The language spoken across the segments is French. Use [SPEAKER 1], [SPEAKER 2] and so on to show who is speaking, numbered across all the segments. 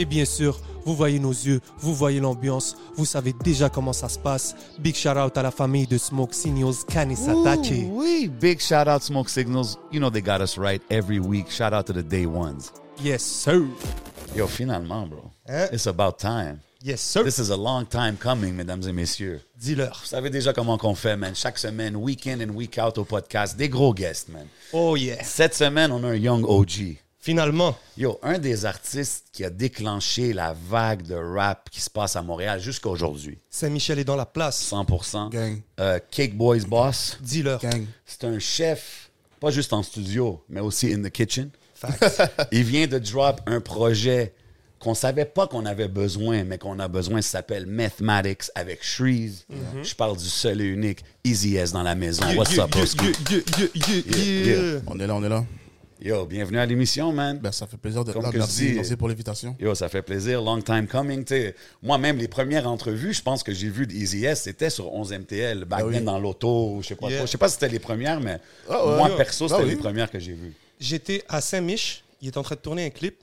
[SPEAKER 1] Et bien sûr, vous voyez nos yeux, vous voyez l'ambiance, vous savez déjà comment ça se passe. Big shout out à la famille de Smoke Signals Kanisatake.
[SPEAKER 2] Ooh, wee. Big shout out Smoke Signals. You know they got us right every week. Shout out to the day ones.
[SPEAKER 1] Yes, sir.
[SPEAKER 2] Yo, finalement, bro.
[SPEAKER 1] Eh?
[SPEAKER 2] It's about time.
[SPEAKER 1] Yes, sir.
[SPEAKER 2] This is a long time coming, mesdames et messieurs.
[SPEAKER 1] Dealer.
[SPEAKER 2] Vous savez déjà comment qu'on fait, man. Chaque semaine, week in and week out au podcast, des gros guests, man.
[SPEAKER 1] Oh, yes.
[SPEAKER 2] Cette semaine, on a un young OG.
[SPEAKER 1] Finalement.
[SPEAKER 2] Yo, un des artistes qui a déclenché la vague de rap qui se passe à Montréal jusqu'à aujourd'hui.
[SPEAKER 1] Saint-Michel est dans la place.
[SPEAKER 2] 100%.
[SPEAKER 3] Gang.
[SPEAKER 2] Euh, Cake Boys Boss.
[SPEAKER 1] Dealer.
[SPEAKER 3] Gang.
[SPEAKER 2] C'est un chef, pas juste en studio, mais aussi in the kitchen.
[SPEAKER 1] Facts.
[SPEAKER 2] Il vient de drop un projet qu'on savait pas qu'on avait besoin, mais qu'on a besoin. Ça s'appelle Mathematics avec Shreeze.
[SPEAKER 3] Mm-hmm.
[SPEAKER 2] Je parle du seul et unique Easy S dans la maison. What's up, bro? Yeah, yeah.
[SPEAKER 3] On est là, on est là.
[SPEAKER 2] Yo, bienvenue à l'émission, man.
[SPEAKER 3] Ben, ça fait plaisir d'être
[SPEAKER 2] Comme
[SPEAKER 3] là.
[SPEAKER 2] que je
[SPEAKER 3] Merci,
[SPEAKER 2] dis-
[SPEAKER 3] merci pour l'invitation.
[SPEAKER 2] Yo, ça fait plaisir. Long time coming. tu sais. Moi-même, les premières entrevues, je pense que j'ai vu d'Easy S, c'était sur 11MTL, back
[SPEAKER 3] Ah oui.
[SPEAKER 2] then dans l'auto, je sais pas
[SPEAKER 1] Yeah.
[SPEAKER 2] trop. Je sais pas si c'était les premières, mais
[SPEAKER 3] Ah ouais,
[SPEAKER 2] moi,
[SPEAKER 3] yo.
[SPEAKER 2] perso,
[SPEAKER 3] Ah
[SPEAKER 2] c'était
[SPEAKER 3] oui.
[SPEAKER 2] les premières que j'ai vues.
[SPEAKER 1] J'étais à Saint-Mich, il était en train de tourner un clip,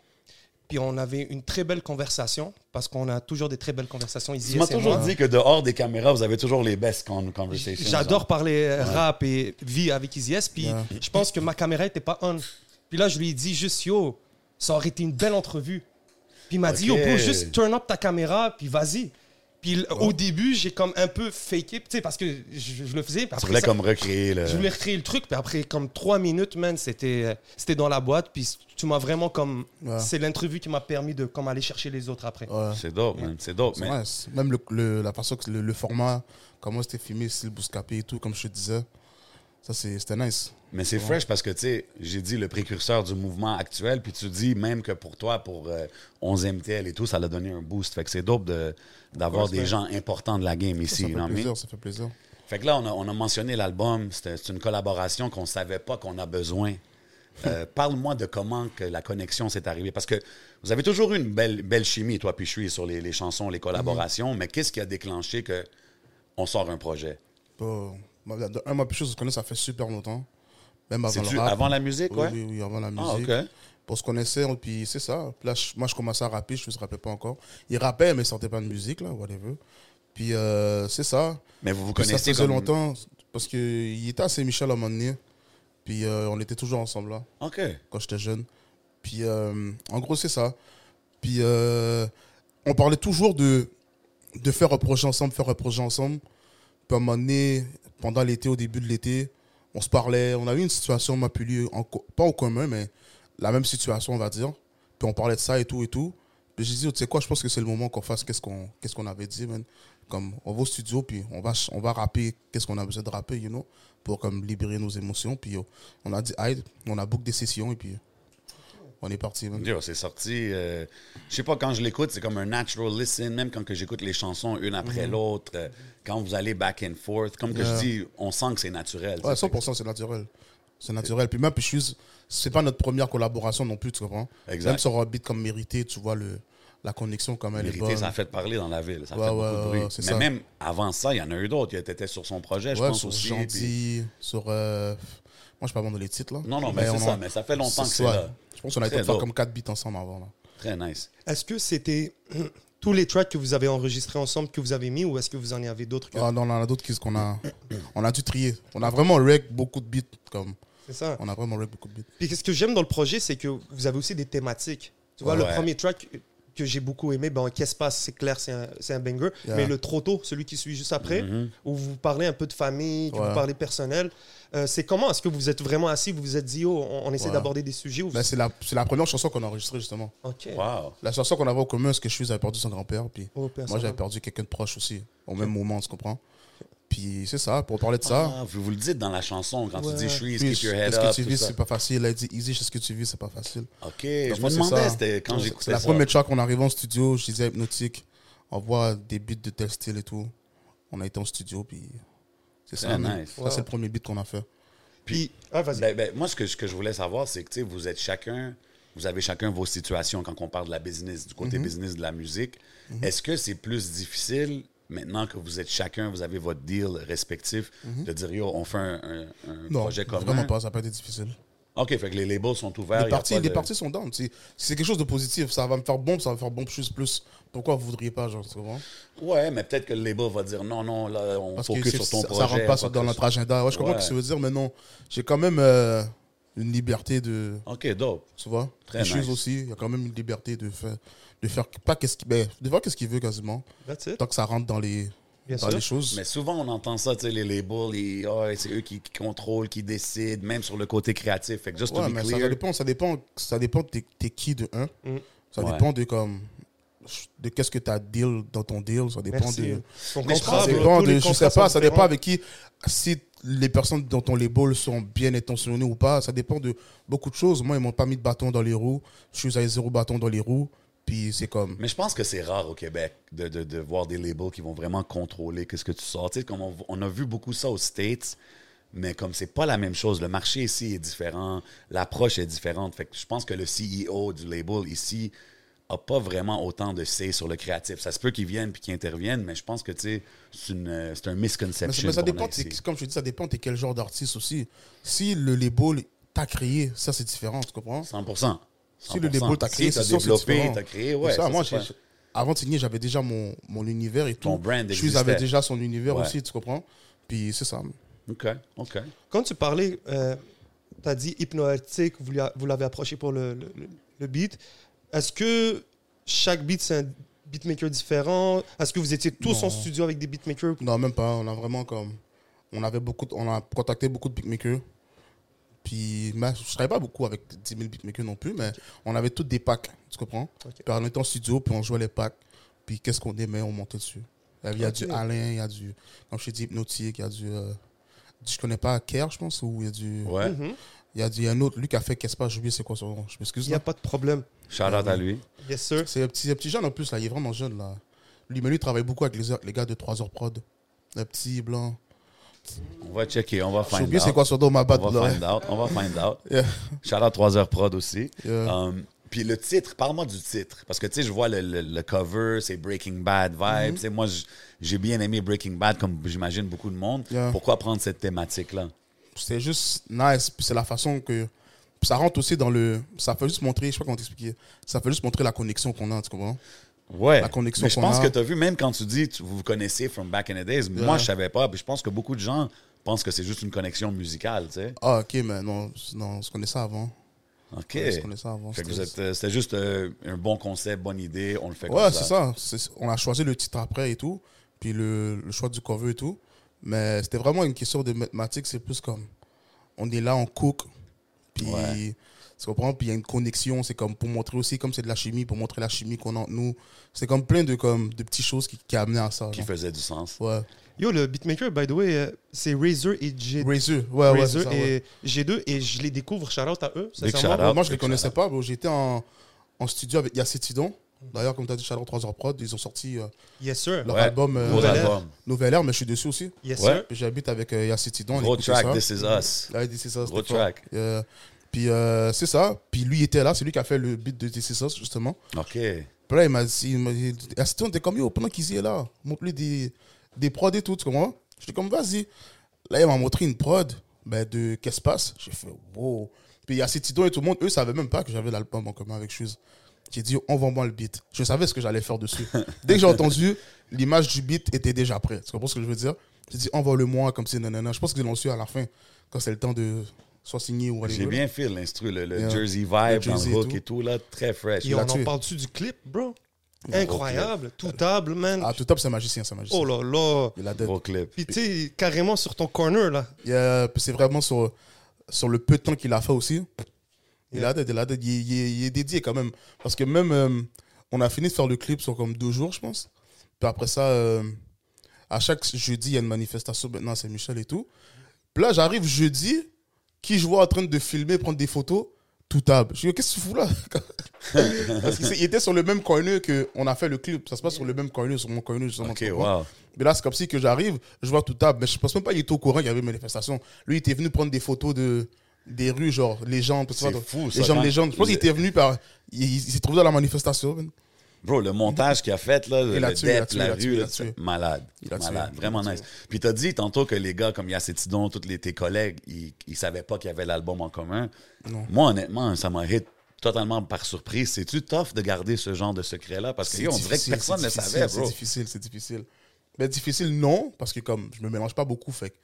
[SPEAKER 1] puis on avait une très belle conversation, parce qu'on a toujours des très belles conversations ici.
[SPEAKER 2] Tu m'as toujours dit que dehors des caméras, vous avez toujours les best con- conversations.
[SPEAKER 1] J'adore parler euh, rap et vie avec Izies, puis je pense que ma caméra n'était pas on. Puis là, je lui ai dit juste, yo, ça aurait été une belle entrevue. Puis il m'a dit, yo,
[SPEAKER 2] Ok.
[SPEAKER 1] bro, juste turn up ta caméra, puis vas-y. Puis l- au début, j'ai comme un peu faké, tu sais, parce que je, je le faisais. puis
[SPEAKER 2] Tu
[SPEAKER 1] après
[SPEAKER 2] voulais
[SPEAKER 1] ça-
[SPEAKER 2] comme recréer
[SPEAKER 3] Euh.
[SPEAKER 2] le.
[SPEAKER 1] Je voulais recréer le truc, puis après, comme trois minutes, man, c'était euh, c'était dans la boîte, puis tu m'as vraiment comme.
[SPEAKER 3] Ouais.
[SPEAKER 1] C'est l'interview qui m'a permis de comme aller chercher les autres après.
[SPEAKER 3] Ouais.
[SPEAKER 2] C'est dope, man. C'est dope, man.
[SPEAKER 3] Ouais, c'est- même le, le- la façon que le, le format, comment c'était filmé, style bouscapé et tout, comme je te disais, ça c'est- c'était nice.
[SPEAKER 2] Mais c'est fresh parce que, tu sais, j'ai dit le précurseur du mouvement actuel, puis tu dis même que pour toi, pour euh, 11MTL et tout, ça l'a donné un boost. Fait que c'est dope de- d'avoir des gens importants de la game
[SPEAKER 3] Ça,
[SPEAKER 2] ici.
[SPEAKER 3] ça
[SPEAKER 2] you know
[SPEAKER 3] fait
[SPEAKER 2] what I mean?
[SPEAKER 3] plaisir, ça fait plaisir.
[SPEAKER 2] Fait que là, on a, on a mentionné l'album. C'était- C'est une collaboration qu'on savait pas qu'on a besoin. Euh, Parle-moi de comment que la connexion s'est arrivée. Parce que vous avez toujours eu une belle, belle chimie, toi puis je suis, sur les, les chansons, les collaborations.
[SPEAKER 3] Mhm.
[SPEAKER 2] Mais qu'est-ce qui a déclenché que on sort un projet?
[SPEAKER 3] Bon, moi, de un mois plus chose, on se connaît, ça fait super longtemps. Même avant
[SPEAKER 2] C'est-tu
[SPEAKER 3] le rap.
[SPEAKER 2] avant la musique,
[SPEAKER 3] oui,
[SPEAKER 2] ouais?
[SPEAKER 3] oui, oui, avant la
[SPEAKER 2] Ah,
[SPEAKER 3] musique.
[SPEAKER 2] ok.
[SPEAKER 3] On se connaissait, on- puis c'est ça. Puis là, je- moi, je commençais à rapper, je ne me rappelais pas encore. Il rappait, mais il sortait pas de musique, là, whatever. Puis euh, c'est ça.
[SPEAKER 2] Mais vous vous
[SPEAKER 3] Puis
[SPEAKER 2] connaissez
[SPEAKER 3] ça faisait
[SPEAKER 2] comme-
[SPEAKER 3] longtemps, parce qu'il était à Saint-Michel à un moment donné. Puis euh, on était toujours ensemble là,
[SPEAKER 2] OK.
[SPEAKER 3] quand j'étais jeune. Puis euh, en gros, c'est ça. Puis euh, on parlait toujours de, de faire un projet ensemble, faire un projet ensemble. Puis à un moment donné, pendant l'été, au début de l'été, on se parlait. On avait une situation, ma puis lui, en co- pas en commun, mais la même situation, on va dire. Puis on parlait de ça et tout et tout. Puis j'ai dit, tu sais quoi, je pense que c'est le moment qu'on fasse qu'est-ce qu'on qu'est-ce qu'on avait dit, man. Comme on va au studio, puis on va, ch- on va rapper qu'est-ce qu'on a besoin de rapper, you know, pour comme libérer nos émotions. Puis oh, on a dit, aïe, on a book des sessions et puis on est parti, man.
[SPEAKER 2] Yo, c'est sorti. euh, je sais pas, quand je l'écoute, c'est comme un natural listen, même quand que j'écoute les chansons une
[SPEAKER 3] Mhm.
[SPEAKER 2] après l'autre, euh, quand vous allez back and forth, comme que je dis, on sent que c'est naturel.
[SPEAKER 3] Ouais,
[SPEAKER 2] Ça fait que-
[SPEAKER 3] 100%, c'est naturel. C'est naturel. Puis même Pichus, c'est pas notre première collaboration non plus, tu comprends
[SPEAKER 2] Exact.
[SPEAKER 3] Même sur un beat comme Mérité, tu vois le, la connexion comme elle est
[SPEAKER 2] Vérité,
[SPEAKER 3] bonne.
[SPEAKER 2] ça a fait parler dans la ville. Ça a
[SPEAKER 3] Ouais,
[SPEAKER 2] fait
[SPEAKER 3] ouais,
[SPEAKER 2] beaucoup de
[SPEAKER 3] ouais,
[SPEAKER 2] bruit.
[SPEAKER 3] c'est
[SPEAKER 2] Mais
[SPEAKER 3] ça.
[SPEAKER 2] même avant ça, il y en a eu d'autres. Il y a- T'étais sur son projet, je
[SPEAKER 3] ouais,
[SPEAKER 2] pense
[SPEAKER 3] sur
[SPEAKER 2] aussi. puis-
[SPEAKER 3] Gentil, sur... euh, Moi, je parle pas dans les titres, là.
[SPEAKER 2] Non, non, mais c'est
[SPEAKER 3] Ben, on
[SPEAKER 2] ça,
[SPEAKER 3] en-
[SPEAKER 2] mais ça fait longtemps que c'est
[SPEAKER 3] ouais.
[SPEAKER 2] là.
[SPEAKER 3] Je pense qu'on a
[SPEAKER 2] Très
[SPEAKER 3] été faire
[SPEAKER 2] dope.
[SPEAKER 3] comme 4 beats ensemble avant, là.
[SPEAKER 2] Très nice.
[SPEAKER 1] Est-ce que c'était tous les tracks que vous avez enregistrés ensemble que vous avez mis, ou est-ce que vous en avez d'autres que...
[SPEAKER 3] Ah non, on en a d'autres qui- qu'on a... On a dû trier. On a vraiment rec beaucoup de beats, comme...
[SPEAKER 1] C'est ça.
[SPEAKER 3] On a vraiment rec beaucoup de beats.
[SPEAKER 1] Puis ce que j'aime dans le projet, c'est que vous avez aussi des thématiques. Tu vois,
[SPEAKER 2] Ouais.
[SPEAKER 1] le premier track,
[SPEAKER 4] que j'ai beaucoup aimé, ben, Qu'est-ce qui se passe, c'est clair, c'est un, c'est un banger.
[SPEAKER 3] Yeah.
[SPEAKER 4] Mais le Trop tôt, celui qui suit juste après,
[SPEAKER 2] Mhm.
[SPEAKER 4] où vous parlez un peu de famille, que
[SPEAKER 3] Ouais.
[SPEAKER 4] vous parlez personnel, euh, c'est comment Est-ce que vous êtes vraiment assis, vous vous êtes dit, oh, on, on essaie
[SPEAKER 3] Ouais.
[SPEAKER 4] d'aborder des sujets ou...
[SPEAKER 3] Ben, c'est la, c'est la première chanson qu'on a enregistrée, justement.
[SPEAKER 4] Ok.
[SPEAKER 2] Wow.
[SPEAKER 3] La chanson qu'on avait au commun, c'est que je suis, avait perdu son grand-père. Puis
[SPEAKER 4] Oh, personne.
[SPEAKER 3] moi, j'avais perdu quelqu'un de proche aussi, au même moment, tu comprends? Puis c'est ça, pour parler de ça.
[SPEAKER 2] Ah, vous, vous le dites dans la chanson quand tu
[SPEAKER 4] Ouais.
[SPEAKER 2] dis Shreeze,
[SPEAKER 3] Puis,
[SPEAKER 2] keep your head
[SPEAKER 3] Est-ce
[SPEAKER 2] up.
[SPEAKER 3] que tu
[SPEAKER 2] tout
[SPEAKER 3] vis,
[SPEAKER 2] ça.
[SPEAKER 3] c'est pas facile. Elle dit, Easy, est-ce que tu vis, c'est pas facile.
[SPEAKER 2] Ok,
[SPEAKER 3] Donc,
[SPEAKER 2] je me
[SPEAKER 3] moi, c'est
[SPEAKER 2] demandais
[SPEAKER 3] ça.
[SPEAKER 2] c'était quand
[SPEAKER 3] C'est-
[SPEAKER 2] j'écoutais
[SPEAKER 3] C'est
[SPEAKER 2] ça.
[SPEAKER 3] la première fois qu'on arrivait en studio, je disais à hypnotique, on voit des beats de tel style et tout. On a été en studio, puis c'est ça.
[SPEAKER 2] Très
[SPEAKER 3] man.
[SPEAKER 2] nice.
[SPEAKER 3] Ça,
[SPEAKER 4] Wow.
[SPEAKER 3] c'est le premier beat qu'on a fait.
[SPEAKER 4] Puis, ah, vas-y.
[SPEAKER 2] Ben, ben, moi, ce que, ce que je voulais savoir, c'est que tu sais, vous êtes chacun, vous avez chacun vos situations quand on parle de la business, du côté
[SPEAKER 3] Mhm.
[SPEAKER 2] business de la musique. Est-ce que c'est plus difficile maintenant que vous êtes chacun, vous avez votre deal respectif, de dire yo, on fait un, un- un
[SPEAKER 3] Mhm. Non,
[SPEAKER 2] projet commun?
[SPEAKER 3] vraiment pas, ça n'a pas été difficile.
[SPEAKER 2] Ok, fait que les labels sont ouverts.
[SPEAKER 3] les
[SPEAKER 2] y a
[SPEAKER 3] parties,
[SPEAKER 2] pas de-
[SPEAKER 3] les parties sont down. C'est c'est quelque chose de positif. Ça va me faire bombe, ça va me faire bombe plus plus. Pourquoi vous voudriez pas, genre, tu comprends?
[SPEAKER 2] Ouais, mais peut-être que le label va dire non, non, là, on
[SPEAKER 3] Parce que
[SPEAKER 2] focus
[SPEAKER 3] c'est-
[SPEAKER 2] sur ton
[SPEAKER 3] ça,
[SPEAKER 2] projet.
[SPEAKER 3] ça rentre pas sur- dans
[SPEAKER 2] focus-
[SPEAKER 3] notre agenda. Ouais, je comprends
[SPEAKER 2] Ouais.
[SPEAKER 3] ce que tu veux dire, mais non. J'ai quand même euh, une liberté de.
[SPEAKER 2] Ok, dope.
[SPEAKER 3] Tu vois
[SPEAKER 2] Très
[SPEAKER 3] Les
[SPEAKER 2] nice.
[SPEAKER 3] choses aussi, il y a quand même une liberté de faire. De faire pas qu'est-ce qu'il ben, de voir qu'est-ce qu'il veut quasiment.
[SPEAKER 4] That's it.
[SPEAKER 3] Tant que ça rentre dans les,
[SPEAKER 4] Bien
[SPEAKER 3] dans
[SPEAKER 4] sûr.
[SPEAKER 3] les choses.
[SPEAKER 2] Mais souvent, on entend ça, tu sais, les labels, ils- ah, c'est eux qui, qui contrôlent, qui décident, même sur le côté créatif. Fait que just
[SPEAKER 3] Ouais,
[SPEAKER 2] to be
[SPEAKER 3] mais ça,
[SPEAKER 2] clear,
[SPEAKER 3] ça dépend, ça dépend, ça dépend de t'es- t'es qui de un.
[SPEAKER 4] Mm.
[SPEAKER 3] Ça
[SPEAKER 2] Ouais.
[SPEAKER 3] dépend de comme de qu'est-ce que t'as deal dans ton deal. Ça dépend
[SPEAKER 4] Merci. euh,
[SPEAKER 3] de.
[SPEAKER 4] Ton
[SPEAKER 2] Mais je
[SPEAKER 4] contrat,
[SPEAKER 3] Ça
[SPEAKER 2] pense-
[SPEAKER 4] bro,
[SPEAKER 3] dépend
[SPEAKER 4] tous les
[SPEAKER 3] de, je
[SPEAKER 4] contrats
[SPEAKER 3] sais pas,
[SPEAKER 4] sont
[SPEAKER 3] ça dépend
[SPEAKER 4] différents.
[SPEAKER 3] avec qui. Si les personnes dont on les balles sont bien intentionnées ou pas, ça dépend de beaucoup de choses. Moi, ils m'ont pas mis de bâton dans les roues. Je suis à zéro bâton dans les roues. Puis c'est comme.
[SPEAKER 2] Mais je pense que c'est rare au Québec de, de- de voir des labels qui vont vraiment contrôler qu'est-ce que tu sors. Tu sais, comme on, on a vu beaucoup ça aux States, mais comme c'est pas la même chose, le marché ici est différent, l'approche est différente. Fait que je pense que le CEO du label ici a pas vraiment autant de say sur le créatif. Ça se peut qu'ils viennent puis qu'ils interviennent, mais je pense que tu sais, c'est une, euh, c'est un
[SPEAKER 3] Mais,
[SPEAKER 2] misconception.
[SPEAKER 3] mais ça
[SPEAKER 2] qu'on a
[SPEAKER 3] dépend,
[SPEAKER 2] ici.
[SPEAKER 3] t'es- comme je te dis, ça dépend de quel genre d'artiste aussi. Si le label t'a créé, ça c'est différent, tu comprends
[SPEAKER 2] 100%.
[SPEAKER 3] Si le label t'a créé,
[SPEAKER 2] si t'as
[SPEAKER 3] c'est sûr, c'est
[SPEAKER 2] développé,
[SPEAKER 3] différent.
[SPEAKER 2] t'as créé, ouais.
[SPEAKER 3] C'est ça,
[SPEAKER 2] ça,
[SPEAKER 3] moi,
[SPEAKER 2] c'est
[SPEAKER 3] j'ai- avant de signer, j'avais déjà mon, mon univers et tout.
[SPEAKER 2] Ton brand
[SPEAKER 3] Je suis avait
[SPEAKER 2] existait.
[SPEAKER 3] déjà son univers
[SPEAKER 2] Ouais.
[SPEAKER 3] aussi, tu comprends Puis c'est ça.
[SPEAKER 2] pas- OK, OK.
[SPEAKER 4] Quand tu parlais, tu as dit hypnotique, vous lui a- vous l'avez approché pour le, le- le- le beat. Est-ce que chaque beat, c'est un beatmaker différent Est-ce que vous étiez tous
[SPEAKER 3] Non.
[SPEAKER 4] en studio avec des beatmakers
[SPEAKER 3] Non, même pas. On a vraiment comme. On avait beaucoup. de- on a contacté beaucoup de beatmakers. Puis, mais je travaillais pas beaucoup avec 10 000 beatmakers non plus, mais on avait tous des packs, tu comprends
[SPEAKER 4] Ok.
[SPEAKER 3] Puis on était en studio, puis on jouait les packs. Puis qu'est-ce qu'on aimait, on montait dessus. Euh, Il y a
[SPEAKER 4] Ok.
[SPEAKER 3] du Alain, il y a du. Comme je t'ai dit, Hypnotique, il y a du. euh, je connais pas Kerr, je pense, ou il y a du.
[SPEAKER 2] Ouais.
[SPEAKER 3] Il y a du- un autre, lui qui a fait qu'est-ce pas, j'ai oublié c'est quoi son nom. Je m'excuse.
[SPEAKER 4] Il n'y a
[SPEAKER 3] là.
[SPEAKER 4] pas de problème.
[SPEAKER 2] Shout out à lui.
[SPEAKER 4] Yes, sir.
[SPEAKER 3] C'est un petit, un petit jeune en plus, là, il est vraiment jeune. là. Lui, mais lui, il travaille beaucoup avec les, les gars de 3 heures prod. Le petit blanc.
[SPEAKER 2] On va checker, on va
[SPEAKER 3] J'ai
[SPEAKER 2] find
[SPEAKER 3] oublié c'est
[SPEAKER 2] out.
[SPEAKER 3] quoi son nom, ma batte.
[SPEAKER 2] On va
[SPEAKER 3] là.
[SPEAKER 2] find out. On va find out.
[SPEAKER 3] Yeah.
[SPEAKER 2] Shout out 3 heures prod aussi.
[SPEAKER 3] Yeah.
[SPEAKER 2] Um, puis le titre, parle-moi du titre. Parce que tu sais, je vois le, le- le cover, c'est Breaking Bad
[SPEAKER 3] Mm-hmm.
[SPEAKER 2] vibe. Tu sais, Moi, j- j'ai bien aimé Breaking Bad, comme j'imagine beaucoup de monde.
[SPEAKER 3] Yeah.
[SPEAKER 2] Pourquoi prendre cette thématique-là?
[SPEAKER 3] C'est juste nice. Puis c'est la façon que. puis ça rentre aussi dans le. Ça fait juste montrer, je sais pas comment t'expliquer. Ça fait juste montrer la connexion qu'on a, tu comprends
[SPEAKER 2] Ouais.
[SPEAKER 3] La connexion
[SPEAKER 2] Mais je
[SPEAKER 3] qu'on
[SPEAKER 2] pense
[SPEAKER 3] a.
[SPEAKER 2] que tu as vu, même quand tu dis tu- vous vous connaissez from back in the days, moi, je savais pas. Puis je pense que beaucoup de gens pensent que c'est juste une connexion musicale, tu sais.
[SPEAKER 3] Ah, ok, mais non, non on se connaissait avant.
[SPEAKER 2] OK.
[SPEAKER 3] On se connaissait avant.
[SPEAKER 2] Fait que vous
[SPEAKER 3] c'était-
[SPEAKER 2] êtes, euh, c'était juste euh, un bon concept, bonne idée, on le fait
[SPEAKER 3] Ouais,
[SPEAKER 2] comme
[SPEAKER 3] c'est
[SPEAKER 2] ça.
[SPEAKER 3] ça. C'est- On a choisi le titre après et tout, puis le, le choix du cover et tout. Mais c'était vraiment une question de mathématiques. C'est plus comme on est là, on cook, puis
[SPEAKER 2] Ouais.
[SPEAKER 3] tu comprends? Puis il y a une connexion. C'est comme pour montrer aussi, comme c'est de la chimie, pour montrer la chimie qu'on a entre nous. C'est comme plein de, comme, de petites choses qui, qui a amené à ça.
[SPEAKER 2] Qui
[SPEAKER 3] genre.
[SPEAKER 2] faisait du sens.
[SPEAKER 3] Ouais.
[SPEAKER 4] Yo, le beatmaker, by the way, euh, c'est Razor et G...
[SPEAKER 3] Razor, ouais, ouais,
[SPEAKER 4] Razor
[SPEAKER 3] c'est ça,
[SPEAKER 4] et
[SPEAKER 3] ouais.
[SPEAKER 4] G2 et je les découvre. Shout out à eux. sincèrement.
[SPEAKER 2] shout out.
[SPEAKER 3] Moi, je les
[SPEAKER 2] Big
[SPEAKER 3] connaissais
[SPEAKER 2] shout-out.
[SPEAKER 3] pas. bro. J'étais en, en studio avec Yacetidon. D'ailleurs, comme tu as dit, Shadow 3 h Prod, ils ont sorti euh,
[SPEAKER 4] Yes, sir.
[SPEAKER 3] leur
[SPEAKER 2] Ouais.
[SPEAKER 3] album, euh,
[SPEAKER 2] Gros
[SPEAKER 4] Nouvelle Ère.
[SPEAKER 2] album.
[SPEAKER 3] Nouvelle Ère, mais je suis dessus aussi.
[SPEAKER 4] Yes,
[SPEAKER 2] Ouais.
[SPEAKER 4] sir.
[SPEAKER 3] Puis J'habite avec euh, Yacetidon. on
[SPEAKER 2] Gros
[SPEAKER 3] écoutait
[SPEAKER 2] track,
[SPEAKER 3] ça.
[SPEAKER 2] This Is Us.
[SPEAKER 3] Ouais, This Is Us,
[SPEAKER 2] Gros
[SPEAKER 3] c'était
[SPEAKER 2] track.
[SPEAKER 3] fort. Euh, puis euh, c'est ça. Puis lui il était là, c'est lui qui a fait le beat de This Is Us, justement.
[SPEAKER 2] OK.
[SPEAKER 3] Puis là, il m'a dit, il m'a dit, Aston, t'es comme yo, pendant qu'il y est là, montre-lui des, des prods et tout, tu comprends? J'étais comme, vas-y. Là, il m'a montré une prod ben, de Qu'est-ce qui se passe? J'ai fait, wow. Puis il y a ces titans et tout le monde, eux, savaient même pas que j'avais l'album en commun avec Shoes. J'ai dit, on vend moi le beat. Je savais ce que j'allais faire dessus. Dès que j'ai entendu, l'image du beat était déjà prête. Tu comprends ce que je veux dire? J'ai dit, envoie le moi, comme si, nanana. Je pense qu'ils l'ont su à la fin, quand c'est le temps de soit signer ou
[SPEAKER 2] J'ai
[SPEAKER 3] whatever.
[SPEAKER 2] bien fait l'instru, le, le
[SPEAKER 3] Yeah.
[SPEAKER 2] Jersey vibe,
[SPEAKER 3] Le
[SPEAKER 2] dans
[SPEAKER 3] Jersey
[SPEAKER 2] le
[SPEAKER 3] et
[SPEAKER 2] hook
[SPEAKER 3] tout.
[SPEAKER 2] et tout, là, très fresh.
[SPEAKER 4] Et on en
[SPEAKER 3] là-dessus.
[SPEAKER 4] parle-tu du clip, bro? Incroyable. Tout table, man.
[SPEAKER 3] Ah, tout top, c'est un magicien, c'est un magicien.
[SPEAKER 4] oh là là.
[SPEAKER 3] Il a dead.
[SPEAKER 2] Gros clip.
[SPEAKER 4] Puis tu sais, carrément sur ton corner, là.
[SPEAKER 3] Il a- C'est vraiment sur, sur le peu de temps qu'il a fait aussi. Il a dead, il a dead. Il, est- il est- il est dédié quand même. Parce que même, euh, on a fini de faire le clip sur comme deux jours, je pense. Puis après ça, euh, à chaque jeudi, il y a une manifestation maintenant à Saint-Michel et tout. Puis là, j'arrive jeudi, qui je vois en train de filmer, prendre des photos, tout table. Je dis, qu'est-ce que tu fous là Parce qu'il était sur le même corner qu'on a fait le clip. Ça se passe sur le même corner, sur mon corner, justement.
[SPEAKER 2] Ok,
[SPEAKER 3] tu comprends
[SPEAKER 2] wow.
[SPEAKER 3] mais là, c'est comme si que j'arrive, je vois tout table. Mais je pense même pas qu'il était au courant qu'il y avait une manifestation. Lui, il était venu prendre des photos de, des rues, genre, les gens. parce que
[SPEAKER 2] C'est
[SPEAKER 3] donc,
[SPEAKER 2] fou, ça,
[SPEAKER 3] Les gens,
[SPEAKER 2] quand-
[SPEAKER 3] les gens. Je pense
[SPEAKER 2] le-
[SPEAKER 3] qu'il était venu par. Il, il s'est trouvé dans la manifestation. man.
[SPEAKER 2] Bro, le montage qu'il a fait, là, le
[SPEAKER 3] a tué, il a
[SPEAKER 2] dep,
[SPEAKER 3] tué, il
[SPEAKER 2] la
[SPEAKER 3] a tué,
[SPEAKER 2] rue,
[SPEAKER 3] il a
[SPEAKER 2] là,
[SPEAKER 3] tué.
[SPEAKER 2] c'est malade.
[SPEAKER 3] Il a tué,
[SPEAKER 2] malade,
[SPEAKER 3] il a
[SPEAKER 2] vraiment
[SPEAKER 3] tué.
[SPEAKER 2] nice. Puis t'as dit tantôt que les gars comme Yacetidon, tous les, tes collègues, ils, ils savaient pas qu'il y avait l'album en commun. Moi, honnêtement, ça m'a hit totalement par surprise. C'est-tu tough de garder ce genre de secret-là? Parce que
[SPEAKER 3] C'est
[SPEAKER 2] yo, on dirait que
[SPEAKER 3] difficile,
[SPEAKER 2] personne
[SPEAKER 3] c'est
[SPEAKER 2] ne
[SPEAKER 3] difficile,
[SPEAKER 2] savait,
[SPEAKER 3] C'est
[SPEAKER 2] bro.
[SPEAKER 3] difficile, c'est difficile. Mais difficile, non, parce que comme je me mélange pas beaucoup, fait que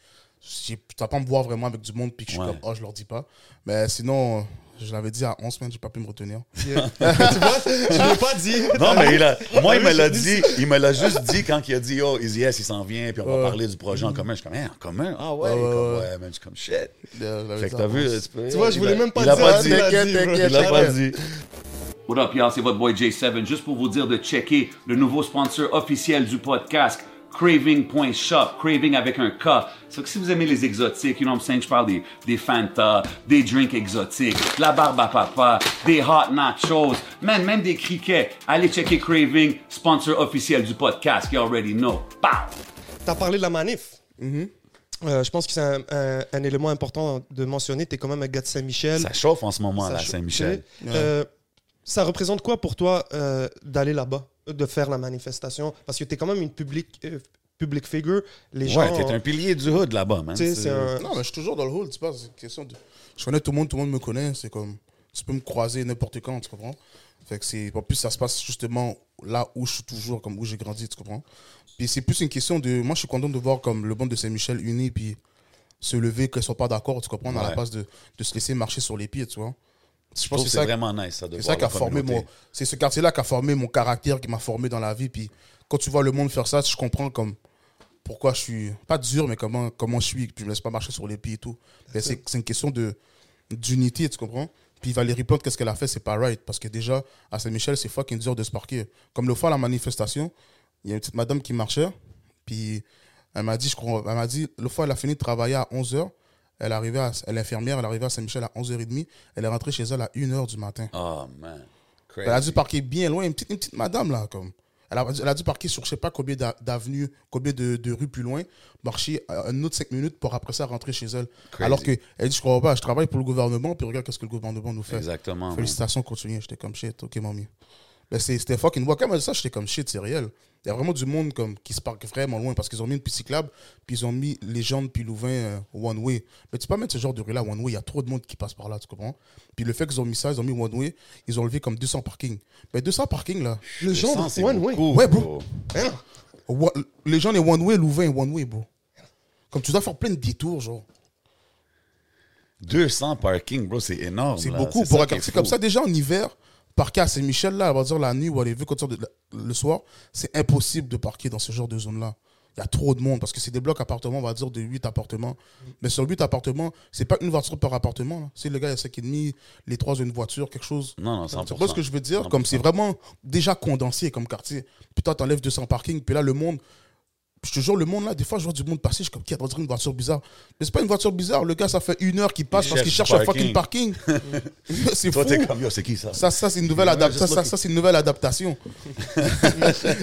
[SPEAKER 3] j'ai- je dois pas me voir vraiment avec du monde, puis que je suis
[SPEAKER 2] Ouais.
[SPEAKER 3] comme, oh, je leur dis pas. Mais sinon, je l'avais dit à 11 semaines, j'ai pas pu me retenir.
[SPEAKER 4] tu vois, je l'ai pas dit.
[SPEAKER 2] Non, mais il a- moi, il
[SPEAKER 4] Ah oui,
[SPEAKER 2] me l'a
[SPEAKER 4] j'ai dit
[SPEAKER 2] dit, il me l'a juste dit quand il a dit, oh, Easy S, il s'en vient, puis on va parler du projet en commun. Je suis comme, Hein, en commun? Ah ouais,
[SPEAKER 3] Ouais, ouais,
[SPEAKER 2] Comme,
[SPEAKER 3] ouais.
[SPEAKER 2] ouais, man, je suis comme, shit.
[SPEAKER 3] Euh, je l'avais
[SPEAKER 2] Fait
[SPEAKER 3] dit
[SPEAKER 2] que
[SPEAKER 3] à
[SPEAKER 2] t'as vu,
[SPEAKER 3] 11.
[SPEAKER 2] peux-
[SPEAKER 4] Tu vois, je
[SPEAKER 2] il
[SPEAKER 4] voulais
[SPEAKER 2] l'a-
[SPEAKER 4] même pas
[SPEAKER 2] il l'a
[SPEAKER 4] dire,
[SPEAKER 2] pas
[SPEAKER 4] hein,
[SPEAKER 2] dit.
[SPEAKER 4] il l'a
[SPEAKER 3] T'inquiète,
[SPEAKER 4] dit, bro.
[SPEAKER 3] t'inquiète.
[SPEAKER 2] Il l'a pas
[SPEAKER 3] t'inquiète.
[SPEAKER 2] dit.
[SPEAKER 5] What up, y'all? C'est votre boy J7. Juste pour vous dire de checker le nouveau sponsor officiel du podcast, Craving.shop. Craving avec un K. C'est que si vous aimez les exotiques, you know what I'm saying? Je parle des, des Fanta, des drinks exotiques, la barbe à papa, des hot nachos, man, même des criquets. Allez checker Craving, sponsor officiel du podcast. You already know. Bah! Pow!
[SPEAKER 4] T'as parlé de la manif. Euh, je pense que c'est un, un- un élément important de mentionner. T'es quand même un gars de Saint-Michel.
[SPEAKER 2] Ça chauffe en ce moment,
[SPEAKER 4] Ça
[SPEAKER 2] là, à
[SPEAKER 4] chauffe.
[SPEAKER 2] Saint-Michel.
[SPEAKER 4] Euh, ça représente quoi pour toi euh, d'aller là-bas, de faire la manifestation Parce que t'es quand même une public, euh, public figure. Les gens.
[SPEAKER 2] Ouais, t'es un pilier du hood là-bas, man.
[SPEAKER 4] tu sais, c'est un-
[SPEAKER 3] Non, mais je suis toujours dans le hall, tu sais pas, c'est une question de... Je connais tout le monde, tout le monde me connaît, c'est comme... Tu peux me croiser n'importe quand, tu comprends Fait que c'est... En plus, ça se passe justement là où je suis toujours, comme où j'ai grandi, tu comprends Puis c'est plus une question de... Moi, je suis content de voir comme le bande de Saint-Michel uni, puis se lever, qu'ils sont pas d'accord, tu comprends À la
[SPEAKER 2] Ouais.
[SPEAKER 3] place de, de se laisser marcher sur les pieds, tu vois Je
[SPEAKER 2] Je trouve
[SPEAKER 3] pense que
[SPEAKER 2] que
[SPEAKER 3] c'est
[SPEAKER 2] c'est
[SPEAKER 3] ça
[SPEAKER 2] vraiment nice, ça, de
[SPEAKER 3] C'est
[SPEAKER 2] voir
[SPEAKER 3] ça qui
[SPEAKER 2] la
[SPEAKER 3] a formé mon.
[SPEAKER 2] communauté.
[SPEAKER 3] C'est ce quartier-là qui a formé mon caractère, qui m'a formé dans la vie. Puis quand tu vois le monde faire ça, je comprends comme pourquoi je suis pas dur, mais comment comment je suis. Puis je me laisse pas marcher sur les pieds et tout. Mais c'est c'est une question de d'unité, tu comprends. Puis Valérie Plante, qu'est-ce qu'elle a fait, c'est pas right. Parce que déjà, à Saint-Michel, c'est fucking dur de se parquer. Comme le fois à la manifestation, il y a une petite madame qui marchait. Puis elle m'a dit, je crois, elle m'a dit, le fois elle a fini de travailler à 11h, elle arrivait à, elle est infirmière, elle arrivait à Saint-Michel à 11h30, elle est rentrée chez elle à 1h du matin.
[SPEAKER 2] Oh, man. Crazy.
[SPEAKER 3] Elle a dû parquer bien loin, une petite, une petite madame là. Comme. Elle, a, elle a dû parquer sur je sais pas combien d'a- d'avenues, combien de, de rues plus loin, marcher euh, un autre 5 minutes pour après ça rentrer chez elle.
[SPEAKER 2] Crazy.
[SPEAKER 3] Alors qu'elle dit Je crois pas, je travaille pour le gouvernement, puis regarde qu'est-ce que le gouvernement nous fait.
[SPEAKER 2] Exactement, man.
[SPEAKER 3] Félicitations, continuez. J'étais comme shit, ok, mamie. Mais c'est- C'était fucking moi. Quand elle m'a dit ça, j'étais comme shit, c'est réel. Il y a vraiment du monde comme, qui se parque vraiment loin parce qu'ils ont mis une piste cyclable, puis ils ont mis Légende puis Louvain euh, One Way. Mais tu peux pas mettre ce genre de rue-là One Way, il y a trop de monde qui passe par là, tu comprends? Puis le fait qu'ils ont mis ça, ils ont mis One Way, ils ont levé comme 200 parkings. Mais 200 parkings là,
[SPEAKER 4] le genre
[SPEAKER 2] sang, c'est
[SPEAKER 4] one way.
[SPEAKER 2] beaucoup,
[SPEAKER 3] Ouais, bro.
[SPEAKER 4] Hein, non.
[SPEAKER 3] Wa- Légende et One Way, Louvain et One Way, bro. Comme tu dois faire plein de détours, genre.
[SPEAKER 2] 200 parkings, bro, c'est énorme.
[SPEAKER 3] C'est
[SPEAKER 2] là.
[SPEAKER 3] beaucoup pour
[SPEAKER 2] ça
[SPEAKER 3] un
[SPEAKER 2] qui est
[SPEAKER 3] quartier
[SPEAKER 2] fou.
[SPEAKER 3] comme ça. Déjà en hiver, parquer à Saint-Michel, là, on va dire la nuit ou aller vu quand on sort de- le soir, c'est impossible de parquer dans ce genre de zone-là. Il y a trop de monde parce que c'est des blocs appartements, on va dire de 8 appartements. Mais sur 8 appartements, c'est pas une voiture par appartement. là. C'est le gars, il y a 5,5, les trois ont une voiture, quelque chose.
[SPEAKER 2] Non, non, 100%.
[SPEAKER 3] Tu vois ce que je veux dire Comme c'est
[SPEAKER 2] 100%.
[SPEAKER 3] vraiment déjà condensé comme quartier. Puis toi, t'enlèves 200 parkings, puis là, le monde. Je te jure, le monde là, des fois, je vois du monde passer, je suis comme, qui a dans une voiture bizarre Mais c'est pas une voiture bizarre, le gars, ça fait une heure qu'il passe
[SPEAKER 2] Il
[SPEAKER 3] parce qu'il
[SPEAKER 2] cherche
[SPEAKER 3] cherche un fucking parking. c'est fou.
[SPEAKER 2] Toi, t'es comme, yo, c'est qui ça?
[SPEAKER 3] Ça, ça c'est une, nouvelle
[SPEAKER 2] Ouais,
[SPEAKER 3] adap-
[SPEAKER 2] just
[SPEAKER 3] ça, ça,
[SPEAKER 2] looking.
[SPEAKER 3] ça, c'est une nouvelle adaptation.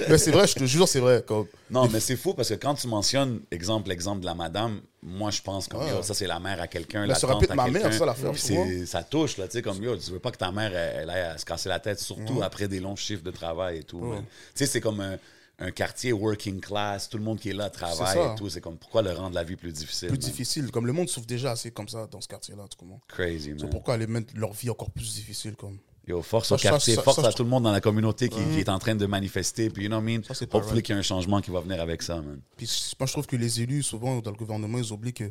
[SPEAKER 3] mais c'est vrai, je te jure, c'est vrai. Comme...
[SPEAKER 2] Non, mais c'est fou parce que quand tu mentionnes, exemple, exemple de la madame, moi, je pense comme,
[SPEAKER 3] Ouais.
[SPEAKER 2] yo, ça, c'est la mère à quelqu'un.
[SPEAKER 3] Ah.
[SPEAKER 2] la
[SPEAKER 3] Là, ça
[SPEAKER 2] tante
[SPEAKER 3] rappelle
[SPEAKER 2] à
[SPEAKER 3] ma mère,
[SPEAKER 2] quelqu'un.
[SPEAKER 3] ça, l'affaire,
[SPEAKER 2] Puis
[SPEAKER 3] tu vois.
[SPEAKER 2] c'est- Ça touche, là, tu sais, comme, yo, tu veux pas que ta mère, elle, elle aille à se casser la tête, surtout après des longs chiffres de travail et tout. man. Tu sais, c'est comme un, un quartier working class, tout le monde qui est là travaille
[SPEAKER 3] C'est ça.
[SPEAKER 2] et tout. C'est comme, pourquoi le rendre la vie plus difficile?
[SPEAKER 3] Plus
[SPEAKER 2] man?
[SPEAKER 3] difficile. Comme le monde souffre déjà assez comme ça dans ce quartier-là. tu comprends
[SPEAKER 2] Crazy, man.
[SPEAKER 3] C'est pourquoi aller mettre leur vie encore plus difficile. Comme...
[SPEAKER 2] Yo, force
[SPEAKER 3] Ça,
[SPEAKER 2] au
[SPEAKER 3] ça,
[SPEAKER 2] quartier,
[SPEAKER 3] ça,
[SPEAKER 2] force
[SPEAKER 3] ça,
[SPEAKER 2] à
[SPEAKER 3] je-
[SPEAKER 2] tout le monde dans la communauté qui, qui est en train de manifester. Puis, you know what I mean?
[SPEAKER 3] Ça, c'est pas
[SPEAKER 2] Hopefully
[SPEAKER 3] right.
[SPEAKER 2] qu'il y a un changement qui va venir avec ça, man.
[SPEAKER 3] Puis c- moi, je trouve que les élus, souvent, dans le gouvernement, ils oublient que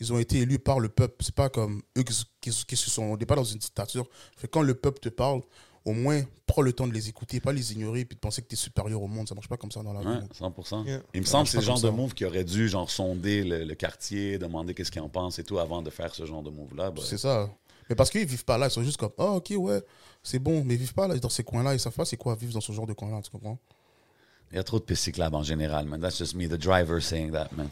[SPEAKER 3] ils ont été élus par le peuple. C'est pas comme eux qui, s- qui s- qui se sont. On n'est pas dans une dictature. Fait que quand le peuple te parle, au moins, prends le temps de les écouter, pas les ignorer, puis de penser que tu es supérieur au monde. Ça marche pas comme ça dans la
[SPEAKER 2] Ouais,
[SPEAKER 3] vie.
[SPEAKER 2] 100
[SPEAKER 4] Yeah.
[SPEAKER 2] Il me
[SPEAKER 3] Ça
[SPEAKER 2] semble que
[SPEAKER 3] marche
[SPEAKER 2] c'est le
[SPEAKER 3] pas
[SPEAKER 2] genre de
[SPEAKER 3] comme ça.
[SPEAKER 2] move qui aurait dû genre sonder le, le quartier, demander qu'est-ce qu'ils en pensent et tout avant de faire ce genre de move-là. bah,
[SPEAKER 3] C'est ça. Mais parce qu'ils vivent pas là, ils sont juste comme, ah, ok, ouais, c'est bon, mais ils vivent pas là, dans ces coins-là, ils savent pas c'est quoi vivre dans ce genre de coin-là, tu comprends?
[SPEAKER 2] Il y a trop de pistes cyclables en général, man. That's just me, the driver saying that, man.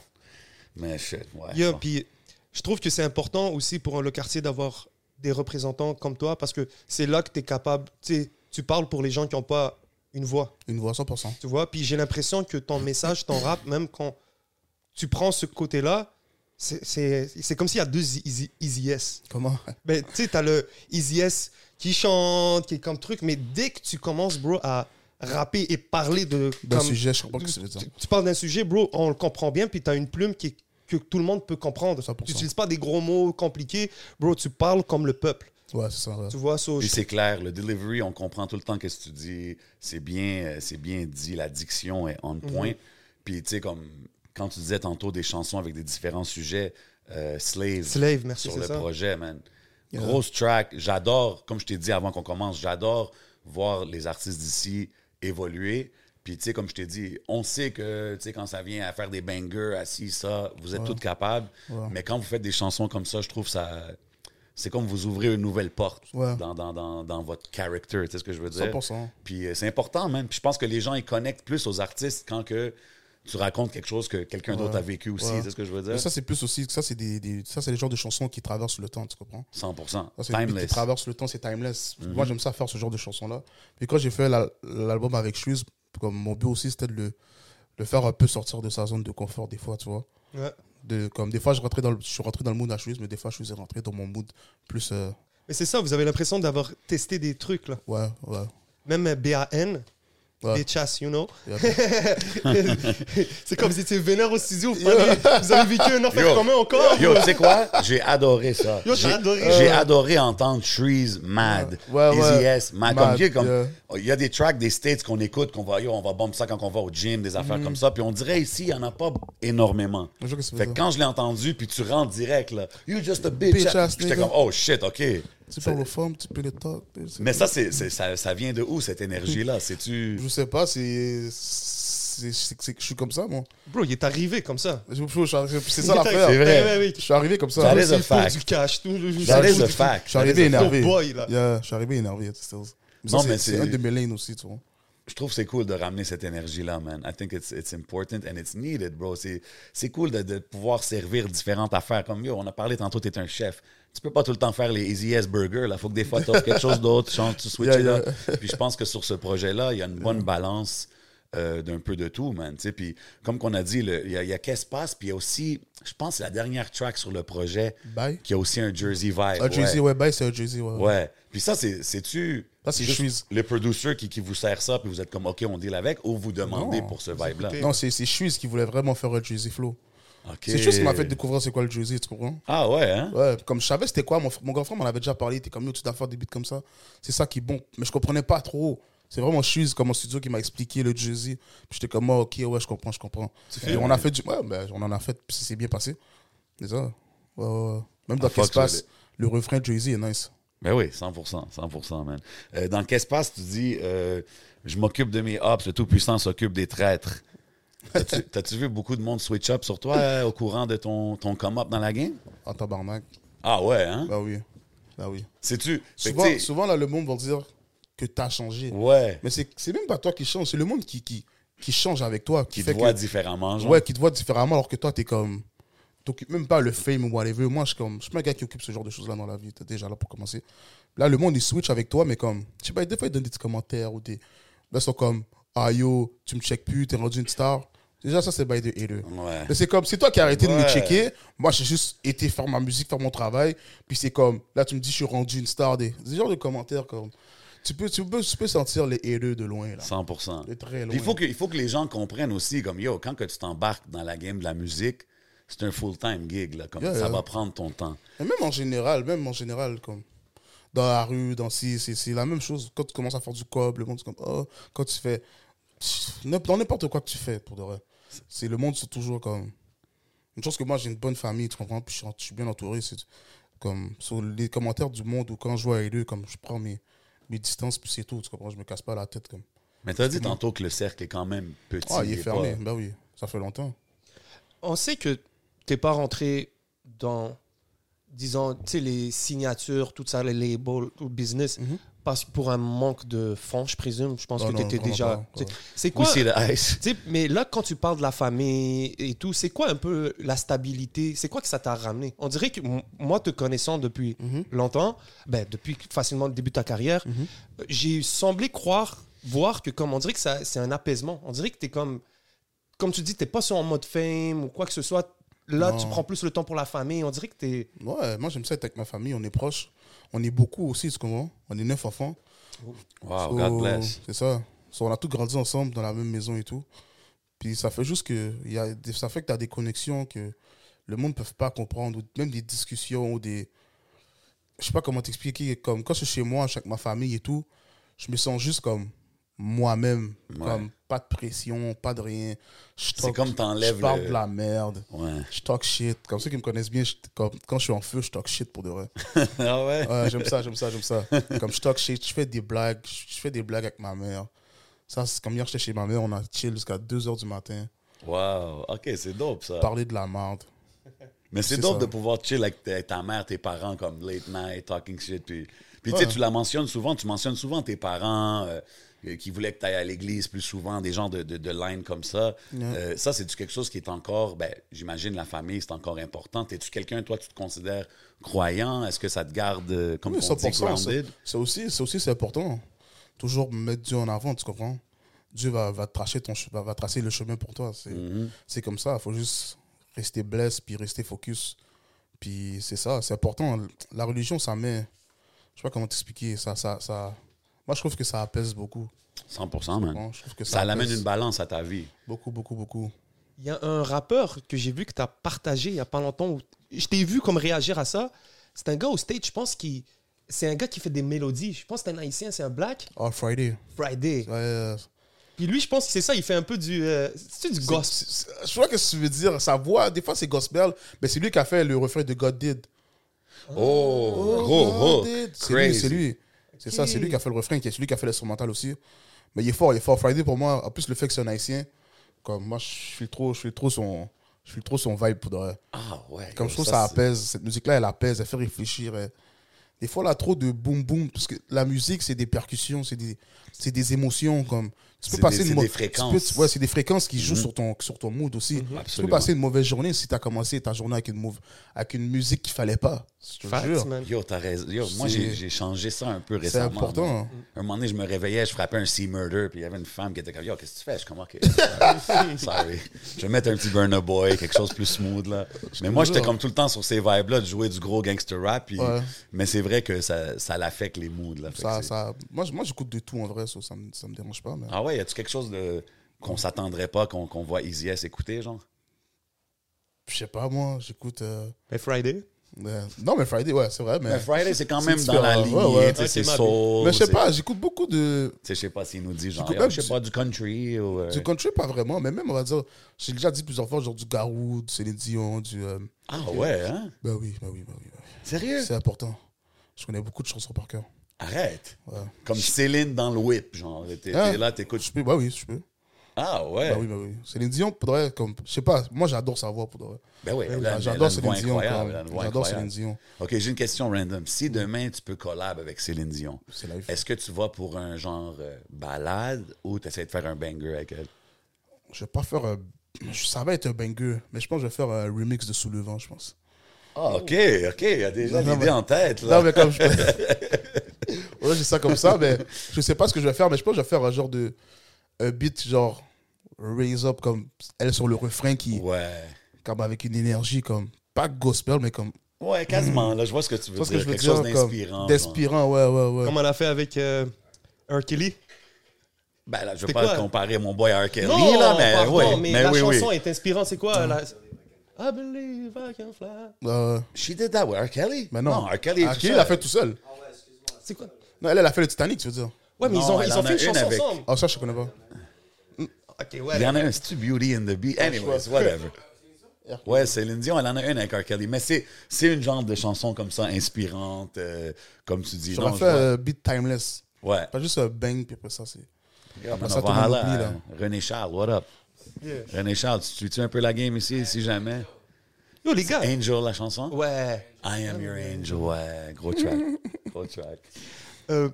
[SPEAKER 2] Mais shit, ouais.
[SPEAKER 4] Yeah,
[SPEAKER 2] bon.
[SPEAKER 4] puis je trouve que c'est important aussi pour le quartier d'avoir des représentants comme toi parce que c'est là que tu es capable. tu sais, Tu parles pour les gens qui n'ont pas une voix.
[SPEAKER 3] Une voix 100%.
[SPEAKER 4] Tu vois, puis j'ai l'impression que ton message, ton rap, même quand tu prends ce côté-là, c'est- c'est c'est comme s'il y a deux Easy, easy Yes.
[SPEAKER 3] Comment?
[SPEAKER 4] Ben, tu sais, t'as le Easy Yes qui chante, qui est comme truc, mais dès que tu commences, bro, à rapper et parler de.
[SPEAKER 3] D'un
[SPEAKER 4] comme-
[SPEAKER 3] sujet, je comprends pas ce que ça veut
[SPEAKER 4] tu,
[SPEAKER 3] dire.
[SPEAKER 4] tu parles d'un sujet, bro, on le comprend bien, puis t'as une plume qui est- que tout le monde peut comprendre.
[SPEAKER 3] 100%.
[SPEAKER 4] Tu n'utilises pas des gros mots compliqués, bro, tu parles comme le peuple.
[SPEAKER 3] Ouais, c'est ça. ouais.
[SPEAKER 4] Tu vois, so,
[SPEAKER 2] Puis
[SPEAKER 4] je-
[SPEAKER 2] c'est clair, le delivery, on comprend tout le temps qu'est-ce que tu dis. C'est bien, euh, c'est bien dit, la diction est on point. Puis tu sais, comme quand tu disais tantôt des chansons avec des différents sujets, euh, Slave,
[SPEAKER 4] Slave, merci,
[SPEAKER 2] sur
[SPEAKER 4] c'est
[SPEAKER 2] le
[SPEAKER 4] ça.
[SPEAKER 2] projet, man. Grosse track. J'adore, comme je t'ai dit avant qu'on commence, j'adore voir les artistes d'ici évoluer. Puis, tu sais, comme je t'ai dit, on sait que, tu sais, quand ça vient à faire des bangers, à ci, ça, vous êtes toutes capables. Mais quand vous faites des chansons comme ça, je trouve ça... C'est comme vous ouvrez une nouvelle porte
[SPEAKER 3] Ouais.
[SPEAKER 2] dans, dans, dans, dans votre character, tu sais ce que je veux dire?
[SPEAKER 3] 100%.
[SPEAKER 2] Puis euh, c'est important, même. Puis je pense que les gens, ils connectent plus aux artistes quand que tu racontes quelque chose que quelqu'un d'autre a vécu aussi,
[SPEAKER 3] Ouais.
[SPEAKER 2] tu sais ce que je veux dire?
[SPEAKER 3] Mais ça, c'est plus aussi, ça, c'est des, des- ça, c'est les genres de chansons qui traversent le temps, tu comprends?
[SPEAKER 2] 100%.
[SPEAKER 3] Ça, c'est des beats qui
[SPEAKER 2] Timeless. Mhm.
[SPEAKER 3] traversent le temps, c'est timeless. Moi, j'aime ça faire ce genre de chansons-là. Puis quand j'ai fait la- l'album avec Shoes, comme mon but aussi, c'était de le, le faire un peu sortir de sa zone de confort, des fois, tu vois.
[SPEAKER 4] Ouais.
[SPEAKER 3] De, comme des fois, je, rentrais dans le, je suis rentré dans le mood à Shoes, mais des fois, Shoes est rentré dans mon mood plus. euh,
[SPEAKER 4] Mais c'est ça, vous avez l'impression d'avoir testé des trucs, là.
[SPEAKER 3] ouais, ouais.
[SPEAKER 4] Même euh, BAN,
[SPEAKER 3] Ouais.
[SPEAKER 4] des chasses, you know.
[SPEAKER 3] Yeah.
[SPEAKER 4] c'est comme si tu vénère au studio, vous, parlez- vous avez vécu un enfer
[SPEAKER 2] Yo.
[SPEAKER 4] commun encore.
[SPEAKER 2] Yo, tu sais quoi? J'ai adoré ça.
[SPEAKER 4] Yo,
[SPEAKER 2] J'ai
[SPEAKER 4] t'as adoré.
[SPEAKER 2] j'ai adoré entendre Trees Mad,
[SPEAKER 3] Ouais, ouais,
[SPEAKER 2] Easy
[SPEAKER 3] ouais.
[SPEAKER 2] S, Mad.
[SPEAKER 3] Mad,
[SPEAKER 2] Comme, j'ai comme-
[SPEAKER 3] yeah.
[SPEAKER 2] Il y a des tracks des States qu'on écoute, qu'on va, yo, on va bomber ça quand on va au gym, des affaires comme ça. Puis on dirait ici, il n'y en a pas énormément.
[SPEAKER 3] Mm. Je sais ce que c'est
[SPEAKER 2] Fait que
[SPEAKER 3] ça.
[SPEAKER 2] quand je l'ai entendu, puis tu rentres direct, là, you just a bitch.
[SPEAKER 3] Bitch ass
[SPEAKER 2] J'étais
[SPEAKER 3] nigga.
[SPEAKER 2] comme, oh shit, OK.
[SPEAKER 3] Tu peux reformer, tu peux le talk. tu sais.
[SPEAKER 2] Mais ça, c'est c'est- ça, ça vient de où, cette énergie-là? C'est-tu.
[SPEAKER 3] Je sais pas, c'est. c'est- c'est- c'est que Je suis comme ça, moi.
[SPEAKER 4] Bro, il est arrivé comme ça.
[SPEAKER 3] Je- je- je- C'est ça
[SPEAKER 2] C'est
[SPEAKER 3] l'affaire.
[SPEAKER 2] vrai.
[SPEAKER 4] Eh, Ouais, ouais,
[SPEAKER 3] Je
[SPEAKER 4] ouais.
[SPEAKER 3] suis arrivé comme ça.
[SPEAKER 2] Ça reste- is a
[SPEAKER 4] Il faut
[SPEAKER 2] fact.
[SPEAKER 4] du cash, tout. le-
[SPEAKER 2] That is a
[SPEAKER 4] tout-
[SPEAKER 2] fact.
[SPEAKER 3] Je suis arrivé
[SPEAKER 2] That is a
[SPEAKER 3] énervé.
[SPEAKER 4] Oh boy, là.
[SPEAKER 3] Yeah, je suis arrivé énervé. tu sais. Mais
[SPEAKER 2] Non,
[SPEAKER 3] ça,
[SPEAKER 2] mais
[SPEAKER 3] c'est- c'est
[SPEAKER 2] c'est-
[SPEAKER 3] un de mes lanes aussi, tu vois.
[SPEAKER 2] je trouve que c'est cool de ramener cette énergie-là, man. I think it's, it's important and it's needed, bro. C'est c'est cool de, de pouvoir servir différentes affaires. Comme, yo, on a parlé tantôt, t'es un chef. Tu peux pas tout le temps faire les Easy Yes Burger, là. Faut que des fois, t'offres quelque chose d'autre, tu changes, tu switches
[SPEAKER 3] Yeah,
[SPEAKER 2] it
[SPEAKER 3] yeah.
[SPEAKER 2] up. Puis je pense que sur ce projet-là, il y a une bonne balance euh, d'un peu de tout, man. Tu sais, Puis comme qu'on a dit, le- il y a, il y a qu'est-ce qui se passe, puis il y a aussi, je pense, la dernière track sur le projet
[SPEAKER 3] Bye.
[SPEAKER 2] qui a aussi un Jersey vibe.
[SPEAKER 3] Un Jersey,
[SPEAKER 2] ouais.
[SPEAKER 3] ouais, bye, c'est un Jersey, ouais.
[SPEAKER 2] Ouais. Puis ça, c'est- c'est-tu.
[SPEAKER 3] Ça, c'est
[SPEAKER 2] juste
[SPEAKER 3] Shuiz.
[SPEAKER 2] Le producer qui, qui vous sert ça, puis vous êtes comme, OK, on deal avec, ou vous demandez
[SPEAKER 3] Non.
[SPEAKER 2] pour ce vibe-là.
[SPEAKER 3] Non, c'est c'est Shuiz qui voulait vraiment faire un Jersey flow.
[SPEAKER 2] OK.
[SPEAKER 3] C'est Shuiz qui m'a fait découvrir c'est quoi le Jersey, tu comprends?
[SPEAKER 2] Ah ouais, hein?
[SPEAKER 3] Ouais, comme je savais c'était quoi, mon, fr- mon grand frère m'en avait déjà parlé, il était comme, Yo, tu dois faire des beats comme ça. C'est ça qui est bon. Mais je comprenais pas trop. C'est vraiment Shuiz comme en studio qui m'a expliqué le Jersey. Puis j'étais comme, oh, ok, ouais, je comprends, je comprends. Et on a fait du. Ouais, ben, on en a fait, puis c'est bien passé. C'est ça. Ouais, ouais, ouais. Même dans
[SPEAKER 2] Ah, fuck,
[SPEAKER 3] Qu'est-ce qui se passe,
[SPEAKER 2] ça,
[SPEAKER 3] le refrain de Jersey est nice.
[SPEAKER 2] Ben oui, 100%, 100%, man. Euh, dans qu'est-ce qui se passe, tu dis, euh, je m'occupe de mes ops, le Tout-Puissant s'occupe des traîtres. T'as-tu- T'as-tu vu beaucoup de monde switch up sur toi euh, au courant de ton, ton come-up dans la game?
[SPEAKER 3] En tabarnak.
[SPEAKER 2] Ah ouais, hein?
[SPEAKER 3] Bah oui. Bah oui.
[SPEAKER 2] C'est-tu? Fait que
[SPEAKER 3] Souvent,
[SPEAKER 2] t'sais-
[SPEAKER 3] souvent, là, le monde va dire que t'as changé.
[SPEAKER 2] Ouais,
[SPEAKER 3] Mais c'est c'est même pas toi qui change, c'est le monde qui, qui, qui change avec toi.
[SPEAKER 2] qui te
[SPEAKER 3] fait
[SPEAKER 2] voit
[SPEAKER 3] que-
[SPEAKER 2] différemment, genre.
[SPEAKER 3] Ouais, qui te voit différemment alors que toi, t'es comme. T'occupes même pas le fame ou whatever. Moi, je suis comme. Je suis pas un gars qui occupe ce genre de choses-là dans la vie. T'es déjà là pour commencer. Là, le monde, il switch avec toi, mais comme. Je sais pas, des fois, ils donnent des petits commentaires ou des. Là, ils sont comme. Ah yo, tu me check plus, t'es rendu une star. Déjà, ça, c'est by the hater.
[SPEAKER 2] Ouais.
[SPEAKER 3] Mais c'est comme. C'est toi qui as arrêté de me
[SPEAKER 2] Ouais.
[SPEAKER 3] checker. Moi, j'ai juste été faire ma musique, faire mon travail. Puis c'est comme. Là, tu me dis, je suis rendu une star. Des, des genres de commentaires comme. Tu peux, tu, peux, tu peux sentir les hater de loin, là.
[SPEAKER 2] 100%.
[SPEAKER 3] De très loin.
[SPEAKER 2] Puis il faut que, il faut que les gens comprennent aussi, comme yo, quand que tu t'embarques dans la game de la musique, c'est un full-time gig, là, comme
[SPEAKER 3] Yeah,
[SPEAKER 2] ça
[SPEAKER 3] yeah.
[SPEAKER 2] va prendre ton temps.
[SPEAKER 3] Et même en général, même en général, comme dans la rue, dans si, c'est, c'est la même chose. Quand tu commences à faire du cob, le monde c'est comme oh, quand tu fais n'im- dans n'importe quoi que tu fais, pour de vrai. C'est le monde, c'est toujours comme une chose que moi j'ai une bonne famille, tu comprends, puis je suis- je suis bien entouré. C'est comme sur les commentaires du monde ou quand je vois avec eux, comme je prends mes mes distances, puis c'est tout. Tu comprends? Je me casse pas la tête. comme.
[SPEAKER 2] Mais t'as dit tantôt que le cercle est quand même petit.
[SPEAKER 3] Ah, il est
[SPEAKER 2] pas-
[SPEAKER 3] fermé. Ben oui, ça fait longtemps.
[SPEAKER 1] On sait que t'es pas rentré dans, disons, tu sais, les signatures, tout ça, les labels, tout le business,
[SPEAKER 3] Mhm.
[SPEAKER 1] parce pour un manque de fonds, je présume. Je pense
[SPEAKER 3] Ah
[SPEAKER 1] que
[SPEAKER 3] non,
[SPEAKER 1] t'étais
[SPEAKER 3] vraiment
[SPEAKER 1] déjà.
[SPEAKER 3] pas, ouais.
[SPEAKER 1] C'est
[SPEAKER 2] We
[SPEAKER 1] quoi
[SPEAKER 2] see the ice.
[SPEAKER 1] Tu sais, mais là, quand tu parles de la famille et tout, c'est quoi un peu la stabilité C'est quoi que ça t'a ramené On dirait que m- moi, te connaissant depuis
[SPEAKER 3] Mhm.
[SPEAKER 1] longtemps, ben, depuis facilement le début de ta carrière,
[SPEAKER 3] Mhm.
[SPEAKER 1] euh, j'ai semblé croire, voir que comme on dirait que ça, c'est un apaisement. On dirait que t'es comme, comme tu dis, t'es pas sur en mode fame ou quoi que ce soit. Là,
[SPEAKER 3] Non.
[SPEAKER 1] tu prends plus le temps pour la famille. On dirait que t'es.
[SPEAKER 3] Ouais, moi j'aime ça être avec ma famille, on est proches. On est beaucoup aussi, tu comprends? On est neuf enfants.
[SPEAKER 2] Wow,
[SPEAKER 3] So,
[SPEAKER 2] God bless.
[SPEAKER 3] C'est ça. So, on a tous grandi ensemble dans la même maison et tout. Puis ça fait juste que il y a, des- ça fait que tu as des connexions que le monde ne peut pas comprendre, ou même des discussions, ou des. Je sais pas comment t'expliquer. Comme quand je suis chez moi, je suis avec ma famille et tout, je me sens juste comme moi-même.
[SPEAKER 2] Ouais.
[SPEAKER 3] Comme pas de pression, pas de rien. Je
[SPEAKER 2] C'est
[SPEAKER 3] talk-
[SPEAKER 2] comme t'enlèves
[SPEAKER 3] Je parle
[SPEAKER 2] le-
[SPEAKER 3] de la merde.
[SPEAKER 2] Ouais.
[SPEAKER 3] Je talk shit. Comme ceux qui me connaissent bien, je- comme, quand je suis en feu, je talk shit pour de vrai.
[SPEAKER 2] Ah ouais?
[SPEAKER 3] Ouais, j'aime ça, j'aime ça, j'aime ça. Comme je talk shit, je fais des blagues, je je fais des blagues avec ma mère. Ça, c'est comme hier, j'étais chez ma mère, on a chill jusqu'à 2h du matin,
[SPEAKER 2] Wow. OK, c'est dope, ça.
[SPEAKER 3] parler de la merde.
[SPEAKER 2] Mais c'est
[SPEAKER 3] C'est
[SPEAKER 2] dope
[SPEAKER 3] ça.
[SPEAKER 2] de pouvoir chill avec ta, ta mère, tes parents, comme late night, talking shit. Puis, puis tu
[SPEAKER 3] Ouais.
[SPEAKER 2] sais, tu la mentionnes souvent, tu mentionnes souvent tes parents euh, euh, qui voulaient que tu ailles à l'église plus souvent, des gens de, de, de line comme ça. Euh, ça, c'est-tu quelque chose qui est encore, ben, j'imagine, la famille, c'est encore important. Es-tu quelqu'un, toi, tu te considères croyant? Est-ce que ça te garde, euh, comme
[SPEAKER 3] Oui,
[SPEAKER 2] on dit,
[SPEAKER 3] 100%, c'est-
[SPEAKER 2] grounded?
[SPEAKER 3] c'est aussi, c'est aussi c'est important. Toujours mettre Dieu en avant, tu comprends? Dieu va, va, tracer, ton, che- va, va tracer le chemin pour toi. C'est c'est comme ça, il faut juste rester blesse, puis rester focus. Puis c'est ça, c'est important. La religion, ça met. Je sais pas comment t'expliquer, ça, ça, ça. Moi, je trouve que ça apaise beaucoup.
[SPEAKER 2] 100 man.
[SPEAKER 3] Bon, je trouve que ça,
[SPEAKER 2] Ça l'amène
[SPEAKER 3] apaise
[SPEAKER 2] une balance à ta vie.
[SPEAKER 3] Beaucoup, beaucoup, beaucoup.
[SPEAKER 1] Il y a un rappeur que j'ai vu que tu as partagé il y a pas longtemps. où- Je t'ai vu comme réagir à ça. C'est un gars au stage, je pense qu'il. C'est un gars qui fait des mélodies. Je pense que c'est un haïtien, c'est un black.
[SPEAKER 3] All Friday.
[SPEAKER 1] Friday.
[SPEAKER 3] Ouais,
[SPEAKER 1] Puis lui, je pense que c'est ça, il fait un peu du. euh, c'est du gospel.
[SPEAKER 3] c'est- c'est- je vois que tu veux dire. Sa voix, des fois, c'est gospel, mais c'est lui qui a fait le refrain de God Did.
[SPEAKER 2] Oh, gros,
[SPEAKER 3] God
[SPEAKER 2] gros.
[SPEAKER 3] Did. Ah, C'est lui,
[SPEAKER 2] Crazy.
[SPEAKER 3] c'est lui. C'est ça, c'est lui qui a fait le refrain, qui est celui qui a fait l'instrumental aussi. Mais il est fort, il est fort. Friday, pour moi, en plus, le fait que c'est un haïtien, comme moi, je suis trop, je suis trop son. Je suis trop son vibe pour de vrai.
[SPEAKER 2] Ah ouais.
[SPEAKER 3] Comme
[SPEAKER 2] yo,
[SPEAKER 3] je trouve ça,
[SPEAKER 2] c'est-
[SPEAKER 3] apaise. Cette musique-là, elle apaise, elle fait réfléchir. elle- Des fois, là, trop de boum boum, parce que la musique, c'est des percussions, c'est des, c'est des émotions. Comme...
[SPEAKER 2] C'est
[SPEAKER 3] Tu peux
[SPEAKER 2] des-
[SPEAKER 3] passer
[SPEAKER 2] c'est
[SPEAKER 3] une mau-
[SPEAKER 2] des fréquences. Mhm.
[SPEAKER 3] tu peux- ouais, c'est des fréquences qui jouent sur, ton, sur ton mood aussi. Tu peux
[SPEAKER 2] Absolument.
[SPEAKER 3] passer une mauvaise journée si tu as commencé ta journée avec une, mauva- avec une musique qu'il fallait pas. Je te
[SPEAKER 1] Facts,
[SPEAKER 3] jure.
[SPEAKER 1] man.
[SPEAKER 2] Yo, t'as raison. Yo, moi,
[SPEAKER 3] C'est-
[SPEAKER 2] j'ai j'ai changé ça un peu
[SPEAKER 3] C'est
[SPEAKER 2] récemment.
[SPEAKER 3] important.
[SPEAKER 2] man.
[SPEAKER 3] hein.
[SPEAKER 2] Un moment donné, je me réveillais, je frappais un sea murder, puis il y avait une femme qui était comme Yo, qu'est-ce que tu fais Je suis comme Ok, sorry. sorry. Je vais mettre un petit Burner Boy, quelque chose de plus smooth, là. Mais moi, j'étais comme tout le temps sur ces vibes-là de jouer du gros gangster rap, puis-
[SPEAKER 3] Ouais.
[SPEAKER 2] mais c'est vrai que ça, ça l'affecte les moods, là. Fait que
[SPEAKER 3] Ça,
[SPEAKER 2] c'est-
[SPEAKER 3] ça... Moi, j- moi, j'écoute de tout en vrai, ça, ça, me, ça me dérange pas. mais-
[SPEAKER 2] Ah ouais, y a-tu quelque chose de qu'on s'attendrait pas, qu'on qu'on voit Easy S écouter, genre
[SPEAKER 3] Je sais pas, moi, j'écoute. euh,
[SPEAKER 1] Mais Friday.
[SPEAKER 3] euh, Non, mais Friday, ouais, c'est vrai. Mais,
[SPEAKER 2] Mais Friday, c'est quand
[SPEAKER 3] c'est
[SPEAKER 2] même dans la
[SPEAKER 3] différent.
[SPEAKER 2] ligne,
[SPEAKER 3] Ouais, ouais.
[SPEAKER 2] tu sais,
[SPEAKER 1] Ok,
[SPEAKER 2] c'est
[SPEAKER 1] ma vie.
[SPEAKER 2] soul.
[SPEAKER 3] mais je sais
[SPEAKER 2] c'est-
[SPEAKER 3] pas, j'écoute beaucoup de.
[SPEAKER 2] Tu sais, je sais pas s'il nous dit, genre,
[SPEAKER 3] J'écoute
[SPEAKER 2] Yo,
[SPEAKER 3] même
[SPEAKER 2] je sais
[SPEAKER 3] du-
[SPEAKER 2] pas, du country ou. euh,
[SPEAKER 3] Du country, pas vraiment, mais même, on va dire, j'ai déjà dit plusieurs fois, genre du Garou, du Céline Dion, du. euh,
[SPEAKER 2] Ah ouais, hein?
[SPEAKER 3] Ben oui, ben oui, ben oui. ben oui.
[SPEAKER 2] Sérieux?
[SPEAKER 3] C'est important. Je connais beaucoup de chansons par cœur.
[SPEAKER 2] Arrête.
[SPEAKER 3] Ouais.
[SPEAKER 2] Comme Céline dans le whip, genre. T'es t'es
[SPEAKER 3] Hein?
[SPEAKER 2] là, t'écoutes.
[SPEAKER 3] Je peux, ben oui, je peux.
[SPEAKER 2] Ah ouais.
[SPEAKER 3] Ben oui, ben oui. Céline Dion, pour de vrai, comme, je sais pas, moi j'adore sa voix, pour de vrai.
[SPEAKER 2] Ben oui, elle a- elle a
[SPEAKER 3] J'adore
[SPEAKER 2] une
[SPEAKER 3] Céline
[SPEAKER 2] voix
[SPEAKER 3] Dion.
[SPEAKER 2] incroyable,
[SPEAKER 3] comme-
[SPEAKER 2] elle a une voix
[SPEAKER 3] J'adore Céline
[SPEAKER 2] incroyable.
[SPEAKER 3] Dion.
[SPEAKER 2] Ok, j'ai une question random. Si demain tu peux collab avec Céline Dion,
[SPEAKER 3] C'est la vie.
[SPEAKER 2] est-ce que tu vas pour un genre euh, balade ou tu de faire un banger avec elle?
[SPEAKER 3] Je vais pas faire. un- Ça va être un banger, mais je pense que je vais faire un remix de Sous le vent, je pense.
[SPEAKER 2] Ah, ok, ok, il y a déjà
[SPEAKER 3] Oh. Non, non,
[SPEAKER 2] l'idée
[SPEAKER 3] mais-
[SPEAKER 2] en tête. Là.
[SPEAKER 3] Non, mais comme je. ouais, j'ai ça comme ça, mais je sais pas ce que je vais faire, mais je pense que je vais faire un genre de. Un beat genre. Raise up, comme elle sur le refrain qui.
[SPEAKER 2] Ouais.
[SPEAKER 3] Comme avec une énergie, comme. Pas gospel, mais comme.
[SPEAKER 2] Ouais, quasiment. Là, je vois ce que tu veux
[SPEAKER 3] Tu vois
[SPEAKER 2] dire.
[SPEAKER 3] ce que Hmm. je veux
[SPEAKER 2] Quelque
[SPEAKER 3] dire?
[SPEAKER 2] chose
[SPEAKER 3] comme
[SPEAKER 2] d'inspirant. genre.
[SPEAKER 3] D'inspirant, ouais, ouais, ouais.
[SPEAKER 1] Comme on l'a fait avec euh, R. Kelly.
[SPEAKER 2] Ben là, je veux
[SPEAKER 1] C'est
[SPEAKER 2] pas
[SPEAKER 1] quoi?
[SPEAKER 2] comparer mon boy à R. Kelly,
[SPEAKER 1] Non,
[SPEAKER 2] là, mais
[SPEAKER 1] pardon,
[SPEAKER 2] ouais,
[SPEAKER 1] mais
[SPEAKER 2] mais
[SPEAKER 1] la
[SPEAKER 2] oui, oui. Ah.
[SPEAKER 1] chanson est inspirante. C'est quoi la... I believe I can fly.
[SPEAKER 3] Euh,
[SPEAKER 2] She did that with R. Kelly?
[SPEAKER 3] mais non.
[SPEAKER 2] R. Kelly, est
[SPEAKER 3] Ah,
[SPEAKER 2] tout
[SPEAKER 3] Kelly
[SPEAKER 2] seul.
[SPEAKER 3] l'a fait tout seul.
[SPEAKER 1] C'est quoi
[SPEAKER 3] Non, elle, elle a fait le Titanic, tu veux dire.
[SPEAKER 1] Ouais, mais
[SPEAKER 2] Non,
[SPEAKER 1] ils ont,
[SPEAKER 2] elle
[SPEAKER 1] ils
[SPEAKER 2] en
[SPEAKER 1] ont
[SPEAKER 2] a
[SPEAKER 1] fait une
[SPEAKER 2] une
[SPEAKER 1] chanson
[SPEAKER 2] avec.
[SPEAKER 1] ensemble.
[SPEAKER 3] Ah, ça, je connais pas.
[SPEAKER 1] Ok, ouais.
[SPEAKER 2] Il y en a un, c'est-tu Beauty and the Beast? Anyways, whatever. Ouais, Céline Dion, elle en a une avec R. Kelly. Mais c'est, c'est une genre de chanson comme ça, inspirante, euh, comme tu dis.
[SPEAKER 3] J'aurais
[SPEAKER 2] Non,
[SPEAKER 3] fait
[SPEAKER 2] je vois-
[SPEAKER 3] euh, Beat Timeless.
[SPEAKER 2] Ouais.
[SPEAKER 3] Pas juste un bang, puis après ça, c'est.
[SPEAKER 2] Comme
[SPEAKER 3] ça,
[SPEAKER 2] on
[SPEAKER 3] tout le
[SPEAKER 2] va
[SPEAKER 3] monde
[SPEAKER 2] holler
[SPEAKER 3] oublie,
[SPEAKER 2] à
[SPEAKER 3] là.
[SPEAKER 2] René Charles, what up? René Charles, tu tu tues un peu la game ici, si jamais?
[SPEAKER 4] Yo, les gars.
[SPEAKER 2] Angel, la chanson?
[SPEAKER 4] Ouais.
[SPEAKER 2] I am your angel, ouais. Gros track. Gros track.
[SPEAKER 4] Euh,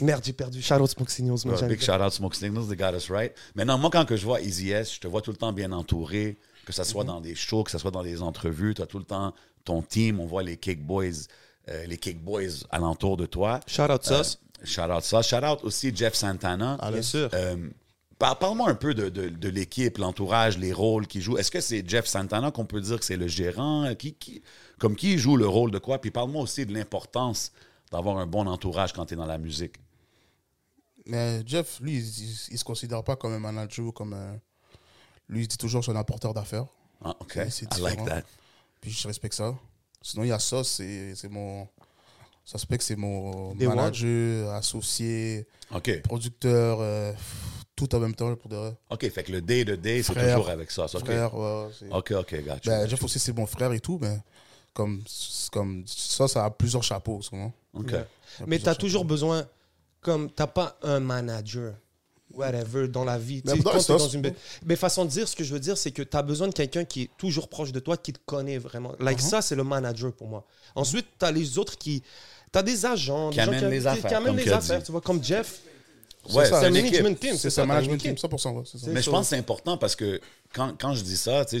[SPEAKER 4] merde, j'ai perdu. Shout out Smoke Signals, moi,
[SPEAKER 2] Ouais,
[SPEAKER 4] j'aime
[SPEAKER 2] big
[SPEAKER 4] bien.
[SPEAKER 2] shout out Smoke Signals, they got us right. Maintenant, moi, quand que je vois Easy S, je te vois tout le temps bien entouré, que ce
[SPEAKER 4] Mm-hmm.
[SPEAKER 2] soit dans des shows, que ce soit dans des entrevues, tu as tout le temps ton team, on voit les Cake Boys, euh, les Cake Boys alentour de toi.
[SPEAKER 4] Shout out
[SPEAKER 2] Euh,
[SPEAKER 4] Sauce.
[SPEAKER 2] Shout out ça. Shout out aussi Jeff Santana.
[SPEAKER 4] Ah, Bien sûr.
[SPEAKER 2] Euh, par- Parle-moi un peu de, de- de l'équipe, l'entourage, les rôles qu'il joue. Est-ce que c'est Jeff Santana qu'on peut dire que c'est le gérant? Qui, qui- comme qui joue le rôle de quoi? Puis parle-moi aussi de l'importance d'avoir un bon entourage quand tu es dans la musique.
[SPEAKER 3] Mais Jeff, lui, il, il- il se considère pas comme un manager ou comme un. Lui, il dit toujours que c'est un apporteur d'affaires.
[SPEAKER 2] Ah, OK.
[SPEAKER 3] Ouais, c'est
[SPEAKER 2] I like
[SPEAKER 3] différent.
[SPEAKER 2] that.
[SPEAKER 3] Puis je respecte ça. Sinon, il y a ça, c'est c'est mon. Ça se peut que c'est mon
[SPEAKER 4] Day one.
[SPEAKER 3] manager, associé,
[SPEAKER 2] OK.
[SPEAKER 3] producteur, euh, pff, tout en même temps pour de vrai.
[SPEAKER 2] OK, fait que le day-to-day, c'est
[SPEAKER 3] Frère.
[SPEAKER 2] toujours avec ça. c'est OK,
[SPEAKER 3] frère. ouais, c'est-
[SPEAKER 2] OK, OK, gotcha.
[SPEAKER 3] Ben,
[SPEAKER 2] gotcha.
[SPEAKER 3] Jeff aussi, c'est mon frère et tout, mais comme, c'est comme ça, ça a plusieurs chapeaux, souvent.
[SPEAKER 2] OK.
[SPEAKER 3] plusieurs
[SPEAKER 1] Mais tu as
[SPEAKER 3] chapeaux.
[SPEAKER 1] toujours besoin, comme t'as pas un manager, whatever, dans la vie.
[SPEAKER 3] Mais
[SPEAKER 1] Tu sais,
[SPEAKER 3] dans
[SPEAKER 1] quand
[SPEAKER 3] le
[SPEAKER 1] t'es
[SPEAKER 3] sens-
[SPEAKER 1] dans une ba- Mais façon de dire, ce que je veux dire, c'est que tu as besoin de quelqu'un qui est toujours proche de toi, qui te connaît vraiment. Like ça, c'est le manager pour moi. Ensuite, tu as les autres qui. Tu as des agents,
[SPEAKER 2] Qui
[SPEAKER 1] des gens
[SPEAKER 2] amènent les
[SPEAKER 1] tu sais,
[SPEAKER 2] affaires,
[SPEAKER 1] qui amènent
[SPEAKER 2] comme
[SPEAKER 1] les
[SPEAKER 2] tu as
[SPEAKER 1] affaires,
[SPEAKER 2] dit.
[SPEAKER 1] tu vois, comme Jeff.
[SPEAKER 2] Ouais,
[SPEAKER 3] ça,
[SPEAKER 2] c'est
[SPEAKER 1] un
[SPEAKER 2] une équipe.
[SPEAKER 1] management team, c'est
[SPEAKER 3] C'est un
[SPEAKER 1] ça.
[SPEAKER 3] management
[SPEAKER 1] t'as une
[SPEAKER 3] team,
[SPEAKER 1] équipe.
[SPEAKER 3] 100%. ouais, c'est ça.
[SPEAKER 2] Mais je pense que c'est important parce que quand, quand je dis ça, tu sais,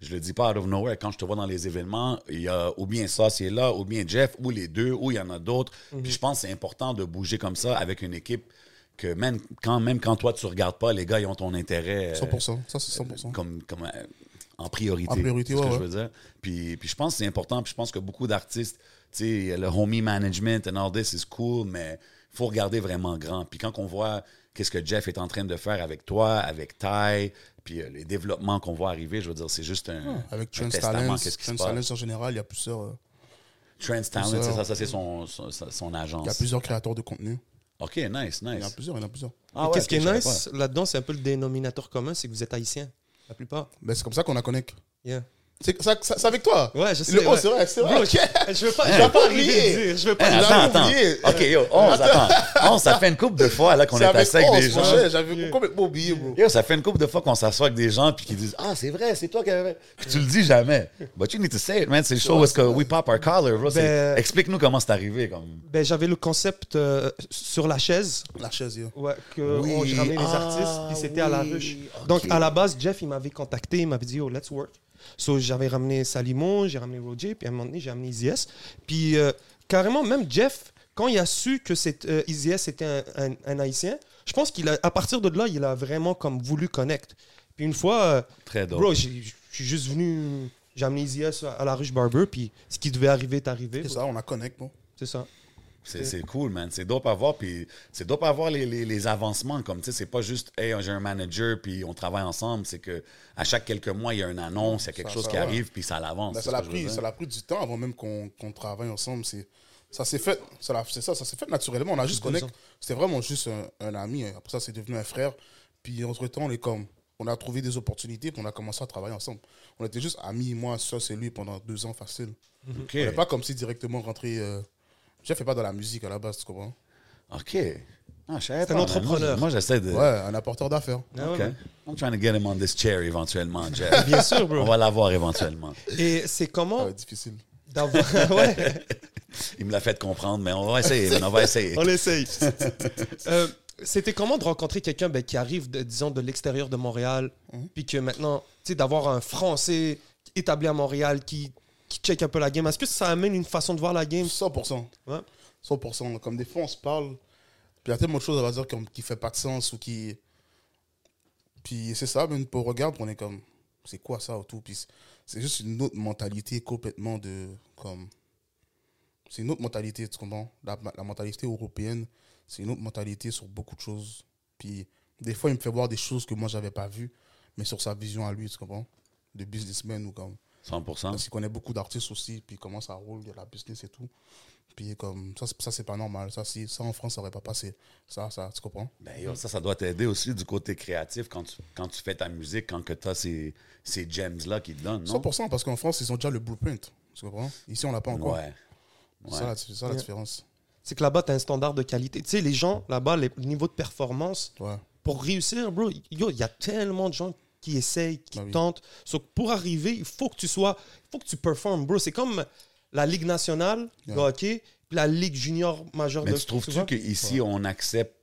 [SPEAKER 2] je, je le dis pas out of nowhere. Quand je te vois dans les événements, il y a ou bien ça, c'est là, ou bien Jeff, ou les deux, ou il y en a d'autres.
[SPEAKER 3] Mhm.
[SPEAKER 2] Puis je pense que c'est important de bouger comme ça avec une équipe que même quand, même quand toi, tu regardes pas, les gars, ils ont ton intérêt. euh,
[SPEAKER 3] 100%. Ça, c'est 100%.
[SPEAKER 2] comme, comme euh, en priorité.
[SPEAKER 3] En priorité,
[SPEAKER 2] c'est ce que
[SPEAKER 3] ouais,
[SPEAKER 2] je veux dire. Puis, puis je pense que c'est important. Puis je pense que beaucoup d'artistes, tu sais, le homie management and all this is cool, mais il faut regarder vraiment grand. Puis quand on voit qu'est-ce que Jeff est en train de faire avec toi, avec Ty, puis euh, les développements qu'on voit arriver, je veux dire, c'est juste un,
[SPEAKER 3] Avec
[SPEAKER 2] un
[SPEAKER 3] Trent
[SPEAKER 2] testament.
[SPEAKER 3] Talents,
[SPEAKER 2] Qu'est-ce qui se
[SPEAKER 3] Trent
[SPEAKER 2] passe?
[SPEAKER 3] Talents en général, il y a plusieurs, euh,
[SPEAKER 2] Trent Talent,
[SPEAKER 3] Plusieurs.
[SPEAKER 2] c'est ça, ça c'est son, son, son
[SPEAKER 3] il y a
[SPEAKER 2] agence.
[SPEAKER 3] plusieurs créateurs de contenu.
[SPEAKER 2] OK, nice,
[SPEAKER 3] Il y en a
[SPEAKER 2] nice.
[SPEAKER 3] plusieurs, il y en a plusieurs.
[SPEAKER 2] Ah
[SPEAKER 1] Et
[SPEAKER 2] ouais,
[SPEAKER 1] qu'est-ce
[SPEAKER 2] ok,
[SPEAKER 1] qui
[SPEAKER 2] je
[SPEAKER 1] est
[SPEAKER 2] savais
[SPEAKER 1] nice
[SPEAKER 2] pas.
[SPEAKER 1] là-dedans, c'est un peu le dénominateur commun, c'est que vous êtes haïtien, la plupart.
[SPEAKER 3] Mais Ben, c'est comme ça qu'on a connecté.
[SPEAKER 1] Yeah.
[SPEAKER 3] C'est ça- ça- c'est avec toi.
[SPEAKER 1] Ouais, je sais,
[SPEAKER 3] Le- oh,
[SPEAKER 1] ouais.
[SPEAKER 3] c'est vrai, c'est vrai.
[SPEAKER 1] Bro,
[SPEAKER 3] ok.
[SPEAKER 1] Je veux pas,
[SPEAKER 3] Hein.
[SPEAKER 1] je veux pas arriver à
[SPEAKER 3] Oublié.
[SPEAKER 1] le dire. Je veux
[SPEAKER 2] Hey,
[SPEAKER 1] pas.
[SPEAKER 2] Hein, attends, attends.
[SPEAKER 3] oublié.
[SPEAKER 2] OK, yo, oh, 11, attends. 11, Oh, ça fait une couple de fois là, qu'on
[SPEAKER 3] C'est
[SPEAKER 2] est à
[SPEAKER 3] avec
[SPEAKER 2] sec des
[SPEAKER 3] Os,
[SPEAKER 2] gens.
[SPEAKER 3] mon cher, J'avais complètement oublié, bro.
[SPEAKER 2] Yo, ça fait une couple de fois qu'on s'assoit avec des gens puis qu'ils disent Ah, c'est vrai, c'est toi qui avais. Puis tu le dis jamais. But you need to say it, man. C'est le show où est-ce que we pop our collar, bro. C'est-
[SPEAKER 1] Ben-
[SPEAKER 2] Explique-nous comment c'est arrivé. Comme...
[SPEAKER 1] Ben, j'avais le concept euh, sur la chaise.
[SPEAKER 3] La chaise, yo.
[SPEAKER 1] Ouais, que
[SPEAKER 2] Oui.
[SPEAKER 1] on- je ramenais les
[SPEAKER 2] Ah,
[SPEAKER 1] artistes, puis c'était à la
[SPEAKER 2] oui.
[SPEAKER 1] ruche.
[SPEAKER 2] Ok.
[SPEAKER 1] Donc, à la base, Jeff, il m'avait contacté, il m'avait dit, oh, let's work. So, j'avais ramené Salimon, j'ai ramené Roger, puis à un moment donné, j'ai ramené Easy S. Puis, euh, carrément, même Jeff, quand il a su que c'est, euh, Easy S était un, un- un Haïtien, je pense qu'il a, à partir de là, il a vraiment comme voulu connect. Puis une fois, euh,
[SPEAKER 2] Très drôle.
[SPEAKER 1] bro, j'ai- je suis juste venu, j'ai amené Easy S à la ruche Barber, puis ce qui devait arriver est arrivé.
[SPEAKER 3] C'est ça, on la connecte, bon.
[SPEAKER 1] C'est ça.
[SPEAKER 2] C'est c'est cool, man. C'est dope à voir. Puis c'est dope à voir les, les, les avancements. Comme tu sais, c'est pas juste, hey, j'ai un manager, puis on travaille ensemble. C'est que à chaque quelques mois, il y a une annonce, il y a quelque
[SPEAKER 3] Ça,
[SPEAKER 2] chose
[SPEAKER 3] ça,
[SPEAKER 2] qui
[SPEAKER 3] ouais.
[SPEAKER 2] arrive, puis ça l'avance.
[SPEAKER 3] Ben,
[SPEAKER 2] C'est
[SPEAKER 3] ça,
[SPEAKER 2] ce
[SPEAKER 3] l'a
[SPEAKER 2] que je veux
[SPEAKER 3] pris,
[SPEAKER 2] dire.
[SPEAKER 3] ça l'a pris du temps avant même qu'on qu'on travaille ensemble. C'est- Ça s'est fait, ça l'a- c'est ça, ça s'est fait naturellement. On a juste connecté. C'était vraiment juste un, un ami. Après ça, c'est devenu un frère. Puis entre-temps, on est comme, on a trouvé des opportunités, puis on a commencé à travailler ensemble. On était juste amis, moi, ça, c'est lui, pendant deux ans facile.
[SPEAKER 2] OK.
[SPEAKER 3] On n'est pas comme si directement rentré. euh, Jeff n'est pas dans la musique à la base, tu comprends?
[SPEAKER 2] OK. Ah, je savais pas,
[SPEAKER 1] C'est un
[SPEAKER 2] man. Moi,
[SPEAKER 1] entrepreneur.
[SPEAKER 2] je- Moi, j'essaie de.
[SPEAKER 3] Ouais, un apporteur d'affaires.
[SPEAKER 1] Ah ouais,
[SPEAKER 2] OK.
[SPEAKER 1] ouais.
[SPEAKER 2] I'm trying to get him on this chair éventuellement, Jeff.
[SPEAKER 1] Bien sûr,
[SPEAKER 2] On
[SPEAKER 1] bro.
[SPEAKER 2] va l'avoir éventuellement.
[SPEAKER 1] Et c'est
[SPEAKER 3] Ça
[SPEAKER 1] comment
[SPEAKER 2] Ah
[SPEAKER 3] va être difficile.
[SPEAKER 1] d'avoir. Ouais.
[SPEAKER 2] Il me l'a fait comprendre, mais on va essayer. man, on va essayer.
[SPEAKER 1] On essaye. Euh, C'était comment de rencontrer quelqu'un ben, qui arrive, de- disons, de l'extérieur de Montréal,
[SPEAKER 2] Mhm.
[SPEAKER 1] puis que maintenant, tu sais, d'avoir un Français établi à Montréal qui, qui check un peu la game. Est-ce que ça amène une façon de voir la game
[SPEAKER 3] 100%.
[SPEAKER 1] Ouais.
[SPEAKER 3] 100%. Comme des fois, on se parle, puis il y a tellement de choses, on va dire, comme, qui fait pas de sens ou qui. Puis c'est ça, même pour regarder, on est comme, c'est quoi ça ou tout. Puis c'est- c'est juste une autre mentalité complètement de. comme C'est une autre mentalité, tu comprends la, la mentalité européenne, c'est une autre mentalité sur beaucoup de choses. Puis des fois, il me fait voir des choses que moi, j'avais pas vues, mais sur sa vision à lui, tu comprends De businessman ou comme.
[SPEAKER 2] 100
[SPEAKER 3] Hein? Parce qu'il connaît beaucoup d'artistes aussi, puis comment ça roule, il y a la business et tout. Puis comme ça, c'est- ça c'est pas normal. Ça, si, ça en France, ça aurait pas passé. Ça, ça, tu comprends
[SPEAKER 2] Ben, yo, ça, ça doit t'aider aussi du côté créatif quand tu, quand tu fais ta musique, quand que t'as ces, ces gems-là qui te donnent, non?
[SPEAKER 3] 100%, parce qu'en France, ils ont déjà le blueprint. Tu comprends Ici, on l'a pas encore.
[SPEAKER 2] Ouais.
[SPEAKER 3] C'est ça, la- c'est ça la différence.
[SPEAKER 1] c'est que là-bas, tu as un standard de qualité. Tu sais, les gens, là-bas, les- le niveau de performance,
[SPEAKER 3] Ouais.
[SPEAKER 2] Hein?
[SPEAKER 1] pour réussir, bro, yo, il y a tellement de gens qui essayent, qui
[SPEAKER 3] Ah oui.
[SPEAKER 1] tentent. So, pour arriver, il faut que tu sois, il faut que tu performes, bro. C'est comme la Ligue nationale de
[SPEAKER 3] Ouais.
[SPEAKER 1] hockey, puis la Ligue junior majeure
[SPEAKER 2] Mais
[SPEAKER 1] de
[SPEAKER 2] tu trouves-tu
[SPEAKER 1] vois?
[SPEAKER 2] qu'ici, on accepte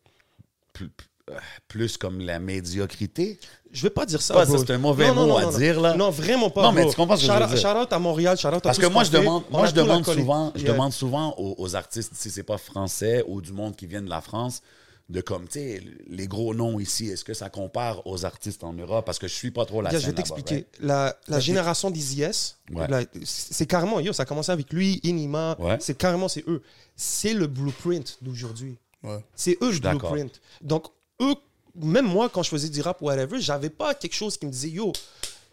[SPEAKER 2] plus, euh, plus comme la médiocrité?
[SPEAKER 1] Je vais pas dire ça,
[SPEAKER 2] Pas-
[SPEAKER 1] bro.
[SPEAKER 2] ça, c'est un mauvais mot à dire, là.
[SPEAKER 1] Non, vraiment pas,
[SPEAKER 2] Non, mais
[SPEAKER 1] bro.
[SPEAKER 2] tu comprends ce que je veux
[SPEAKER 1] Shout-out-
[SPEAKER 2] dire.
[SPEAKER 1] shout-out à Montréal, shout-out à
[SPEAKER 2] Parce
[SPEAKER 1] tout
[SPEAKER 2] que
[SPEAKER 1] ce
[SPEAKER 2] moi,
[SPEAKER 1] qu'on
[SPEAKER 2] je
[SPEAKER 1] fait.
[SPEAKER 2] demande,
[SPEAKER 1] On
[SPEAKER 2] moi,
[SPEAKER 1] a
[SPEAKER 2] je
[SPEAKER 1] tout la
[SPEAKER 2] demande
[SPEAKER 1] colli-
[SPEAKER 2] souvent, je
[SPEAKER 1] Yeah.
[SPEAKER 2] demande souvent aux, aux artistes, si c'est pas français ou du monde qui vient de la France, de comme, tu sais, les gros noms ici, est-ce que ça compare aux artistes en Europe? Parce que je suis pas trop la
[SPEAKER 1] Gars,
[SPEAKER 2] scène
[SPEAKER 1] je vais
[SPEAKER 2] là-bas,
[SPEAKER 1] t'expliquer.
[SPEAKER 2] right?
[SPEAKER 1] La, la génération des IS,
[SPEAKER 2] Ouais.
[SPEAKER 1] la- c'est carrément, yo, ça a commencé avec lui, Inima,
[SPEAKER 2] Ouais.
[SPEAKER 1] c'est carrément, c'est eux. C'est le blueprint d'aujourd'hui.
[SPEAKER 3] Ouais.
[SPEAKER 1] C'est eux le
[SPEAKER 2] suis d'accord.
[SPEAKER 1] blueprint. Donc, eux, même moi, quand je faisais du rap ou whatever, j'avais pas quelque chose qui me disait, yo,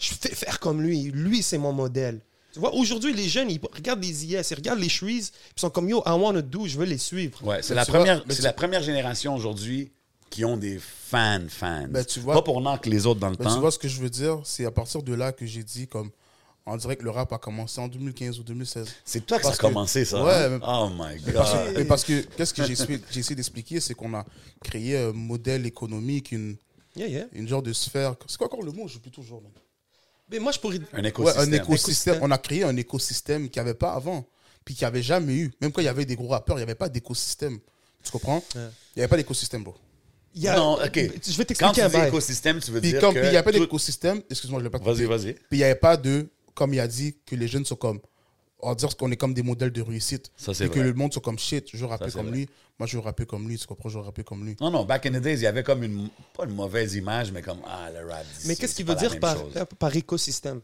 [SPEAKER 1] je vais faire comme lui. Lui, c'est mon modèle. Tu vois, aujourd'hui, les jeunes, ils regardent les IS, ils regardent les Shrees, ils sont comme, yo, I wanna do, je veux les suivre.
[SPEAKER 2] Ouais, c'est
[SPEAKER 3] Mais
[SPEAKER 2] la,
[SPEAKER 3] tu vois,
[SPEAKER 2] première-
[SPEAKER 3] mais
[SPEAKER 2] c'est
[SPEAKER 3] tu-
[SPEAKER 2] la première génération aujourd'hui qui ont des fans, fans.
[SPEAKER 3] Ben, tu vois-
[SPEAKER 2] pas pour n'en que les autres dans le
[SPEAKER 3] Mais
[SPEAKER 2] temps.
[SPEAKER 3] tu vois ce que je veux dire C'est à partir de là que j'ai dit, comme, on dirait que le rap a commencé en 2015 ou 2016.
[SPEAKER 2] c'est toi que ça a
[SPEAKER 3] parce que-
[SPEAKER 2] commencé, ça.
[SPEAKER 3] Ouais,
[SPEAKER 2] hein?
[SPEAKER 3] mais-
[SPEAKER 2] Oh my God.
[SPEAKER 3] Parce que, mais parce que qu'est-ce que j'explique- j'essaie d'expliquer, c'est qu'on a créé un modèle économique, une,
[SPEAKER 1] Yeah, yeah.
[SPEAKER 3] une genre de sphère. C'est quoi encore le mot Je plus toujours. man.
[SPEAKER 1] Mais moi, je pourrais.
[SPEAKER 2] Un
[SPEAKER 3] Ouais,
[SPEAKER 2] écosystème.
[SPEAKER 3] un écosystème.
[SPEAKER 1] Écosystème.
[SPEAKER 3] On a créé un écosystème qu'il n'y avait pas avant, puis qu'il n'y avait jamais eu. Même quand il y avait des gros rappeurs, il n'y avait pas d'écosystème. Tu comprends Il n'y avait pas d'écosystème, bro.
[SPEAKER 1] il y a-
[SPEAKER 2] Non, ok.
[SPEAKER 1] Je vais
[SPEAKER 2] Quand
[SPEAKER 1] t'expliquer
[SPEAKER 2] tu
[SPEAKER 1] un
[SPEAKER 2] dis
[SPEAKER 1] bail.
[SPEAKER 2] écosystème, tu veux
[SPEAKER 3] Puis
[SPEAKER 2] dire
[SPEAKER 3] comme
[SPEAKER 2] que...
[SPEAKER 3] puis il n'y a pas
[SPEAKER 2] tout-
[SPEAKER 3] d'écosystème, excuse-moi, je l'ai pas
[SPEAKER 2] Vas-y,
[SPEAKER 3] coupé.
[SPEAKER 2] vas-y.
[SPEAKER 3] Puis il n'y avait pas de, comme il a dit, que les jeunes sont comme, on va dire qu'on est comme des modèles de réussite.
[SPEAKER 2] Ça, c'est
[SPEAKER 3] Et que
[SPEAKER 2] vrai.
[SPEAKER 3] le monde sont comme shit, je veux rapper
[SPEAKER 2] c'est
[SPEAKER 3] comme
[SPEAKER 2] vrai.
[SPEAKER 3] lui, moi je veux rapper comme lui, tu comprends, je veux rapper comme lui.
[SPEAKER 2] Non, non, back in the days, il y avait comme une. Pas une mauvaise image, mais comme. Ah, le rap. d'ici,
[SPEAKER 1] Mais qu'est-ce
[SPEAKER 2] c'est
[SPEAKER 1] qu'il
[SPEAKER 2] pas
[SPEAKER 1] veut
[SPEAKER 2] la
[SPEAKER 1] dire
[SPEAKER 2] même
[SPEAKER 1] par,
[SPEAKER 2] chose.
[SPEAKER 1] par écosystème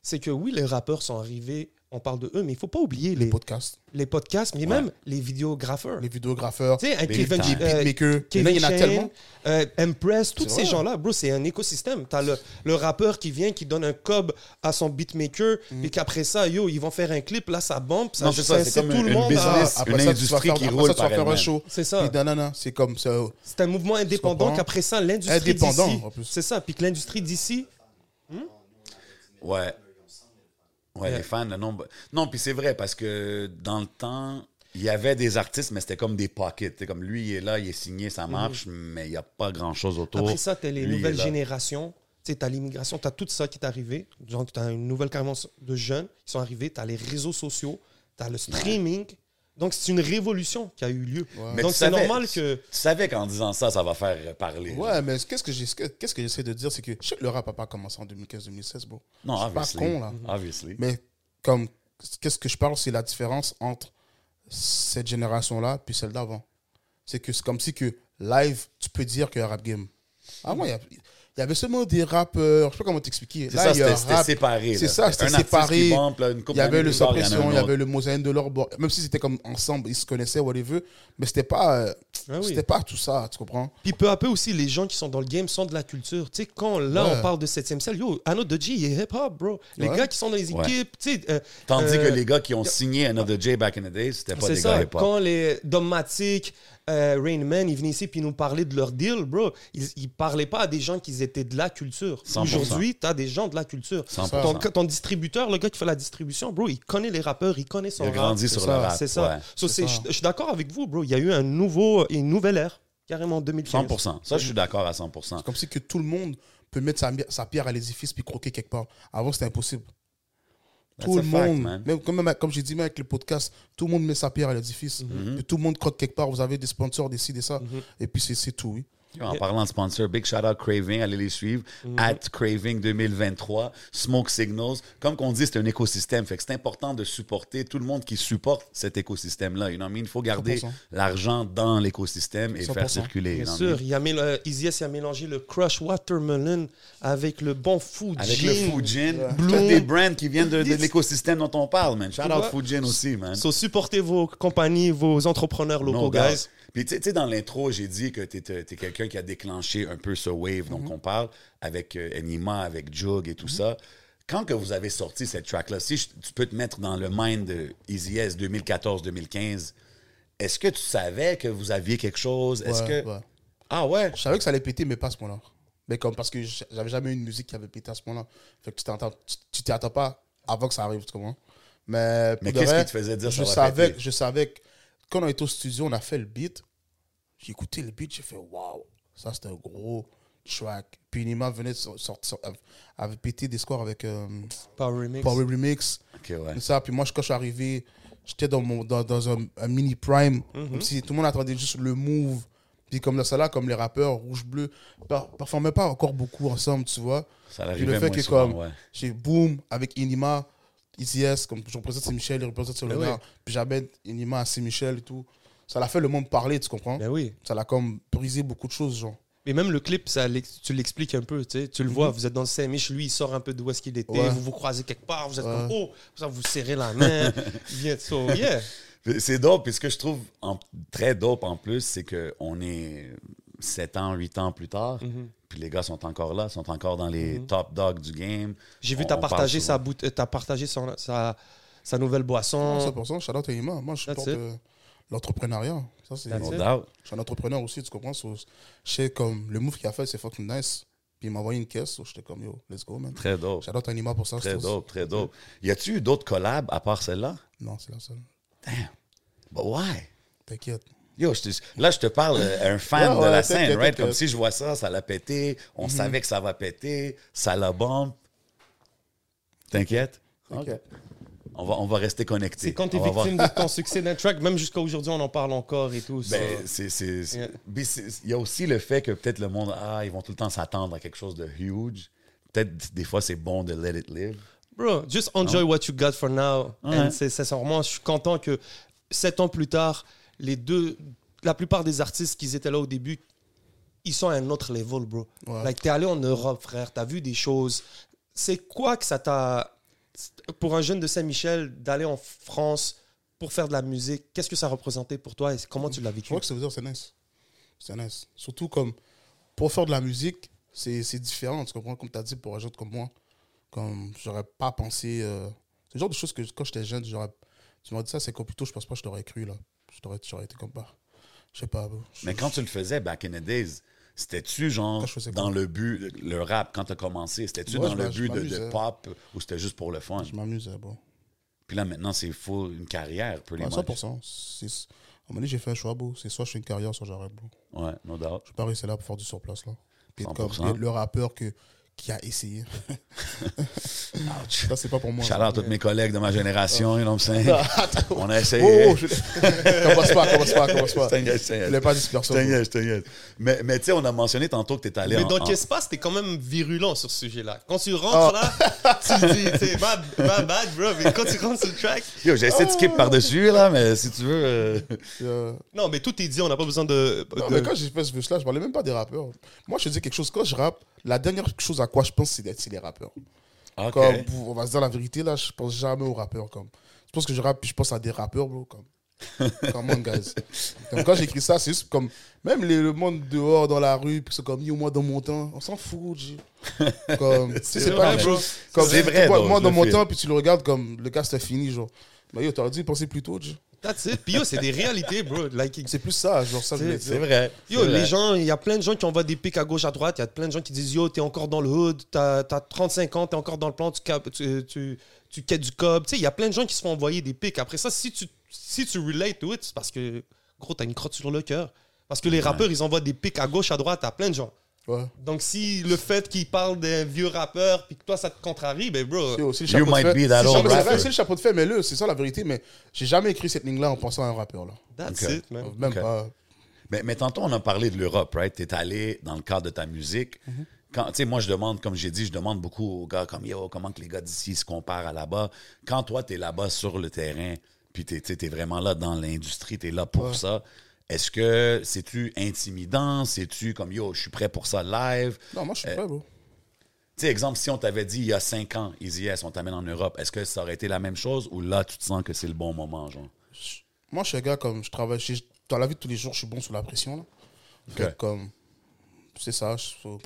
[SPEAKER 1] C'est que oui, les rappeurs sont arrivés, on parle de eux, mais il faut pas oublier les,
[SPEAKER 3] Podcast,
[SPEAKER 1] les podcasts, mais même les vidéographeurs.
[SPEAKER 3] les vidéographeurs,
[SPEAKER 1] Tu sais, un
[SPEAKER 2] Les
[SPEAKER 1] Kevin,
[SPEAKER 2] beatmakers.
[SPEAKER 1] euh,
[SPEAKER 3] beatmakers.
[SPEAKER 1] Kevin
[SPEAKER 3] Il y en a
[SPEAKER 1] Shane,
[SPEAKER 3] tellement.
[SPEAKER 1] euh, Empress, tous ces
[SPEAKER 3] vrai.
[SPEAKER 1] gens-là, bro, c'est un écosystème. T'as le, le rappeur qui vient, qui donne un cob à son beatmaker, et qu'après ça, yo, ils vont faire un clip, là, ça bombe, ça,
[SPEAKER 2] Non, c'est ça,
[SPEAKER 1] ça
[SPEAKER 2] c'est
[SPEAKER 1] incite
[SPEAKER 2] comme
[SPEAKER 1] tout
[SPEAKER 2] une-
[SPEAKER 1] le
[SPEAKER 2] une
[SPEAKER 1] monde. à-
[SPEAKER 2] business. une
[SPEAKER 3] ça, tu
[SPEAKER 2] industrie
[SPEAKER 3] vas faire-
[SPEAKER 2] qui
[SPEAKER 3] après
[SPEAKER 2] roule
[SPEAKER 3] ça, tu vas
[SPEAKER 2] par
[SPEAKER 3] faire un
[SPEAKER 2] elle-même.
[SPEAKER 3] show.
[SPEAKER 1] C'est ça.
[SPEAKER 3] Puis nanana, c'est comme ça.
[SPEAKER 1] C'est un mouvement indépendant
[SPEAKER 3] comprends?
[SPEAKER 1] qu'après ça, l'industrie
[SPEAKER 3] Indépendant,
[SPEAKER 1] d'ici,
[SPEAKER 3] en plus.
[SPEAKER 1] c'est ça, puis que l'industrie d'ici,
[SPEAKER 2] Ouais. Ouais, les fans, le nombre. Non, puis c'est vrai, parce que dans le temps, il y avait des artistes, mais c'était comme des pockets. T'sais, comme lui, il est là, il est signé, ça marche, mais il n'y a pas grand-chose autour.
[SPEAKER 1] Mhm. Après ça, tu as les
[SPEAKER 2] Lui, il est
[SPEAKER 1] nouvelles
[SPEAKER 2] là.
[SPEAKER 1] générations. Tu as l'immigration, tu as tout ça qui est arrivé. Donc, tu as une nouvelle carrément de jeunes qui sont arrivés. Tu as les réseaux sociaux, tu as le streaming. Donc, c'est une révolution qui a eu lieu.
[SPEAKER 2] Mais
[SPEAKER 1] Donc,
[SPEAKER 2] tu
[SPEAKER 1] c'est
[SPEAKER 2] savais-
[SPEAKER 1] normal que.
[SPEAKER 2] Tu savais qu'en disant ça, ça va faire parler. là.
[SPEAKER 3] Ouais, mais qu'est-ce que j'ai- qu'est-ce que j'essaie de dire, c'est que shit, le rap n'a pas commencé en 2015-2016, bro.
[SPEAKER 2] Non,
[SPEAKER 3] Je suis pas
[SPEAKER 2] obviously.
[SPEAKER 3] con, là.
[SPEAKER 2] Obviously.
[SPEAKER 3] Mais comme, qu'est-ce que je parle, c'est la différence entre cette génération-là puis celle d'avant. C'est que c'est comme si que live, tu peux dire qu'il y a un rap game. Avant, il y a- il y avait seulement des rappeurs, je sais pas comment t'expliquer.
[SPEAKER 2] C'est
[SPEAKER 3] Là,
[SPEAKER 2] ça,
[SPEAKER 3] il y a
[SPEAKER 2] c'était
[SPEAKER 3] un
[SPEAKER 2] c'était
[SPEAKER 3] rap,
[SPEAKER 2] séparé.
[SPEAKER 3] C'est
[SPEAKER 2] là.
[SPEAKER 3] ça, c'était
[SPEAKER 2] Un artiste
[SPEAKER 3] séparé.
[SPEAKER 2] qui bump, là, une couple
[SPEAKER 3] Il y avait
[SPEAKER 2] d'années
[SPEAKER 3] le
[SPEAKER 2] plus tard,
[SPEAKER 3] sans
[SPEAKER 2] il y en a un
[SPEAKER 3] pression, il y
[SPEAKER 2] autre.
[SPEAKER 3] avait le Mosaïne de leur bord. Même si c'était comme ensemble, ils se connaissaient, whatever, mais c'était pas, euh,
[SPEAKER 1] Ah oui.
[SPEAKER 3] c'était pas tout ça, tu comprends?
[SPEAKER 1] Puis peu à peu aussi, les gens qui sont dans le game sont de la culture. Tu sais, quand là,
[SPEAKER 3] Ouais.
[SPEAKER 1] on parle de 7ème salle, yo, Anno Doji, il est hip-hop, bro. Les
[SPEAKER 3] Ouais.
[SPEAKER 1] gars qui sont dans les
[SPEAKER 2] Ouais.
[SPEAKER 1] équipes, tu sais. euh,
[SPEAKER 2] Tandis
[SPEAKER 1] euh, Ah,
[SPEAKER 2] que les gars qui ont signé Another J back in the day, c'était pas
[SPEAKER 1] C'est
[SPEAKER 2] des
[SPEAKER 1] ça.
[SPEAKER 2] gars hip-hop.
[SPEAKER 1] Quand les Dommatic, euh, Rain Man, ils venaient ici puis ils nous parlaient de leur deal, bro, ils, ils parlaient pas à des gens qui étaient de la culture.
[SPEAKER 2] 100%.
[SPEAKER 1] Aujourd'hui, tu as des gens de la culture.
[SPEAKER 2] 100%.
[SPEAKER 1] Ton, ton distributeur, le gars qui fait la distribution, bro, il connaît les rappeurs, il connaît son
[SPEAKER 2] Il a
[SPEAKER 1] rap.
[SPEAKER 2] grandi sur
[SPEAKER 1] C'est
[SPEAKER 2] le
[SPEAKER 1] ça,
[SPEAKER 2] rap,
[SPEAKER 1] C'est ça.
[SPEAKER 2] ouais.
[SPEAKER 1] So, c'est- Je je suis d'accord avec vous, bro. Il y a eu un nouveau, une nouvelle ère, carrément en 2015.
[SPEAKER 2] 100%. Ça, je suis d'accord à 100%.
[SPEAKER 3] C'est comme si que tout le monde peut mettre sa, mi- sa pierre à l'édifice puis croquer quelque part. Avant, c'était impossible.
[SPEAKER 2] That's
[SPEAKER 3] Tout
[SPEAKER 2] a
[SPEAKER 3] le
[SPEAKER 2] fact,
[SPEAKER 3] monde,
[SPEAKER 2] man.
[SPEAKER 3] même, comme, même- comme j'ai dit, même avec le podcast, tout le monde met sa pierre à l'édifice.
[SPEAKER 2] Mm-hmm.
[SPEAKER 3] Puis Tout le monde croque quelque part. Vous avez des sponsors, des ci, des ça. Et puis c'est- c'est tout, oui.
[SPEAKER 2] En parlant de sponsor, big shout out Craving, allez les suivre.
[SPEAKER 1] Mm-hmm.
[SPEAKER 2] At Craving 2023, Smoke Signals. Comme qu'on dit, c'est un écosystème. Fait que c'est important de supporter tout le monde qui supporte cet écosystème-là. You know what I mean? Il faut garder
[SPEAKER 3] 100%.
[SPEAKER 2] l'argent dans l'écosystème et faire
[SPEAKER 3] 100%.
[SPEAKER 2] circuler. you
[SPEAKER 1] Bien
[SPEAKER 2] know what I
[SPEAKER 1] sûr,
[SPEAKER 2] mean?
[SPEAKER 1] il y a, mél- euh, Izias, il a mélangé le Crush Watermelon avec le bon Fujin.
[SPEAKER 2] Avec le Fujin,
[SPEAKER 1] Bloom.
[SPEAKER 2] tous des brands qui viennent de, de l'écosystème dont on parle, man. Shout
[SPEAKER 1] Tu
[SPEAKER 2] out
[SPEAKER 1] vois?
[SPEAKER 2] Fujin aussi, man.
[SPEAKER 1] So, supportez vos compagnies, vos entrepreneurs
[SPEAKER 2] No
[SPEAKER 1] locaux,
[SPEAKER 2] doubt.
[SPEAKER 1] guys.
[SPEAKER 2] Puis tu sais- tu sais, dans l'intro, j'ai dit que tu es, quelqu'un qui a déclenché un peu ce wave dont
[SPEAKER 1] Mm-hmm.
[SPEAKER 2] on parle avec euh, Enima, avec Jug et tout ça. Quand que vous avez sorti cette track-là, si je- tu peux te mettre dans le mind de Easy S 2014-2015, est-ce que tu savais que vous aviez quelque chose? Est-ce
[SPEAKER 3] Ouais,
[SPEAKER 2] que...
[SPEAKER 3] ouais.
[SPEAKER 2] Ah ouais?
[SPEAKER 3] Je savais que ça allait péter, mais pas à ce point-là. Mais comme parce que j- j'avais jamais eu une musique qui avait pété à ce point-là. Fait que tu t'entends, tu- tu t'y attends pas avant que ça arrive, tu comprends? Mais, pour
[SPEAKER 2] Mais
[SPEAKER 3] de
[SPEAKER 2] qu'est-ce
[SPEAKER 3] vrai,
[SPEAKER 2] qui te faisait dire
[SPEAKER 3] je
[SPEAKER 2] ça va
[SPEAKER 3] savais,
[SPEAKER 2] péter
[SPEAKER 3] je savais que quand on était au studio, on a fait le beat. J'ai écouté le beat, j'ai fait waouh, ça c'est un gros track. Puis Nima venait de sor- sortir, av- avait pété des scores avec euh,
[SPEAKER 1] Power Remix.
[SPEAKER 3] Power Remix.
[SPEAKER 2] Ok, ouais.
[SPEAKER 3] Et ça, puis moi, je- quand je suis arrivé, j'étais dans, mon, dans, dans un, un mini prime. Comme si tout le monde attendait juste le move. Puis comme la là, comme les rappeurs rouge-bleu, par- performaient pas encore beaucoup ensemble, tu vois.
[SPEAKER 2] Ça
[SPEAKER 3] Puis
[SPEAKER 2] l'arrivait
[SPEAKER 3] le fait
[SPEAKER 2] moins
[SPEAKER 3] que
[SPEAKER 2] souvent,
[SPEAKER 3] comme
[SPEAKER 2] ouais.
[SPEAKER 3] j'ai Boom avec Inima, ICS, comme je représente Saint-Michel, il représente sur le
[SPEAKER 1] oui.
[SPEAKER 3] Nord, puis j'amène Inima à Saint-Michel et tout. Ça l'a fait le monde parler, tu comprends
[SPEAKER 1] Ben oui.
[SPEAKER 3] Ça l'a comme brisé beaucoup de choses, genre.
[SPEAKER 1] Mais même le clip, ça, l'ex- tu l'expliques un peu, tu, sais, tu le vois, vous êtes dans le Saint-Mich, lui, il sort un peu d'où est-ce qu'il était,
[SPEAKER 3] Mhm. Ouais.
[SPEAKER 1] vous vous croisez quelque part, vous êtes
[SPEAKER 3] Ouais.
[SPEAKER 1] comme, oh, ça, vous serrez la main, il vient de so, yeah.
[SPEAKER 2] Puis C'est dope. Puis ce que je trouve en- très dope en plus, c'est qu'on est 7 ans, 8 ans plus tard.
[SPEAKER 1] Mm-hmm.
[SPEAKER 2] Puis les gars sont encore là, sont encore dans les top dogs du game.
[SPEAKER 1] J'ai vu,
[SPEAKER 2] On-
[SPEAKER 1] t'as
[SPEAKER 2] on parle
[SPEAKER 1] partagé,
[SPEAKER 2] souvent.
[SPEAKER 1] sa, boute- euh, t'as partagé son- sa, sa nouvelle boisson.
[SPEAKER 3] 100%, shout out à Inima. Moi, je
[SPEAKER 1] Mm. That's
[SPEAKER 3] porte
[SPEAKER 1] it.
[SPEAKER 3] euh, l'entrepreneuriat. Ça, c'est.
[SPEAKER 1] That's
[SPEAKER 2] No
[SPEAKER 1] it.
[SPEAKER 2] doubt.
[SPEAKER 3] Je suis un entrepreneur aussi, tu comprends so, Je sais, comme, le move qu'il a fait, c'est fucking nice. Puis il m'a envoyé une caisse, so, j'étais comme, yo, let's go, man.
[SPEAKER 2] Très dope.
[SPEAKER 3] Shout out à Inima pour ça. je
[SPEAKER 2] Très
[SPEAKER 3] trouve.
[SPEAKER 2] dope, très dope. Y a-tu eu d'autres collabs à part celle-là?
[SPEAKER 3] Non, c'est la seule.
[SPEAKER 2] But why?
[SPEAKER 3] T'inquiète.
[SPEAKER 2] Yo, je te- là, je te parle euh, un fan
[SPEAKER 3] Ouais,
[SPEAKER 2] de
[SPEAKER 3] ouais,
[SPEAKER 2] la
[SPEAKER 3] t'inquiète,
[SPEAKER 2] scène, right?
[SPEAKER 3] t'inquiète.
[SPEAKER 2] Comme si je vois ça, ça l'a pété, on savait que ça va péter, ça la bombe. T'inquiète?
[SPEAKER 3] T'inquiète.
[SPEAKER 2] Ok. On, va, on va rester connectés.
[SPEAKER 1] C'est quand t'es
[SPEAKER 2] On va voir.
[SPEAKER 1] victime de ton succès d'un track, même jusqu'à aujourd'hui, on en parle encore et tout. ça.
[SPEAKER 2] Ben, c'est- c'est- c'est-
[SPEAKER 1] Yeah.
[SPEAKER 2] puis c'est- Il y a aussi le fait que peut-être le monde, ah, ils vont tout le temps s'attendre à quelque chose de huge. Peut-être des fois, c'est bon de let it live.
[SPEAKER 1] Bro, just enjoy what you got for now.
[SPEAKER 2] Ouais.
[SPEAKER 1] And c'est sincèrement, je suis content que sept ans plus tard, les deux, la plupart des artistes qui étaient là au début, ils sont à un autre level, bro.
[SPEAKER 3] Ouais.
[SPEAKER 1] Like, t'es allé en Europe, frère, t'as vu des choses. C'est quoi que ça t'a. Pour un jeune de Saint-Michel, d'aller en France pour faire de la musique, qu'est-ce que ça représentait pour toi et comment tu l'as
[SPEAKER 3] Je
[SPEAKER 1] vécu?
[SPEAKER 3] crois que ça veut dire c'est nice. C'est nice. Surtout comme pour faire de la musique, c'est c'est différent, tu comprends? Comme tu as dit, pour un jeune comme moi, comme j'aurais pas pensé. euh, C'est le genre de choses que quand j'étais jeune, j'aurais. Tu m'aurais dit ça, c'est plutôt, je pense pas que je t'aurais cru là. Je t'aurais- J'aurais été comme pas. Je sais pas. bro. Je-
[SPEAKER 2] Mais quand tu le faisais back in the days, c'était-tu genre
[SPEAKER 3] Quand je faisais quoi?
[SPEAKER 2] dans le but, le rap, quand t'as commencé, c'était-tu
[SPEAKER 3] Moi,
[SPEAKER 2] dans
[SPEAKER 3] je
[SPEAKER 2] le
[SPEAKER 3] m'a- je
[SPEAKER 2] but de, de
[SPEAKER 3] m'amusais.
[SPEAKER 2] pop ou c'était juste pour le fun?
[SPEAKER 3] Je hein, m'amusais, bon.
[SPEAKER 2] Puis là, maintenant, c'est full une carrière, pretty
[SPEAKER 3] À
[SPEAKER 2] much.
[SPEAKER 3] 100%. c'est- À un moment donné, j'ai fait un choix, beau. C'est soit je fais une carrière, soit j'arrête, bro.
[SPEAKER 2] Ouais, no doubt.
[SPEAKER 3] Je vais pas rester là pour faire du surplace là. Puis être comme
[SPEAKER 2] 100%.
[SPEAKER 3] puis être le rappeur que, qui a essayé.
[SPEAKER 2] Ouch.
[SPEAKER 3] Ça, c'est pas pour moi.
[SPEAKER 2] Shout
[SPEAKER 3] là.
[SPEAKER 2] out à tous mes collègues de ma génération, you know what I'm saying? On a essayé.
[SPEAKER 3] Oh, oh, je... commence pas, commence pas, commence pas.
[SPEAKER 2] Je t'inquiète, je t'inquiète.
[SPEAKER 3] Il est pas dit personne.
[SPEAKER 2] T'inquiète, t'inquiète. Mais, mais tu sais, on a mentionné tantôt que t'es allé
[SPEAKER 1] Mais
[SPEAKER 2] en-
[SPEAKER 1] dans
[SPEAKER 2] en-
[SPEAKER 1] quel espace, t'es quand même virulent sur ce sujet-là. Quand tu rentres
[SPEAKER 3] Ah.
[SPEAKER 1] là, tu te dis, t'sais, my, my bad, bro, mais quand tu rentres sur le track,
[SPEAKER 2] Yo, j'ai essayé de
[SPEAKER 3] Ah!
[SPEAKER 2] skip par-dessus, là, mais si tu veux... euh,
[SPEAKER 3] Euh,
[SPEAKER 1] Non, mais tout est dit, on n'a pas besoin de.
[SPEAKER 3] non,
[SPEAKER 1] de-
[SPEAKER 3] mais quand j'ai fait ce bus-là, je parlais même pas des rappeurs. Moi, je te dis quelque chose. Quand je rappe, la dernière chose à quoi je pense, c'est d'être c'est les rappeurs.
[SPEAKER 2] OK.
[SPEAKER 3] Comme, pour- on va se dire la vérité, là, je pense jamais aux rappeurs. Comme. Je pense que je rappe, puis je pense à des rappeurs, bro. Comme. Come on, guys. Comme quand j'écris ça, c'est juste comme. Même les- le monde dehors, dans la rue, puis c'est comme, yo, moi, dans mon temps, on s'en fout, G. Comme, tu sais, c'est pas
[SPEAKER 2] vrai.
[SPEAKER 3] la même chose. Comme,
[SPEAKER 2] C'est
[SPEAKER 3] tu
[SPEAKER 2] vrai,
[SPEAKER 3] vois,
[SPEAKER 2] donc,
[SPEAKER 3] Moi,
[SPEAKER 2] je
[SPEAKER 3] dans
[SPEAKER 2] le
[SPEAKER 3] mon
[SPEAKER 2] file.
[SPEAKER 3] temps, puis tu le regardes comme, le gars, c'était fini, genre. Mais yo, t'aurais dû y penser plus tôt, G.
[SPEAKER 1] That's it. Puis yo, c'est des réalités, bro. Like,
[SPEAKER 3] C'est plus ça, genre, ça, je voulais
[SPEAKER 2] C'est
[SPEAKER 3] dire.
[SPEAKER 2] vrai.
[SPEAKER 1] yo,
[SPEAKER 2] c'est vrai.
[SPEAKER 1] les gens, il y a plein de gens qui envoient des pics à gauche, à droite. Il y a plein de gens qui disent Yo, t'es encore dans le hood, t'as t'as 35 ans, t'es encore dans le plan, tu, cap- tu, tu, tu quêtes du cob. Tu sais, il y a plein de gens qui se font envoyer des pics. Après ça, si tu, si tu relates to it, c'est parce que, gros, t'as une crotte sur le cœur. Parce que les rappeurs, ils envoient des pics à gauche, à droite à plein de gens.
[SPEAKER 3] Ouais.
[SPEAKER 1] Donc si le fait qu'ils parlent d'un vieux rappeur, puis que toi, ça te contrarie, ben, bro.
[SPEAKER 3] C'est aussi le
[SPEAKER 2] You
[SPEAKER 3] chapeau de
[SPEAKER 2] might
[SPEAKER 3] fait.
[SPEAKER 2] be that
[SPEAKER 3] C'est le
[SPEAKER 2] old
[SPEAKER 3] chapeau-
[SPEAKER 2] rapper.
[SPEAKER 3] c'est vrai, C'est le chapeau de fait, mais le, c'est ça la vérité. Mais j'ai jamais écrit cette ligne-là en pensant à un rappeur. Là.
[SPEAKER 1] That's
[SPEAKER 2] Ok.
[SPEAKER 1] it, man.
[SPEAKER 3] Même
[SPEAKER 2] Ok.
[SPEAKER 3] pas.
[SPEAKER 2] Mais, mais tantôt, on a parlé de l'Europe, right? T'es allé dans le cadre de ta musique. Quand, tu sais, moi, je demande, comme j'ai dit, je demande beaucoup aux gars comme, yo, comment que les gars d'ici se comparent à là-bas. Quand toi, t'es là-bas sur le terrain, puis t'es, tu sais, t'es vraiment là dans l'industrie, t'es là pour ça, est-ce que c'est-tu intimidant? C'est-tu comme, yo, je suis prêt pour ça live?
[SPEAKER 3] Non, moi je suis
[SPEAKER 2] Euh,
[SPEAKER 3] prêt, bro.
[SPEAKER 2] Tu sais, exemple, si on t'avait dit il y a cinq ans, Easy S, on t'amène en Europe, est-ce que ça aurait été la même chose ou là, tu te sens que c'est le bon moment, genre?
[SPEAKER 3] Moi, je suis un gars comme je travaille. je suis- dans la vie de tous les jours, je suis bon sous la pression. Là. Fait que, comme. C'est ça. je- faut-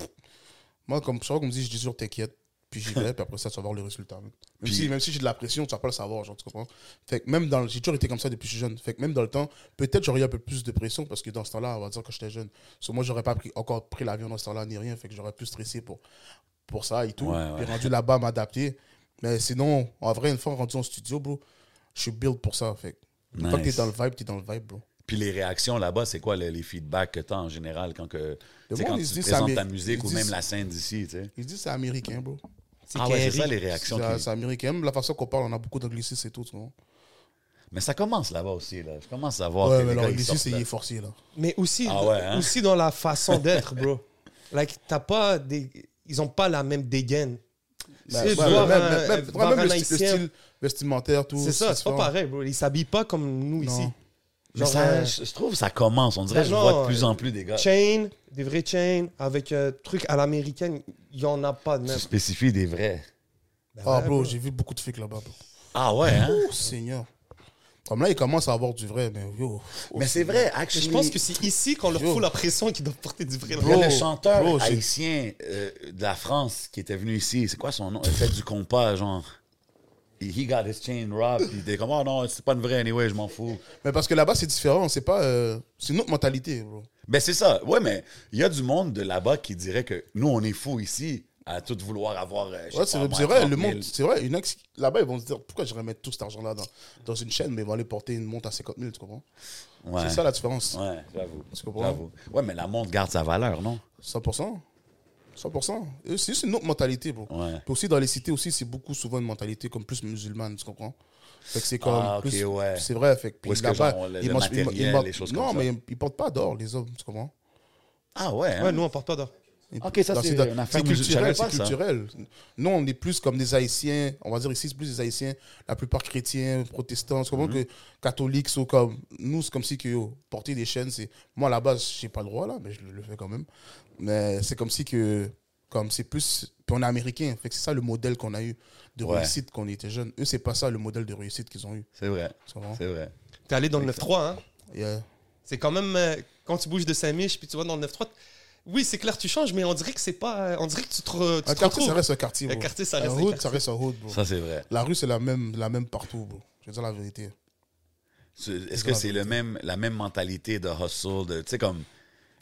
[SPEAKER 3] moi, comme chaque fois qu'on me dit, je dis toujours t'inquiète. Puis j'y vais, puis après ça, tu vas voir le résultat. Même,
[SPEAKER 2] Puis-
[SPEAKER 3] si, même si j'ai de la pression, tu vas pas le savoir, genre, tu comprends. Fait que même dans le- J'ai toujours été comme ça depuis que je suis jeune. Fait que même dans le temps, peut-être j'aurais eu un peu plus de pression parce que dans ce temps-là, on va dire que j'étais jeune. So, moi, j'aurais pas pris, encore pris l'avion dans ce temps-là ni rien. Fait que j'aurais pu stresser pour, pour ça et tout.
[SPEAKER 2] Ouais, ouais.
[SPEAKER 3] Puis rendu là-bas, m'adapter. Mais sinon, en vrai, une fois rendu en studio, bro, je suis build pour ça. Fait que Tant que t'es
[SPEAKER 2] Nice.
[SPEAKER 3] dans le vibe, t'es dans le vibe, bro.
[SPEAKER 2] Puis les réactions là-bas, c'est quoi les, les feedbacks que tu as en général quand, que, tu sais,
[SPEAKER 3] monde,
[SPEAKER 2] quand
[SPEAKER 3] ils
[SPEAKER 2] tu
[SPEAKER 3] se disent
[SPEAKER 2] présentes
[SPEAKER 3] ça,
[SPEAKER 2] ta
[SPEAKER 3] mais-
[SPEAKER 2] musique
[SPEAKER 3] ils
[SPEAKER 2] ou
[SPEAKER 3] disent-
[SPEAKER 2] même la scène d'ici? tu sais?
[SPEAKER 3] Ils disent c'est américain, bro.
[SPEAKER 2] Ah ouais, c'est ça les réactions.
[SPEAKER 3] C'est
[SPEAKER 2] qui-
[SPEAKER 3] c'est américain. Même la façon qu'on parle, on a beaucoup d'anglicisme et tout. tu vois.
[SPEAKER 2] Mais ça commence là-bas aussi. Là. Je commence à voir.
[SPEAKER 3] ouais,
[SPEAKER 2] que Oh,
[SPEAKER 3] mais
[SPEAKER 2] les gars, ils
[SPEAKER 3] l'anglicisme,
[SPEAKER 2] sortent
[SPEAKER 3] c'est
[SPEAKER 2] de-
[SPEAKER 3] il est forcé, là.
[SPEAKER 1] Mais aussi,
[SPEAKER 2] Ah ouais, hein?
[SPEAKER 1] aussi dans la façon d'être, bro. like, t'as pas des... Ils ont pas la même dégaine.
[SPEAKER 3] Ben,
[SPEAKER 1] C'est
[SPEAKER 3] ouais,
[SPEAKER 1] voir
[SPEAKER 3] même,
[SPEAKER 1] un-
[SPEAKER 3] même- même-
[SPEAKER 1] voir
[SPEAKER 3] vraiment,
[SPEAKER 1] un
[SPEAKER 3] le, style,
[SPEAKER 1] haïtien.
[SPEAKER 3] le style vestimentaire, tout.
[SPEAKER 1] C'est ça, c'est pas
[SPEAKER 3] différent.
[SPEAKER 1] pareil, bro. Ils s'habillent pas comme nous
[SPEAKER 3] Non.
[SPEAKER 1] ici.
[SPEAKER 2] Mais
[SPEAKER 1] Genre,
[SPEAKER 2] ça,
[SPEAKER 1] euh,
[SPEAKER 2] je, je trouve que ça commence. On
[SPEAKER 3] Ben
[SPEAKER 2] dirait que je
[SPEAKER 1] non,
[SPEAKER 2] vois de plus en plus des gars.
[SPEAKER 3] bah-
[SPEAKER 1] chain, des vrais chains, avec un truc à l'américaine, il y en a pas de
[SPEAKER 2] Tu
[SPEAKER 1] même.
[SPEAKER 2] spécifies des vrais.
[SPEAKER 3] Ah, bro, j'ai vu beaucoup de flics là-bas, bro.
[SPEAKER 2] Ah ouais, hein?
[SPEAKER 3] Oh, Seigneur. Comme là, ils commencent à avoir du vrai, mais yo. Oh,
[SPEAKER 2] Mais c'est vrai,
[SPEAKER 1] Mais
[SPEAKER 2] actually.
[SPEAKER 1] je pense que c'est ici qu'on leur
[SPEAKER 3] Yo.
[SPEAKER 1] fout la pression qu'ils doivent porter du vrai.
[SPEAKER 2] Il y a
[SPEAKER 3] Bro,
[SPEAKER 2] le chanteur
[SPEAKER 3] bro, c'est-
[SPEAKER 2] haïtien euh, de la France qui était venu ici. C'est quoi son nom? Il fait du compas, genre. He he got his chain robbed. Il était comme, oh non, c'est pas une vraie anyway, je m'en fous.
[SPEAKER 3] Mais parce que là-bas, c'est différent. C'est pas. euh, c'est une autre mentalité, bro.
[SPEAKER 2] Ben c'est ça. Ouais, mais il y a du monde de là-bas qui dirait que nous, on est fous ici à tout vouloir avoir. euh, je sais
[SPEAKER 3] Ouais,
[SPEAKER 2] pas,
[SPEAKER 3] c'est
[SPEAKER 2] moi,
[SPEAKER 3] c'est vrai,
[SPEAKER 2] 30
[SPEAKER 3] le
[SPEAKER 2] 000.
[SPEAKER 3] monde. C'est vrai, une ex- là-bas, ils vont se dire pourquoi je remets tout cet argent-là dans, dans une chaîne, mais ils vont aller porter une montre à 50 000, tu comprends
[SPEAKER 2] Ouais.
[SPEAKER 3] C'est ça la différence.
[SPEAKER 2] Ouais, j'avoue.
[SPEAKER 3] Tu comprends?
[SPEAKER 2] J'avoue. Ouais, mais la montre garde sa valeur, non?
[SPEAKER 3] 100%. 100%. Et C'est juste une autre mentalité, bro.
[SPEAKER 2] Ouais.
[SPEAKER 3] Puis aussi, dans les cités aussi, c'est beaucoup souvent une mentalité comme plus musulmane, tu comprends Fait que c'est comme.
[SPEAKER 2] Ah, ok,
[SPEAKER 3] plus-
[SPEAKER 2] ouais.
[SPEAKER 3] C'est vrai, fait que.
[SPEAKER 2] Où est-ce que, genre, le- le
[SPEAKER 3] mangent-
[SPEAKER 2] matériel,
[SPEAKER 3] ils mangent-
[SPEAKER 2] les choses
[SPEAKER 3] Non,
[SPEAKER 2] comme ça.
[SPEAKER 3] mais ils portent pas d'or, les hommes, tu comprends
[SPEAKER 2] Ah ouais, hein?
[SPEAKER 1] Ouais, nous, on porte pas d'or.
[SPEAKER 3] Et-
[SPEAKER 2] Ok, ça,
[SPEAKER 3] dans-
[SPEAKER 2] c'est
[SPEAKER 3] dans-
[SPEAKER 2] une affaire
[SPEAKER 3] c'est
[SPEAKER 2] musul- je savais
[SPEAKER 3] culturel.
[SPEAKER 2] pas
[SPEAKER 3] C'est
[SPEAKER 2] ça.
[SPEAKER 3] culturel. Nous, on est plus comme des Haïtiens. On va dire ici, c'est plus des Haïtiens. La plupart chrétiens, protestants. C'est
[SPEAKER 2] Mhm.
[SPEAKER 3] comme que catholiques sont comme. Nous, c'est comme si que yo, porter des chaînes, c'est. Moi, à la base, j'ai pas le droit, là, mais je le, le fais quand même. Mais c'est comme si que. Comme c'est plus. Puis on est américain. Fait que c'est ça le modèle qu'on a eu de
[SPEAKER 2] Ouais.
[SPEAKER 3] réussite quand on était jeune. Eux, c'est pas ça le modèle de réussite qu'ils ont eu.
[SPEAKER 2] C'est vrai.
[SPEAKER 3] Tu comprends?
[SPEAKER 2] C'est vrai.
[SPEAKER 1] T'es allé dans le 9-3, hein?
[SPEAKER 3] Yeah.
[SPEAKER 1] C'est quand même euh, quand tu bouges de Saint-Mich puis tu vas dans le 9-3. t- Oui, c'est clair, tu changes, mais on dirait que c'est pas. euh, On dirait que tu te, re- tu
[SPEAKER 3] Un
[SPEAKER 1] te
[SPEAKER 3] quartier, ça
[SPEAKER 1] retrouves.
[SPEAKER 3] reste un quartier.
[SPEAKER 1] Un
[SPEAKER 3] bro.
[SPEAKER 1] quartier, ça reste
[SPEAKER 3] Un
[SPEAKER 1] un
[SPEAKER 3] hood, ça
[SPEAKER 1] quartier.
[SPEAKER 3] reste un hood, bro.
[SPEAKER 2] Ça, c'est vrai.
[SPEAKER 3] La rue, c'est la même, la même partout, bro. Je vais dire la vérité.
[SPEAKER 2] C'est- Est-ce que c'est le même, la même mentalité de hustle, de, tu sais, comme...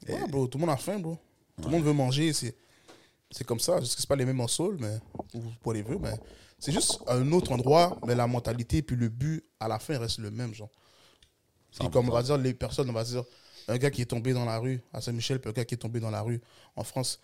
[SPEAKER 2] eh,
[SPEAKER 3] Ouais, bro, tout le monde a faim, bro. Tout le monde veut manger. C'est, c'est comme ça. Je sais que c'est pas les mêmes en soul, mais, ou pour les vœux, mais c'est juste un autre endroit, mais la mentalité puis le but à la fin reste le même, genre. Puis comme on va dire, les personnes, on va dire, un gars qui est tombé dans la rue à Saint-Michel, puis un gars qui est tombé dans la rue en France,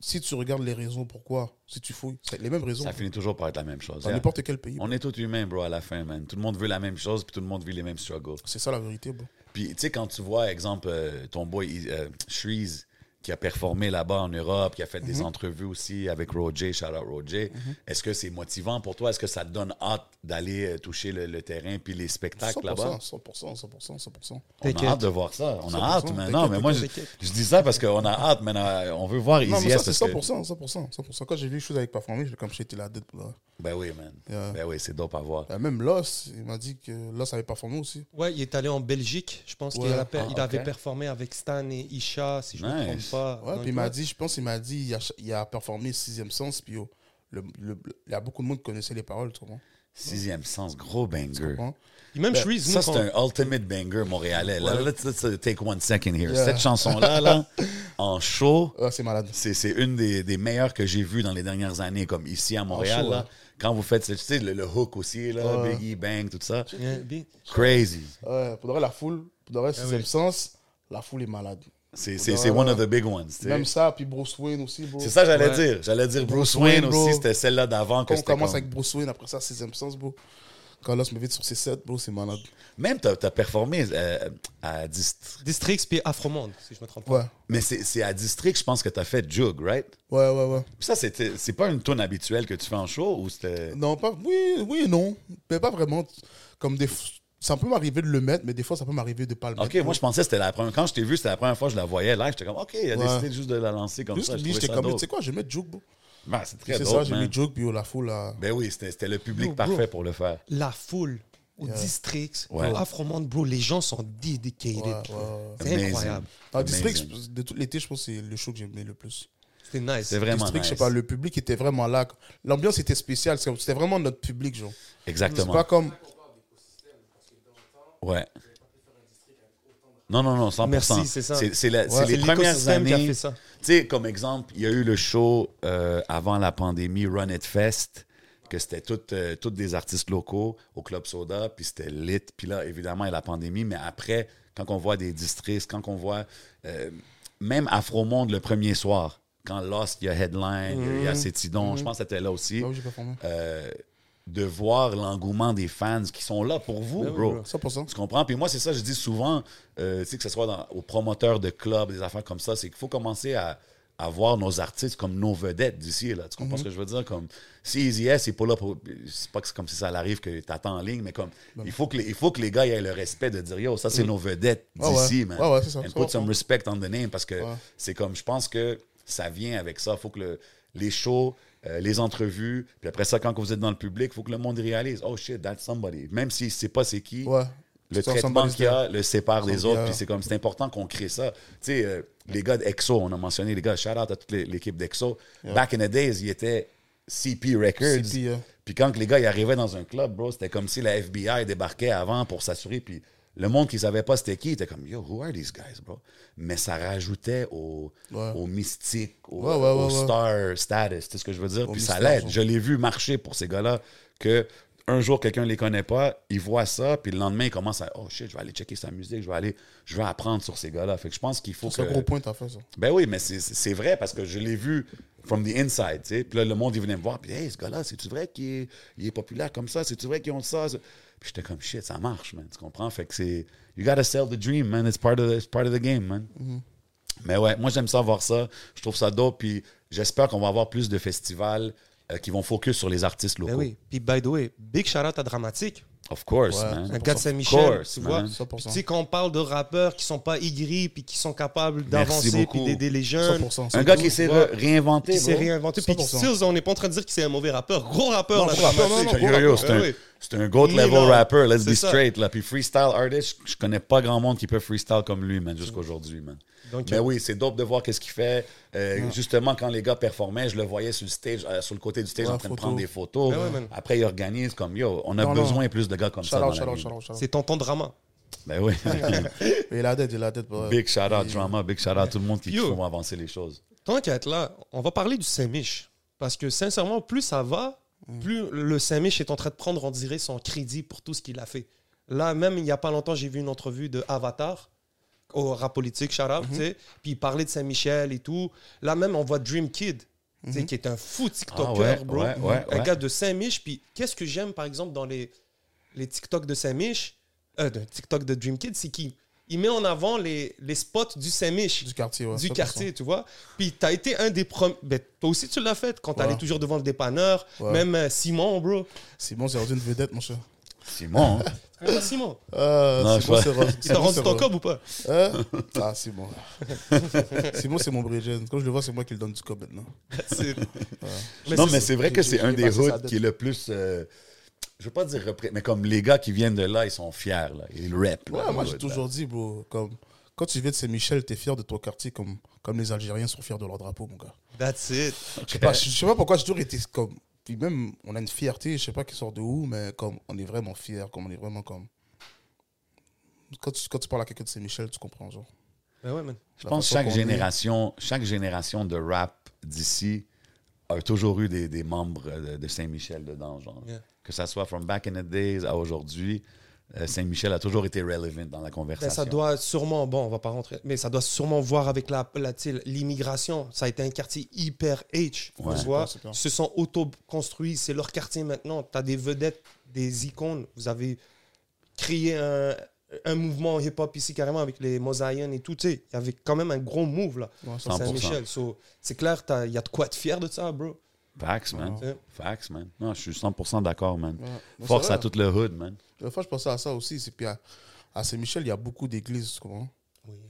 [SPEAKER 3] si tu regardes les raisons pourquoi, si tu fouilles, c'est les mêmes raisons.
[SPEAKER 2] Ça finit toujours par être la même chose.
[SPEAKER 3] dans
[SPEAKER 2] hein?
[SPEAKER 3] n'importe quel pays.
[SPEAKER 2] On est tous humains, bro, à la fin, man. Tout le monde veut la même chose, puis tout le monde vit les mêmes struggles.
[SPEAKER 3] C'est ça la vérité, bro.
[SPEAKER 2] Puis, tu sais, quand tu vois, exemple, euh, ton boy euh, Shreeze, qui a performé là-bas en Europe, qui a fait
[SPEAKER 3] Mhm.
[SPEAKER 2] des entrevues aussi avec Roger, shout out Roger, est-ce que c'est motivant pour toi? Est-ce que ça te donne hâte d'aller euh, toucher le, le terrain puis les spectacles
[SPEAKER 3] 100%,
[SPEAKER 2] là-bas?
[SPEAKER 3] 100%, 100%, 100%.
[SPEAKER 2] On a
[SPEAKER 1] T'inquiète.
[SPEAKER 2] hâte de voir ça. On a
[SPEAKER 3] 100%,
[SPEAKER 2] hâte, mais non,
[SPEAKER 3] t'inquiète,
[SPEAKER 2] mais moi, je,
[SPEAKER 1] t'inquiète.
[SPEAKER 2] je dis ça parce qu'on a hâte, mais euh, on veut voir
[SPEAKER 3] Non,
[SPEAKER 2] Easy
[SPEAKER 3] mais
[SPEAKER 2] S
[SPEAKER 3] ça, c'est
[SPEAKER 2] parce que-
[SPEAKER 3] 100%, 100%, 100%. Quand j'ai vu les choses avec Performé, je- comme j'étais là, dedans
[SPEAKER 2] Ben oui, man.
[SPEAKER 3] Yeah.
[SPEAKER 2] Ben oui, c'est dope à voir.
[SPEAKER 3] Euh, Même Loss, il m'a dit que Loss avait performé aussi.
[SPEAKER 1] Ouais, il est allé en Belgique. Je pense
[SPEAKER 3] Ouais.
[SPEAKER 1] qu'il a per-
[SPEAKER 2] Ah,
[SPEAKER 1] il avait
[SPEAKER 2] ok.
[SPEAKER 1] performé avec Stan et Isha, si je ne me
[SPEAKER 2] Nice.
[SPEAKER 1] trompe pas.
[SPEAKER 3] Ouais,
[SPEAKER 1] Donc,
[SPEAKER 3] puis il m'a dit, je pense, il m'a dit, il a, il a performé Sixième Sens, puis oh, le- le- il y a beaucoup de monde qui connaissait les paroles, tu comprends?
[SPEAKER 2] Sixième sens, gros banger.
[SPEAKER 3] comprends?
[SPEAKER 1] Et même
[SPEAKER 2] Ben,
[SPEAKER 1] Shreeze, nous,
[SPEAKER 2] ça, c'est
[SPEAKER 1] quand-
[SPEAKER 2] un ultimate banger montréalais. Là,
[SPEAKER 3] Ouais.
[SPEAKER 2] Let's, let's, uh, take one second here.
[SPEAKER 3] Yeah.
[SPEAKER 2] Cette chanson-là, là, en show,
[SPEAKER 3] Ah, c'est malade.
[SPEAKER 2] c'est c'est une des, des meilleures que j'ai vues dans les dernières années, comme ici à Montréal.
[SPEAKER 3] show,
[SPEAKER 2] là.
[SPEAKER 3] ouais.
[SPEAKER 2] Quand vous faites, ce- tu sais, le, le hook aussi, là,
[SPEAKER 3] Ah, hein. Ouais.
[SPEAKER 2] Biggie, Bang, tout ça.
[SPEAKER 1] Yeah, bien.
[SPEAKER 2] Crazy.
[SPEAKER 3] Ouais, pour de vrai, la foule, pour de vrai, Sixième Sens, la foule est malade.
[SPEAKER 2] C'est
[SPEAKER 3] Ouais,
[SPEAKER 2] c'est- c'est
[SPEAKER 3] ouais.
[SPEAKER 2] one of the big ones. tu sais.
[SPEAKER 3] Même ça, puis Bruce Wayne aussi, bro.
[SPEAKER 2] C'est ça que j'allais
[SPEAKER 1] Ouais.
[SPEAKER 2] dire. J'allais dire Bruce,
[SPEAKER 3] Bruce
[SPEAKER 2] Wayne,
[SPEAKER 3] Wayne,
[SPEAKER 2] aussi,
[SPEAKER 3] bro.
[SPEAKER 2] c'était celle-là d'avant que
[SPEAKER 3] Quand on
[SPEAKER 2] c'était
[SPEAKER 3] commence
[SPEAKER 2] comme-
[SPEAKER 3] avec Bruce Wayne, après ça, Sixième Sens, bro. Quand Loss me vide sur ses sets, bro, c'est malade.
[SPEAKER 2] Même, t'as as performé euh, à District.
[SPEAKER 1] Districts puis Afromonde, si je me trompe pas.
[SPEAKER 3] Ouais,
[SPEAKER 2] Mais c'est c'est à District, je pense que t'as fait Jug, right?
[SPEAKER 3] ouais, ouais, ouais.
[SPEAKER 2] Ça, c'était- c'est pas une tune habituelle que tu fais en show ou c'était.
[SPEAKER 3] Non, pas. Oui, oui et non. Mais pas vraiment. Comme des. f- Ça peut m'arriver de le mettre, mais des fois, ça peut m'arriver de pas le mettre.
[SPEAKER 2] Ok, moi je pensais que c'était la première. Quand je t'ai vu, c'était la première fois que je la voyais live. J'étais comme, ok, il a
[SPEAKER 3] Ouais.
[SPEAKER 2] décidé juste de la lancer comme
[SPEAKER 3] Juste
[SPEAKER 2] ça.
[SPEAKER 3] que
[SPEAKER 2] Je
[SPEAKER 3] lui,
[SPEAKER 2] trouvais
[SPEAKER 3] j'étais
[SPEAKER 2] ça
[SPEAKER 3] comme,
[SPEAKER 2] dope.
[SPEAKER 3] tu sais quoi, je vais mettre Juke, bro.
[SPEAKER 2] Ben, c'est très
[SPEAKER 3] C'est
[SPEAKER 2] dope,
[SPEAKER 3] ça, j'ai
[SPEAKER 2] man.
[SPEAKER 3] mis Juke, puis oh, la foule a.
[SPEAKER 2] Ben oui, c'était c'était le public
[SPEAKER 1] Yo, bro.
[SPEAKER 2] parfait pour le faire.
[SPEAKER 1] La foule au Districts,
[SPEAKER 2] Ouais.
[SPEAKER 1] au Afromonde, bro, les gens sont dedicated.
[SPEAKER 3] Ouais, ouais,
[SPEAKER 1] bro.
[SPEAKER 3] ouais.
[SPEAKER 1] C'est
[SPEAKER 2] Amazing.
[SPEAKER 1] incroyable.
[SPEAKER 3] Dans
[SPEAKER 2] Amazing.
[SPEAKER 3] District, je- de tout l'été, je pense que c'est le show que j'ai aimé le plus.
[SPEAKER 1] C'était nice.
[SPEAKER 2] C'est vraiment
[SPEAKER 3] District, je sais
[SPEAKER 2] nice.
[SPEAKER 3] pas, le public était vraiment là. L'ambiance était spéciale. c'est comme- C'était vraiment notre public, genre. C'est
[SPEAKER 2] Exactement.
[SPEAKER 3] pas comme.
[SPEAKER 2] Ouais. Non, non, non, 100%.
[SPEAKER 1] Merci, c'est ça.
[SPEAKER 2] C'est c'est la- c'est
[SPEAKER 1] C'est
[SPEAKER 2] les premières
[SPEAKER 1] l'écosystème qui
[SPEAKER 2] années.
[SPEAKER 1] a fait ça.
[SPEAKER 2] Tu sais, comme exemple, il y a eu le show euh, avant la pandémie, Run It Fest, que c'était toutes euh, toutes des artistes locaux au Club Soda, puis c'était lit. Puis là, évidemment, il y a la pandémie, mais après, quand on voit des districts, quand on voit euh, même Afro-Monde le premier soir, quand Lost, il y a Headline, il
[SPEAKER 1] Mhm.
[SPEAKER 2] y a Cétidon, je pense que c'était là aussi.
[SPEAKER 3] Là où Ah j'ai performé.
[SPEAKER 2] euh, de voir l'engouement des fans qui sont là pour vous, bro.
[SPEAKER 3] Ben oui, 100%.
[SPEAKER 2] Tu comprends? Puis moi, c'est ça, je dis souvent, euh, tu sais, que ce soit dans- aux promoteurs de clubs, des affaires comme ça, c'est qu'il faut commencer à, à voir nos artistes comme nos vedettes d'ici, là. Tu comprends
[SPEAKER 3] Mhm.
[SPEAKER 2] ce que je veux dire? Comme, si Easy S, c'est pas là pour... C'est pas que c'est comme si ça l'arrive que t'attends en ligne, mais comme,
[SPEAKER 3] Ben,
[SPEAKER 2] il, faut que les, il faut que les gars aient le respect de dire, yo, ça, c'est nos vedettes
[SPEAKER 3] Ah ouais.
[SPEAKER 2] d'ici, man.
[SPEAKER 3] Ah ouais, c'est ça.
[SPEAKER 2] And
[SPEAKER 3] Ça
[SPEAKER 2] put
[SPEAKER 3] va
[SPEAKER 2] some
[SPEAKER 3] pas.
[SPEAKER 2] respect on the name parce que
[SPEAKER 3] Ouais.
[SPEAKER 2] c'est comme, je pense que ça vient avec ça. faut que le- les shows, euh, les entrevues, puis après ça, quand vous êtes dans le public, faut que le monde réalise, oh shit, that's somebody. Même s'il ne sait pas c'est qui,
[SPEAKER 3] Ouais.
[SPEAKER 2] le
[SPEAKER 3] Ça,
[SPEAKER 2] traitement
[SPEAKER 3] somebody's
[SPEAKER 2] qu'il y a
[SPEAKER 3] there.
[SPEAKER 2] le sépare des
[SPEAKER 3] Somebody's
[SPEAKER 2] autres.
[SPEAKER 3] there.
[SPEAKER 2] Puis c'est comme, c'est important qu'on crée ça. Tu sais, euh, les gars d'EXO, on a mentionné les gars, shout out à toute l'é- l'équipe d'EXO. Back in the days, ils étaient CP Records.
[SPEAKER 3] CP, yeah.
[SPEAKER 2] Puis quand les gars ils arrivaient dans un club, bro, c'était comme si la FBI débarquait avant pour s'assurer. Puis le monde qui savait pas c'était qui, était comme Yo, who are these guys, bro? Mais ça rajoutait au,
[SPEAKER 3] Ouais.
[SPEAKER 2] au mystique, au,
[SPEAKER 3] Ouais, ouais,
[SPEAKER 2] au
[SPEAKER 3] ouais, ouais.
[SPEAKER 2] star status, tu sais ce que je veux dire? Puis ça
[SPEAKER 3] mystère,
[SPEAKER 2] l'aide.
[SPEAKER 3] genre.
[SPEAKER 2] Je l'ai vu marcher pour ces gars-là que un jour quelqu'un les connaît pas, il voit ça, puis le lendemain il commence à oh shit, je vais aller checker sa musique, je vais aller, je vais apprendre sur ces gars-là. Fait que je pense qu'il faut
[SPEAKER 3] C'est un
[SPEAKER 2] que-
[SPEAKER 3] gros point que t'as fait, ça.
[SPEAKER 2] ben oui, mais c'est- c'est vrai parce que je l'ai vu from the inside. tu sais. Puis là, le monde, il venait me voir. Puis, hey, ce gars-là, c'est-tu vrai qu'il est, il est populaire comme ça? C'est-tu vrai qu'ils ont ça? Ça- Puis j'étais comme, shit, ça marche, man. Tu comprends? Fait que c'est. You gotta sell the dream, man. It's part of the, it's part of the game, man.
[SPEAKER 1] Mm-hmm.
[SPEAKER 2] Mais ouais, moi, j'aime ça voir ça. Je trouve ça dope. Puis j'espère qu'on va avoir plus de festivals euh, qui vont focus sur les artistes locaux.
[SPEAKER 1] Ben oui. Puis, by the way, big shout-out à Dramatique.
[SPEAKER 2] Of course,
[SPEAKER 3] Ouais.
[SPEAKER 2] man.
[SPEAKER 1] Un gars de
[SPEAKER 2] Of
[SPEAKER 1] Saint-Michel,
[SPEAKER 2] course,
[SPEAKER 1] tu vois.
[SPEAKER 2] man.
[SPEAKER 1] Puis,
[SPEAKER 3] 100%.
[SPEAKER 1] Tu sais, quand on parle de rappeurs qui sont pas aigris, puis qui sont capables
[SPEAKER 2] Merci
[SPEAKER 1] d'avancer, puis
[SPEAKER 2] beaucoup.
[SPEAKER 1] d'aider les jeunes.
[SPEAKER 3] 100%.
[SPEAKER 2] Un gars qui s'est re- réinventé.
[SPEAKER 1] Qui s'est
[SPEAKER 2] bro.
[SPEAKER 1] réinventé. Puis,
[SPEAKER 3] 100%.
[SPEAKER 1] Stills, on n'est pas en train de dire que c'est un mauvais rappeur. Gros rappeur,
[SPEAKER 3] Non,
[SPEAKER 1] là,
[SPEAKER 3] gros rappeur,
[SPEAKER 1] Dramatique.
[SPEAKER 3] non, non,
[SPEAKER 2] Yo, yo, c'est
[SPEAKER 1] Ben
[SPEAKER 2] un,
[SPEAKER 1] oui.
[SPEAKER 2] c'est un goat level
[SPEAKER 1] Minimum.
[SPEAKER 2] rapper, let's
[SPEAKER 1] C'est
[SPEAKER 2] be
[SPEAKER 1] ça.
[SPEAKER 2] straight. Là. Puis freestyle artist, je connais pas grand monde qui peut freestyle comme lui, man, jusqu'à aujourd'hui, man.
[SPEAKER 1] Donc,
[SPEAKER 2] Mais
[SPEAKER 1] euh,
[SPEAKER 2] oui, c'est dope de voir qu'est-ce qu'il fait. Euh,
[SPEAKER 3] Ah.
[SPEAKER 2] Justement, quand les gars performaient, je le voyais sur le stage, euh, sur le côté du stage
[SPEAKER 3] Ouais,
[SPEAKER 2] en train
[SPEAKER 3] photo.
[SPEAKER 2] de prendre des photos.
[SPEAKER 1] Ben ouais, man.
[SPEAKER 2] Après, il organise comme yo, on a
[SPEAKER 3] Non, non.
[SPEAKER 2] besoin plus de gars comme ça.
[SPEAKER 3] Shout-out,
[SPEAKER 2] dans la
[SPEAKER 3] shout-out,
[SPEAKER 2] vie.
[SPEAKER 3] shout-out, shout-out.
[SPEAKER 1] C'est tonton Drama.
[SPEAKER 2] Ben oui.
[SPEAKER 3] Il a la tête, il a la tête. ouais.
[SPEAKER 2] big shout out drama, big shout out tout le monde qui
[SPEAKER 1] Yo.
[SPEAKER 2] font avancer les choses.
[SPEAKER 1] Tant qu'à être là, on va parler du Saint-Mich. Parce que sincèrement, plus ça va,
[SPEAKER 2] Mm.
[SPEAKER 1] plus le Saint-Mich est en train de prendre, on dirait, son crédit pour tout ce qu'il a fait. Là, même il n'y a pas longtemps, j'ai vu une entrevue de Avatar au rap politique, Sharaf,
[SPEAKER 2] Mm-hmm.
[SPEAKER 1] tu sais, puis il parlait de Saint-Michel et tout. Là, même, on voit Dream Kid, tu sais, qui est un fou TikToker,
[SPEAKER 2] Mm-hmm. Ah ouais,
[SPEAKER 1] bro.
[SPEAKER 2] ouais, ouais,
[SPEAKER 1] un
[SPEAKER 2] ouais.
[SPEAKER 1] gars de Saint-Mich. Puis qu'est-ce que j'aime, par exemple, dans les, les TikTok de Saint-Mich, euh, de TikTok de Dream Kid, c'est qu'il il met en avant les, les spots du Saint-Mich
[SPEAKER 3] Du quartier, ouais.
[SPEAKER 1] du
[SPEAKER 3] 100%.
[SPEAKER 1] quartier, tu vois. Puis t'as été un des premiers. Ben, toi aussi, tu l'as fait quand t'allais
[SPEAKER 3] Ouais.
[SPEAKER 1] toujours devant le dépanneur.
[SPEAKER 3] Ouais.
[SPEAKER 1] Même euh, Simon, bro.
[SPEAKER 3] Simon, c'est rendu une vedette, mon cher.
[SPEAKER 2] Simon, hein?
[SPEAKER 1] Ah, Simon,
[SPEAKER 3] Euh,
[SPEAKER 2] Non,
[SPEAKER 3] Simon,
[SPEAKER 2] je
[SPEAKER 3] c'est rendu.
[SPEAKER 1] il t'a
[SPEAKER 3] Simon,
[SPEAKER 1] rendu
[SPEAKER 3] c'est
[SPEAKER 1] ton
[SPEAKER 3] rendu.
[SPEAKER 1] cob ou pas
[SPEAKER 3] Hein? Ah, Simon. Simon, c'est mon bridgen. Quand je le vois, c'est moi qui le donne du cob maintenant.
[SPEAKER 1] C'est-
[SPEAKER 2] non,
[SPEAKER 1] c'est-
[SPEAKER 2] mais c'est vrai que
[SPEAKER 3] j'ai-
[SPEAKER 2] c'est
[SPEAKER 3] j'ai
[SPEAKER 2] un des
[SPEAKER 3] passé sa
[SPEAKER 2] routes
[SPEAKER 3] dette.
[SPEAKER 2] qui est le plus. euh, je veux pas dire repré- mais comme les gars qui viennent de là, ils sont fiers. Là. Ils rap.
[SPEAKER 3] Ouais, bah. moi, j'ai toujours dit, bro, comme, quand tu viens de Saint-Michel, t'es fier de ton quartier comme, comme les Algériens sont fiers de leur drapeau, mon gars.
[SPEAKER 1] That's it.
[SPEAKER 3] Je sais pas, je- je sais pas pourquoi j'ai toujours été comme. Puis même, on a une fierté, je sais pas qui sort de où, mais comme, on est vraiment fiers, comme, on est vraiment comme. Quand tu, quand tu parles à quelqu'un de Saint-Michel, tu comprends, genre.
[SPEAKER 1] Ben ouais, man.
[SPEAKER 2] Je pense que
[SPEAKER 3] La
[SPEAKER 2] chaque
[SPEAKER 3] façon qu'on est.
[SPEAKER 2] génération, chaque génération de rap d'ici a toujours eu des, des membres de, de Saint-Michel dedans, genre.
[SPEAKER 1] Yeah.
[SPEAKER 2] Que ça soit from back in the days à aujourd'hui, euh, Saint-Michel a toujours été relevant dans la
[SPEAKER 1] Ben,
[SPEAKER 2] conversation.
[SPEAKER 1] ça doit sûrement, bon, on va pas rentrer, mais ça doit sûrement voir avec la, la- tu sais, l'immigration. Ça a été un quartier hyper H,
[SPEAKER 2] Ouais.
[SPEAKER 1] tu
[SPEAKER 2] C'est
[SPEAKER 1] vois.
[SPEAKER 3] clair, c'est clair.
[SPEAKER 1] Ils se sont auto-construits, c'est leur quartier maintenant. Tu as des vedettes, des icônes. Vous avez créé un, un mouvement hip-hop ici carrément avec les Mosaïens et tout. Tu sais, il y avait quand même un gros move là,
[SPEAKER 3] Ouais,
[SPEAKER 1] sur
[SPEAKER 2] 100%.
[SPEAKER 1] Saint-Michel. So, c'est clair, t'as- il y a de quoi être fier de ça, bro.
[SPEAKER 2] Facts, man.
[SPEAKER 1] Ouais.
[SPEAKER 2] Facts, man. Non, je suis 100% d'accord, man.
[SPEAKER 3] Ouais. Non,
[SPEAKER 2] Force
[SPEAKER 3] c'est
[SPEAKER 2] à
[SPEAKER 3] vrai.
[SPEAKER 2] toute le hood, man.
[SPEAKER 3] Des fois, je pensais à ça aussi. c'est- Puis à, à Saint-Michel, il y a beaucoup d'églises, tu comprends?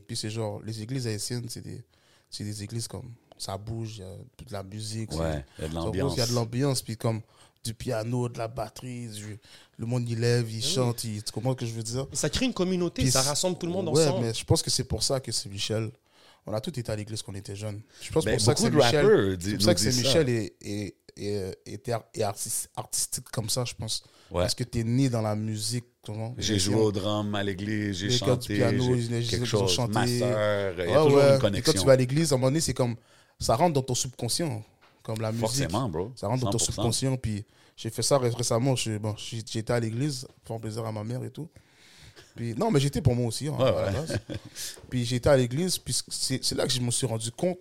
[SPEAKER 3] Puis c'est genre, les églises haïtiennes, c'est des, c'est des églises comme. Ça bouge, il y a de la musique.
[SPEAKER 2] Ouais, il y
[SPEAKER 3] c'est-
[SPEAKER 2] a de
[SPEAKER 3] ça bouge,
[SPEAKER 2] l'ambiance.
[SPEAKER 3] Il y a de l'ambiance, puis comme du piano, de la batterie, du- le monde il lève, il chante, il- tu comprends ce que je veux dire?
[SPEAKER 1] Et ça crée une communauté,
[SPEAKER 3] Puis
[SPEAKER 1] ça
[SPEAKER 3] c'est-
[SPEAKER 1] rassemble tout le monde
[SPEAKER 3] ouais,
[SPEAKER 1] ensemble.
[SPEAKER 3] mais je pense que c'est pour ça que c'est Michel. On a tous été à l'église quand on était jeunes. Je pense
[SPEAKER 2] Ben,
[SPEAKER 3] pour ça que
[SPEAKER 2] beaucoup
[SPEAKER 3] c'est
[SPEAKER 2] de
[SPEAKER 3] Michel.
[SPEAKER 2] rappeurs dis-
[SPEAKER 3] C'est pour
[SPEAKER 2] nous
[SPEAKER 3] ça que c'est
[SPEAKER 2] disent ça.
[SPEAKER 3] Michel est, est, est, est ar- est artis- artistique comme ça, je pense.
[SPEAKER 2] Ouais.
[SPEAKER 3] Parce que t'es né dans la musique. comment
[SPEAKER 2] J'ai joué au drum à l'église, j'ai
[SPEAKER 3] Les gars du
[SPEAKER 2] chanté,
[SPEAKER 3] piano,
[SPEAKER 2] j'ai
[SPEAKER 3] ils- ils- ils
[SPEAKER 2] quelque
[SPEAKER 3] ont
[SPEAKER 2] chose.
[SPEAKER 3] chanté.
[SPEAKER 2] Ma sœur, euh, il y
[SPEAKER 3] Ouais,
[SPEAKER 2] a toujours
[SPEAKER 3] ouais.
[SPEAKER 2] une
[SPEAKER 3] Et quand tu
[SPEAKER 2] connexion.
[SPEAKER 3] vas à l'église, à un moment donné, c'est comme ça rentre dans ton subconscient, comme la musique.
[SPEAKER 2] Forcément, bro.
[SPEAKER 3] Ça rentre dans ton
[SPEAKER 2] 100%.
[SPEAKER 3] subconscient, puis J'ai fait ça ré- récemment. Je- bon, j'ai- J'étais à l'église pour faire plaisir à ma mère et tout. Puis, non, mais j'étais pour moi aussi. hein,
[SPEAKER 2] Ouais,
[SPEAKER 3] à la base. puis j'étais à l'église. Puis c'est c'est là que je me suis rendu compte.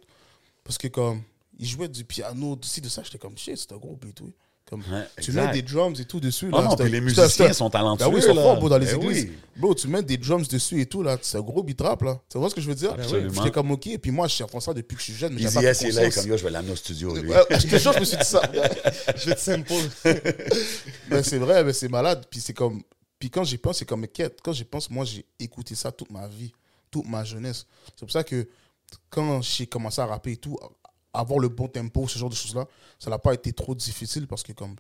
[SPEAKER 3] Parce que comme il jouait du piano, de ci, de ça, j'étais comme shit, c'est un groupe et tout. Comme,
[SPEAKER 2] Ouais,
[SPEAKER 3] tu
[SPEAKER 2] exact.
[SPEAKER 3] mets des drums et tout dessus.
[SPEAKER 2] Oh
[SPEAKER 3] là,
[SPEAKER 2] non,
[SPEAKER 3] c'est un-
[SPEAKER 2] puis les
[SPEAKER 3] c'est un- c'est un-
[SPEAKER 2] musiciens sont talentueux.
[SPEAKER 3] ben oui, ils sont
[SPEAKER 2] là.
[SPEAKER 3] forts, bro, dans les
[SPEAKER 2] Ben
[SPEAKER 3] églises.
[SPEAKER 2] oui.
[SPEAKER 3] Bro, tu mets des drums dessus et tout, là. C'est un gros beat rap, là. Tu vois ce que je veux dire?
[SPEAKER 2] Ah, ben Absolument.
[SPEAKER 3] J'étais comme, OK. Et puis moi, je suis enfant ça depuis que je suis jeune. Mais
[SPEAKER 2] Easy
[SPEAKER 3] j'avais pas
[SPEAKER 2] S est là, il est
[SPEAKER 3] conscience.
[SPEAKER 2] comme yo, je vais l'amener au studio. Lui.
[SPEAKER 3] Ouais, je te jure, je me suis dit ça.
[SPEAKER 1] Je vais te simple.
[SPEAKER 3] Ben, c'est vrai, mais c'est malade. Puis c'est comme. Puis quand j'y pense, c'est comme, mais quête. Quand j'y pense, moi, j'ai écouté ça toute ma vie, toute ma jeunesse. C'est pour ça que quand j'ai commencé à rapper et tout, avoir le bon tempo, ce genre de choses-là, ça n'a pas été trop difficile parce que, comme,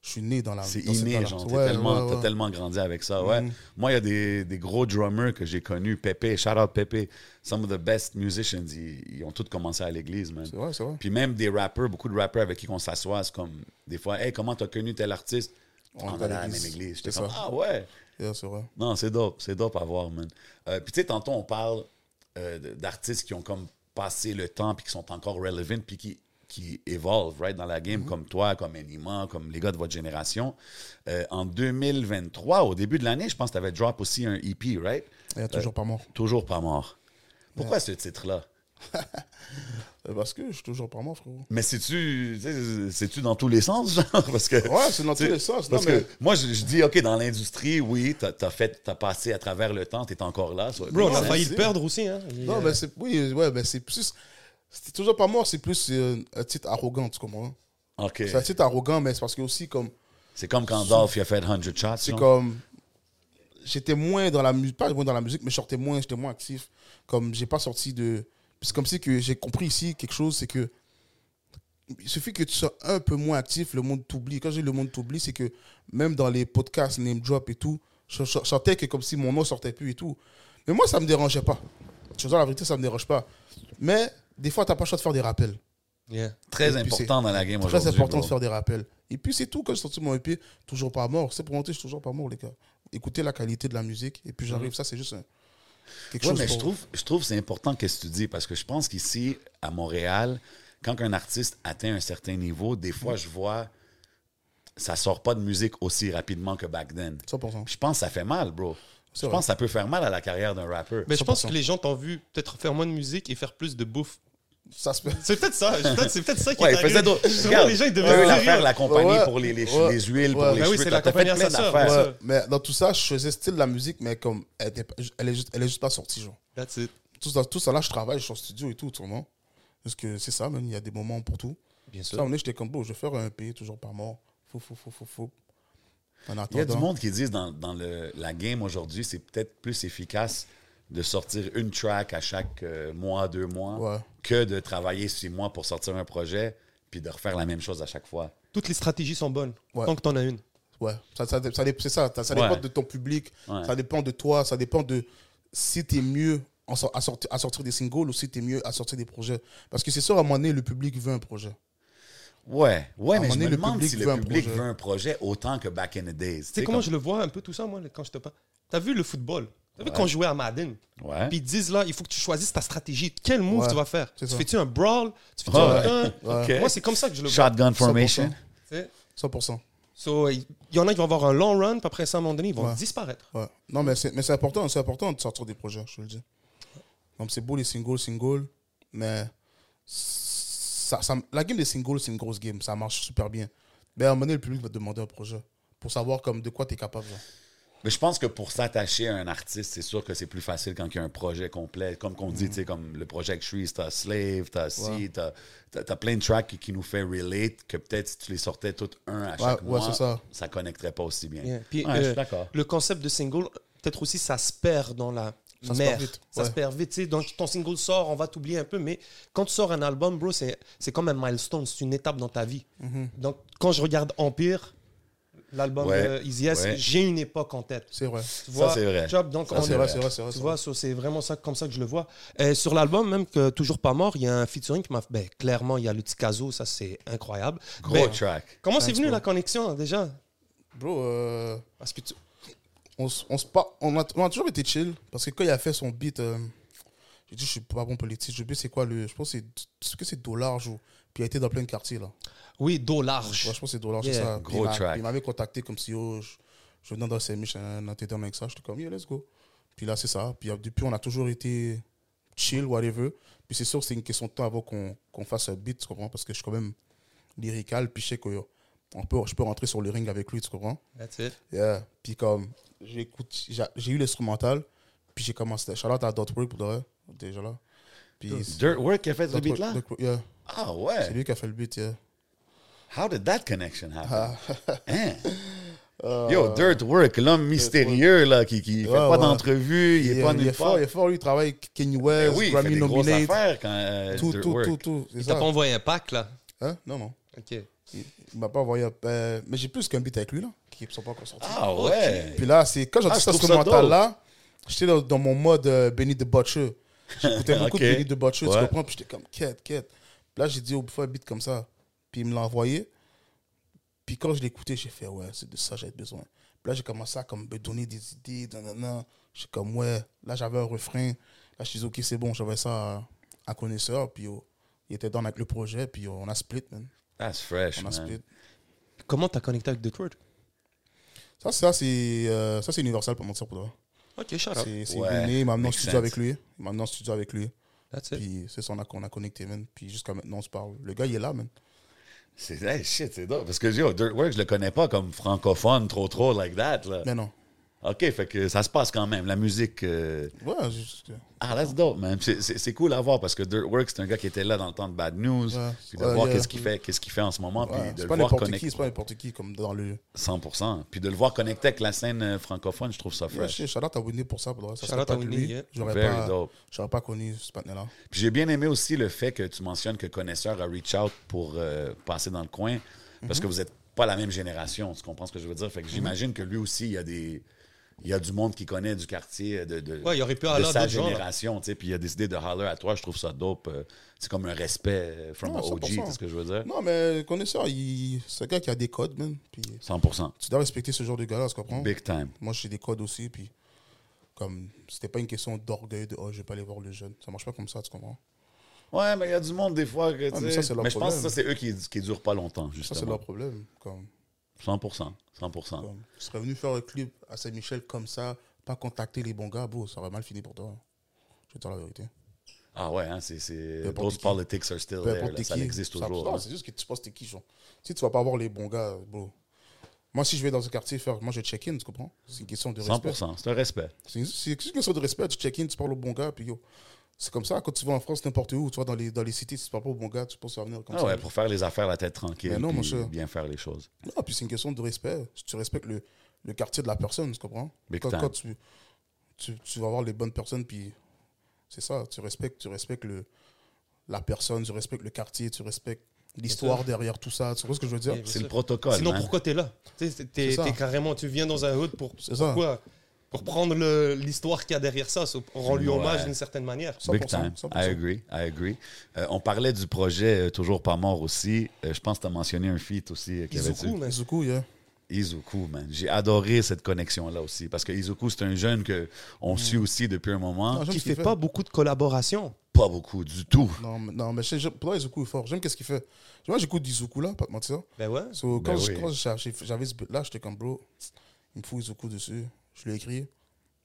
[SPEAKER 3] je suis né dans la.
[SPEAKER 2] C'est
[SPEAKER 3] dans cette
[SPEAKER 2] inné,
[SPEAKER 3] balance.
[SPEAKER 2] genre. T'as
[SPEAKER 3] Ouais,
[SPEAKER 2] tellement,
[SPEAKER 3] ouais,
[SPEAKER 2] t'as
[SPEAKER 3] ouais. Mm.
[SPEAKER 2] tellement grandi avec ça, ouais. Moi, il y a des, des gros drummers que j'ai connus. Pepe, shout out Pepe. Some of the best musicians, ils, ils ont tous commencé à l'église, man.
[SPEAKER 3] C'est vrai, c'est vrai.
[SPEAKER 2] Puis même des rappeurs, beaucoup de rappeurs avec qui on s'assoit, c'est comme des fois, hey, comment t'as connu tel artiste?
[SPEAKER 3] On
[SPEAKER 2] On
[SPEAKER 3] va
[SPEAKER 2] va à
[SPEAKER 3] à
[SPEAKER 2] la
[SPEAKER 3] l'église.
[SPEAKER 2] même église. J'étais
[SPEAKER 3] C'est
[SPEAKER 2] comme,
[SPEAKER 3] ça.
[SPEAKER 2] ah ouais.
[SPEAKER 3] Yeah, c'est vrai.
[SPEAKER 2] Non, c'est dope. C'est dope à voir, man. Euh, puis tu sais, tantôt, on parle euh, de- d'artistes qui ont comme passé le temps puis qui sont encore relevant puis qui, qui evolve, right, dans la game, comme toi, comme Anima, comme les gars de votre génération. Euh, en 2023, au début de l'année, je pense que tu avais drop aussi un EP, right?
[SPEAKER 3] Il n'y a toujours pas mort.
[SPEAKER 2] Toujours pas mort. Pourquoi ce titre-là?
[SPEAKER 3] Euh, Parce que je suis toujours pas mort, frérot.
[SPEAKER 2] Mais c'est-tu tu sais, c'est-tu dans tous les sens, genre? Parce que,
[SPEAKER 3] Ouais, c'est dans tous
[SPEAKER 2] tu sais,
[SPEAKER 3] les sens. Non,
[SPEAKER 2] Parce
[SPEAKER 3] mais-
[SPEAKER 2] que moi, je, je dis, OK, dans l'industrie, oui, t'as as, t'as passé à travers le temps, t'es encore là. ça-
[SPEAKER 1] Bro, on a
[SPEAKER 3] Ouais,
[SPEAKER 1] failli
[SPEAKER 3] c'est-
[SPEAKER 1] le perdre aussi. Hein. Il-
[SPEAKER 3] Non, mais c'est oui, ouais, mais c'est plus. C'est toujours pas mort, c'est plus euh, un titre arrogant, tu comprends?
[SPEAKER 2] OK.
[SPEAKER 3] C'est un titre arrogant, mais c'est parce que aussi, comme.
[SPEAKER 2] C'est comme quand Dolph il a fait 100 shots.
[SPEAKER 3] C'est
[SPEAKER 2] genre.
[SPEAKER 3] comme. J'étais moins dans la musique, pas moins dans la musique, mais je sortais moins, j'étais moins actif. Comme j'ai pas sorti de. C'est comme si que j'ai compris ici quelque chose, c'est que. Il suffit que tu sois un peu moins actif, le monde t'oublie. Quand je dis le monde t'oublie, c'est que même dans les podcasts, name drop et tout, je je- je sentais que comme si mon nom sortait plus et tout. Mais moi, ça me dérangeait pas. Je veux dire, la vérité, ça me dérange pas. Mais des fois, t'as pas le choix de faire des rappels.
[SPEAKER 1] Yeah.
[SPEAKER 2] Très
[SPEAKER 3] Et puis
[SPEAKER 2] important dans la game aujourd'hui.
[SPEAKER 3] Très important
[SPEAKER 2] bro.
[SPEAKER 3] de faire des rappels. Et puis c'est tout, quand j'ai sorti mon EP, toujours pas mort. C'est pour montrer que je suis toujours pas mort, les gars. Écoutez la qualité de la musique, et puis j'arrive. Ça, c'est juste un- quelque
[SPEAKER 2] Mm. Ouais,
[SPEAKER 3] chose.
[SPEAKER 2] mais je
[SPEAKER 3] pour-
[SPEAKER 2] trouve, je trouve que c'est important qu'est-ce que tu dis parce que je pense qu'ici, à Montréal, quand un artiste atteint un certain niveau, des fois, je vois, ça sort pas de musique aussi rapidement que back then.
[SPEAKER 3] 100%.
[SPEAKER 2] Je pense que ça fait mal, bro. Je
[SPEAKER 3] C'est vrai.
[SPEAKER 2] pense que ça peut faire mal à la carrière d'un rappeur.
[SPEAKER 1] Mais je pense
[SPEAKER 3] 100%.
[SPEAKER 1] que les gens t'ont vu peut-être faire moins de musique et faire plus de bouffe.
[SPEAKER 3] Ça se peut.
[SPEAKER 1] C'est peut-être ça. c'est peut-être- C'est peut-être ça qui
[SPEAKER 2] Ouais,
[SPEAKER 1] est
[SPEAKER 2] il faisait
[SPEAKER 1] arrivé.
[SPEAKER 2] d'autres.
[SPEAKER 1] Sûrement,
[SPEAKER 2] Regarde,
[SPEAKER 1] les gens, ils
[SPEAKER 2] t'as eu
[SPEAKER 1] devaient
[SPEAKER 2] l'affaire, la compagnie
[SPEAKER 3] Ouais.
[SPEAKER 2] pour les, les-
[SPEAKER 3] Ouais.
[SPEAKER 2] les huiles, pour
[SPEAKER 3] Ouais.
[SPEAKER 2] les
[SPEAKER 1] Ben oui,
[SPEAKER 2] cheveux,
[SPEAKER 1] c'est
[SPEAKER 2] t'as-
[SPEAKER 1] la
[SPEAKER 2] t'as fait
[SPEAKER 1] compagnie à
[SPEAKER 2] plein
[SPEAKER 1] sa sœur,
[SPEAKER 2] d'affaires.
[SPEAKER 1] ça.
[SPEAKER 3] Ouais, mais dans tout ça, je faisais style de la musique, mais comme elle, était pas- elle est, juste, elle est juste pas sortie, genre.
[SPEAKER 1] That's it.
[SPEAKER 3] Tout ça, tout ça là, je travaille, je suis en studio et tout, tout le monde. Parce que c'est ça, même, il y a des moments pour tout.
[SPEAKER 1] Bien
[SPEAKER 3] Ça, à un moment donné, j'étais comme, bon, je vais faire un EP, toujours pas mort. Fou, fou, fou, fou, fou. En
[SPEAKER 2] Il y a du
[SPEAKER 3] attendant.
[SPEAKER 2] monde qui disent dans, dans le- la game aujourd'hui, c'est peut-être plus efficace de sortir une track à chaque euh, mois, deux mois,
[SPEAKER 3] Ouais.
[SPEAKER 2] que de travailler six mois pour sortir un projet puis de refaire la même chose à chaque fois.
[SPEAKER 1] Toutes les stratégies sont bonnes,
[SPEAKER 3] Ouais.
[SPEAKER 1] tant que t'en as une.
[SPEAKER 3] Ouais, ça, ça, ça dé- c'est ça. Ça, ça
[SPEAKER 2] Ouais.
[SPEAKER 3] dépend de ton public,
[SPEAKER 2] Ouais.
[SPEAKER 3] ça dépend de toi, ça dépend de si t'es mieux en sor- à, sorti- à sortir des singles ou si t'es mieux à sortir des projets. Parce que c'est sûr, à un moment donné, le public veut un projet.
[SPEAKER 2] Ouais, ouais,
[SPEAKER 3] À un
[SPEAKER 2] mais
[SPEAKER 3] moment
[SPEAKER 2] je
[SPEAKER 3] donné,
[SPEAKER 2] me
[SPEAKER 3] le
[SPEAKER 2] demande
[SPEAKER 3] public
[SPEAKER 2] si
[SPEAKER 3] veut
[SPEAKER 2] le
[SPEAKER 3] un
[SPEAKER 2] public
[SPEAKER 3] projet.
[SPEAKER 2] veut un projet autant que back in the days.
[SPEAKER 1] Tu sais comment je le vois un peu tout ça, moi, quand je te parle. T'as vu le football T'as vu
[SPEAKER 2] Ouais.
[SPEAKER 1] quand on jouait à Madden
[SPEAKER 2] Ouais.
[SPEAKER 1] Puis ils disent là, il faut que tu choisisses ta stratégie. Quel move
[SPEAKER 3] Ouais,
[SPEAKER 1] tu vas faire
[SPEAKER 3] c'est
[SPEAKER 1] Tu
[SPEAKER 3] ça.
[SPEAKER 1] fais-tu un brawl Tu fais-tu
[SPEAKER 2] Ouais.
[SPEAKER 1] un un
[SPEAKER 3] Ouais.
[SPEAKER 2] Ok.
[SPEAKER 1] Moi, c'est comme ça que je le vois.
[SPEAKER 2] Shotgun formation.
[SPEAKER 3] 100%.
[SPEAKER 1] tu sais.
[SPEAKER 3] 100%.
[SPEAKER 1] So, il y en a qui vont avoir un long run, puis après ça, à un moment donné, ils vont
[SPEAKER 3] Ouais.
[SPEAKER 1] disparaître.
[SPEAKER 3] Ouais. Non, mais c'est mais c'est important, c'est important de sortir des projets, je te le dis. Donc c'est beau les singles, singles, mais ça, ça- la game des singles, c'est une grosse game, ça marche super bien. Mais à un moment donné, le public va te demander un projet pour savoir comme de quoi t'es capable. genre.
[SPEAKER 2] Mais je pense que pour s'attacher à un artiste, c'est sûr que c'est plus facile quand il y a un projet complet. Comme qu'on
[SPEAKER 3] Mm.
[SPEAKER 2] dit, tu sais, comme le projet que je suis, t'as Slave, t'as Si, t'as, t'as- t'as plein de tracks qui, qui nous fait relate que peut-être si tu les sortais toutes un à chaque
[SPEAKER 3] ouais,
[SPEAKER 2] mois,
[SPEAKER 3] c'est ça.
[SPEAKER 2] connecterait pas aussi bien.
[SPEAKER 1] Yeah. Puis,
[SPEAKER 2] Ouais,
[SPEAKER 1] euh,
[SPEAKER 2] je suis d'accord.
[SPEAKER 1] Le concept de single, peut-être aussi, ça se perd dans la
[SPEAKER 3] Ça se
[SPEAKER 1] mer.
[SPEAKER 3] perd vite,
[SPEAKER 1] Ça
[SPEAKER 3] ouais.
[SPEAKER 1] se perd vite. tu sais. Donc, ton single sort, on va t'oublier un peu, mais quand tu sors un album, bro, c'est c'est comme un milestone, c'est une étape dans ta vie.
[SPEAKER 3] Mhm.
[SPEAKER 1] Donc, quand je regarde Empire, l'album
[SPEAKER 2] Ouais,
[SPEAKER 1] de Easy S,
[SPEAKER 2] ouais.
[SPEAKER 1] j'ai une époque en tête.
[SPEAKER 3] C'est vrai.
[SPEAKER 1] Tu vois,
[SPEAKER 2] c'est vrai.
[SPEAKER 1] tu vois, donc,
[SPEAKER 2] Ça,
[SPEAKER 1] on
[SPEAKER 2] Ah, c'est
[SPEAKER 1] est-
[SPEAKER 2] vrai,
[SPEAKER 3] c'est vrai, c'est vrai,
[SPEAKER 1] Tu
[SPEAKER 3] c'est
[SPEAKER 1] vois, so, c'est vraiment ça, comme ça que je le vois. Et sur l'album, même que Toujours pas mort, il y a un featuring qui m'a. Ben, clairement, il y a le Ticazo, ça c'est incroyable.
[SPEAKER 2] Gros
[SPEAKER 3] ben,
[SPEAKER 1] Mais
[SPEAKER 2] track.
[SPEAKER 1] comment c'est venu
[SPEAKER 3] bro.
[SPEAKER 1] la connexion déjà
[SPEAKER 3] Bro, euh,
[SPEAKER 1] Parce que tu-
[SPEAKER 3] on, s- on, se par- on, a, on a toujours été chill parce que quand il a fait son beat, euh, j'ai dit je suis pas bon politique. Je sais plus c'est quoi le. Je pense que c'est- est-ce que c'est dollars ou Puis il a été dans plein de quartiers, là.
[SPEAKER 1] Oui, dos large.
[SPEAKER 3] Ouais, je pense que c'est Dollar,
[SPEAKER 1] Yeah.
[SPEAKER 3] c'est ça.
[SPEAKER 2] Gros
[SPEAKER 3] il m'a-
[SPEAKER 2] track.
[SPEAKER 3] Il m'avait contacté comme si, oh, je, je venais dans ses miches, un entêtement avec ça. J'étais comme, yeah, let's go. Puis là, c'est ça. Puis euh, depuis, on a toujours été chill, whatever. Puis c'est sûr que c'est une question de temps avant qu'on qu'on fasse un beat, tu comprends? Parce que je suis quand même lyrical, puis je sais que euh, on peut, je peux rentrer sur le ring avec lui, tu comprends?
[SPEAKER 1] That's it.
[SPEAKER 3] Yeah. Puis comme, j'écoute, j'a- j'ai eu l'instrumental, puis j'ai commencé. Shout out à Dotwork pour de vrai, déjà là. Puis.
[SPEAKER 2] Dirtwork qui a fait ce
[SPEAKER 3] Dotwork-
[SPEAKER 2] beat-là?
[SPEAKER 3] Dotwork, yeah.
[SPEAKER 2] Ah
[SPEAKER 3] C'est
[SPEAKER 2] ouais.
[SPEAKER 3] lui qui a fait le beat, yeah.
[SPEAKER 2] How did that connection happen?
[SPEAKER 3] Ah.
[SPEAKER 2] Hein? Yo, Dirtwork, l'homme mystérieux là, qui, qui fait
[SPEAKER 3] Euh, Ouais,
[SPEAKER 2] pas
[SPEAKER 3] ouais.
[SPEAKER 2] d'entrevue, il est pas
[SPEAKER 3] il est
[SPEAKER 2] nulle part.
[SPEAKER 3] fort, il est fort, lui, il travaille avec Kenny
[SPEAKER 2] Eh
[SPEAKER 3] West,
[SPEAKER 2] oui, il fait
[SPEAKER 3] Grammy
[SPEAKER 2] des grosses
[SPEAKER 3] nominate,
[SPEAKER 2] affaires quand euh,
[SPEAKER 3] tout, tout, tout,
[SPEAKER 2] Dirtwork.
[SPEAKER 3] tout, c'est
[SPEAKER 1] Il t'a
[SPEAKER 3] ça.
[SPEAKER 1] pas envoyé un pack, là?
[SPEAKER 3] Hein? Non, non,
[SPEAKER 1] OK.
[SPEAKER 3] il, il m'a pas envoyé, euh, mais j'ai plus qu'un beat avec lui, là, qui sont pas encore sortis.
[SPEAKER 2] Ah ouais.
[SPEAKER 3] Puis là, c'est quand j'ai
[SPEAKER 2] Ah,
[SPEAKER 3] entendu
[SPEAKER 2] je
[SPEAKER 3] cet
[SPEAKER 2] trouve ça
[SPEAKER 3] instrumental-là, j'étais dans, dans mon mode euh, Benny the Butcher. J'écoutais beaucoup
[SPEAKER 2] Ok.
[SPEAKER 3] de Benny the Butcher,
[SPEAKER 2] Ouais.
[SPEAKER 3] tu comprends? Puis j'étais comme, quête, quête. Puis là, j'ai dit, oh, faut un beat comme ça. Puis il me l'a envoyé. Puis quand je l'écoutais, j'ai fait, ouais, c'est de ça que j'avais besoin. Puis là, j'ai commencé à comme, me donner des idées. nanana. J'ai comme, ouais, là, j'avais un refrain. Là, je suis dit, ok, c'est bon, j'avais ça à, à connaisseur. Puis oh, il était dans avec le projet. Puis oh, on a split, man.
[SPEAKER 2] That's fresh,
[SPEAKER 3] On a
[SPEAKER 2] man.
[SPEAKER 3] split.
[SPEAKER 1] Comment t'as connecté avec Detroit?
[SPEAKER 3] Ça, ça c'est euh, ça, c'est universel pour mentir pour toi.
[SPEAKER 1] OK, shout out.
[SPEAKER 3] C'est c'est
[SPEAKER 2] Ah, Ouais,
[SPEAKER 3] Brunet, il m'a amené en
[SPEAKER 2] makes
[SPEAKER 3] studio
[SPEAKER 2] sense.
[SPEAKER 3] avec lui. Il m'a amené en studio avec lui.
[SPEAKER 1] That's it.
[SPEAKER 3] Puis c'est ça, on a, on a connecté, man. Puis jusqu'à maintenant, on se parle. Le gars, il est là, man.
[SPEAKER 2] C'est hey, shit, c'est drôle. Parce que yo, Dirtwork, je le connais pas comme francophone trop trop like that. Là.
[SPEAKER 3] Mais non.
[SPEAKER 2] OK, fait que ça se passe quand même. La musique. euh,
[SPEAKER 3] Ouais, juste-
[SPEAKER 2] Ah, that's dope, man. C'est- C'est c'est cool à voir parce que Dirtwork, c'est un gars qui était là dans le temps de Bad News.
[SPEAKER 3] Ouais.
[SPEAKER 2] Puis de
[SPEAKER 3] Ouais,
[SPEAKER 2] voir
[SPEAKER 3] yeah.
[SPEAKER 2] qu'est-ce qu'il fait, qu'est-ce qu'il fait en ce moment.
[SPEAKER 3] ouais,
[SPEAKER 2] Puis de
[SPEAKER 3] c'est
[SPEAKER 2] le
[SPEAKER 3] pas
[SPEAKER 2] voir
[SPEAKER 3] n'importe qui,
[SPEAKER 2] connecter.
[SPEAKER 3] c'est pas n'importe qui comme dans le.
[SPEAKER 2] 100%. Puis de le voir connecter avec la scène euh, francophone, je trouve ça
[SPEAKER 3] Ouais,
[SPEAKER 2] fresh.
[SPEAKER 3] shit, shout out à Whitney pour ça, pour le reste. Ça
[SPEAKER 1] Shout
[SPEAKER 3] serait
[SPEAKER 1] out à
[SPEAKER 3] pas que
[SPEAKER 1] Whitney,
[SPEAKER 3] lui.
[SPEAKER 1] yeah.
[SPEAKER 3] J'aurais
[SPEAKER 2] Very
[SPEAKER 3] pas,
[SPEAKER 2] dope.
[SPEAKER 3] j'aurais pas connu ce partenaire-là.
[SPEAKER 2] Puis j'ai bien aimé aussi le fait que tu mentionnes que Connaisseur a reach out pour euh, passer dans le coin parce
[SPEAKER 3] Mhm.
[SPEAKER 2] que vous n'êtes pas la même génération. Tu comprends ce que je veux dire? Fait que j'imagine que lui aussi, il y a des. Il y a du monde qui connaît du quartier euh, de, de,
[SPEAKER 1] Ouais, il aurait pu
[SPEAKER 2] de
[SPEAKER 1] aller à
[SPEAKER 2] sa
[SPEAKER 1] d'autres gens, là.
[SPEAKER 2] génération, tu sais, puis il a décidé de holler à toi. Je trouve ça dope. euh, C'est comme un respect euh, from
[SPEAKER 3] Non,
[SPEAKER 2] a OG,
[SPEAKER 3] 100%.
[SPEAKER 2] c'est ce que je veux dire?
[SPEAKER 3] Non, mais connaisseur, il... c'est un gars qui a des codes, man. Puis
[SPEAKER 2] 100%.
[SPEAKER 3] tu dois respecter ce genre de gars-là, tu comprends?
[SPEAKER 2] Big time.
[SPEAKER 3] Moi, j'ai des codes aussi, puis comme c'était pas une question d'orgueil de oh, je vais pas aller voir le jeune. Ça marche pas comme ça, tu comprends?
[SPEAKER 2] Ouais, mais il y a du monde des fois que, tu
[SPEAKER 3] Ah, mais
[SPEAKER 2] sais,
[SPEAKER 3] ça, c'est
[SPEAKER 2] mais,
[SPEAKER 3] leur
[SPEAKER 2] je pense que ça,
[SPEAKER 3] problème.
[SPEAKER 2] c'est eux qui, qui durent pas longtemps,
[SPEAKER 3] Ça, c'est
[SPEAKER 2] justement.
[SPEAKER 3] leur problème. Comme...
[SPEAKER 2] 100%. 100%.
[SPEAKER 3] Comme, tu serais venu faire un club à Saint-Michel comme ça, pas contacter les bons gars, bro, ça va mal finir pour toi. hein. Je vais te dire la vérité.
[SPEAKER 2] Ah ouais, hein, c'est, c'est...
[SPEAKER 3] Peu importe
[SPEAKER 2] Those
[SPEAKER 3] qui.
[SPEAKER 2] politics are still
[SPEAKER 3] Peu
[SPEAKER 2] there.
[SPEAKER 3] importe
[SPEAKER 2] là,
[SPEAKER 3] t'es
[SPEAKER 2] ça hein.
[SPEAKER 3] qui, hein.
[SPEAKER 2] existe
[SPEAKER 3] ça-
[SPEAKER 2] toujours.
[SPEAKER 3] non,
[SPEAKER 2] là.
[SPEAKER 3] c'est juste que tu penses t'es qui, genre. Si tu vas pas voir les bons gars, bro. Moi, si je vais dans un quartier faire, moi je check-in, tu comprends C'est une question de respect.
[SPEAKER 2] 100%, c'est un respect.
[SPEAKER 3] C'est c'est une question de respect. Tu check-in, tu parles aux bons gars, puis yo. C'est comme ça, quand tu vas en France, n'importe où, tu vas dans les, dans les cités, si tu parles pas aux bons gars, tu penses que ça va venir comme
[SPEAKER 2] Ah
[SPEAKER 3] ça.
[SPEAKER 2] ouais, pour faire les affaires la tête tranquille,
[SPEAKER 3] Mais non, mon
[SPEAKER 2] puis
[SPEAKER 3] cher.
[SPEAKER 2] bien faire les choses.
[SPEAKER 3] Non, puis c'est une question de respect. Si tu respectes le, le quartier de la personne, tu comprends
[SPEAKER 2] Big
[SPEAKER 3] quand,
[SPEAKER 2] time.
[SPEAKER 3] quand tu, tu, tu vas voir les bonnes personnes, puis c'est ça, tu respectes, tu respectes le, la personne, tu respectes le quartier, tu respectes l'histoire derrière tout ça. Tu comprends ce que je veux dire
[SPEAKER 1] Et-
[SPEAKER 2] C'est le
[SPEAKER 1] sûr.
[SPEAKER 2] protocole. hein.
[SPEAKER 1] Sinon,
[SPEAKER 2] man.
[SPEAKER 1] pourquoi t'es là? Tu sais, T'es
[SPEAKER 3] C'est ça.
[SPEAKER 1] t'es carrément... Tu viens dans un hood pour...
[SPEAKER 3] C'est ça.
[SPEAKER 1] Pourquoi? Pour prendre le- l'histoire qu'il y a derrière ça. so- On rend lui
[SPEAKER 2] Ouais.
[SPEAKER 1] hommage d'une certaine manière.
[SPEAKER 2] Big time.
[SPEAKER 3] 100%,
[SPEAKER 2] I agree. I agree. Euh, on parlait du projet euh, Toujours pas mort aussi. Euh, je pense que tu as mentionné un feat aussi euh, qu'il y avait
[SPEAKER 1] Izuku,
[SPEAKER 2] dessus.
[SPEAKER 1] man.
[SPEAKER 3] Izuku, yeah.
[SPEAKER 2] Izuku, man. J'ai adoré cette connexion-là aussi. Parce que Izuku, c'est un jeune
[SPEAKER 3] Mm.
[SPEAKER 2] qu'on suit aussi depuis un moment.
[SPEAKER 3] Non, j'aime
[SPEAKER 1] Qui
[SPEAKER 3] ce qu'il
[SPEAKER 1] fait pas beaucoup de collaborations.
[SPEAKER 2] Pas beaucoup du tout.
[SPEAKER 3] Non, mais, non, mais je sais- je- pour moi, Izuku est fort. J'aime qu'est-ce qu'il fait. Moi, j'écoute d'Izuku, là, pas te mentir.
[SPEAKER 1] Ben ouais.
[SPEAKER 3] So,
[SPEAKER 2] Ben
[SPEAKER 3] quand je-
[SPEAKER 2] oui.
[SPEAKER 3] quand j'ai- j'avais ce but-là, j'étais comme, bro, il me faut Izuku dessus. Je l'ai écrit.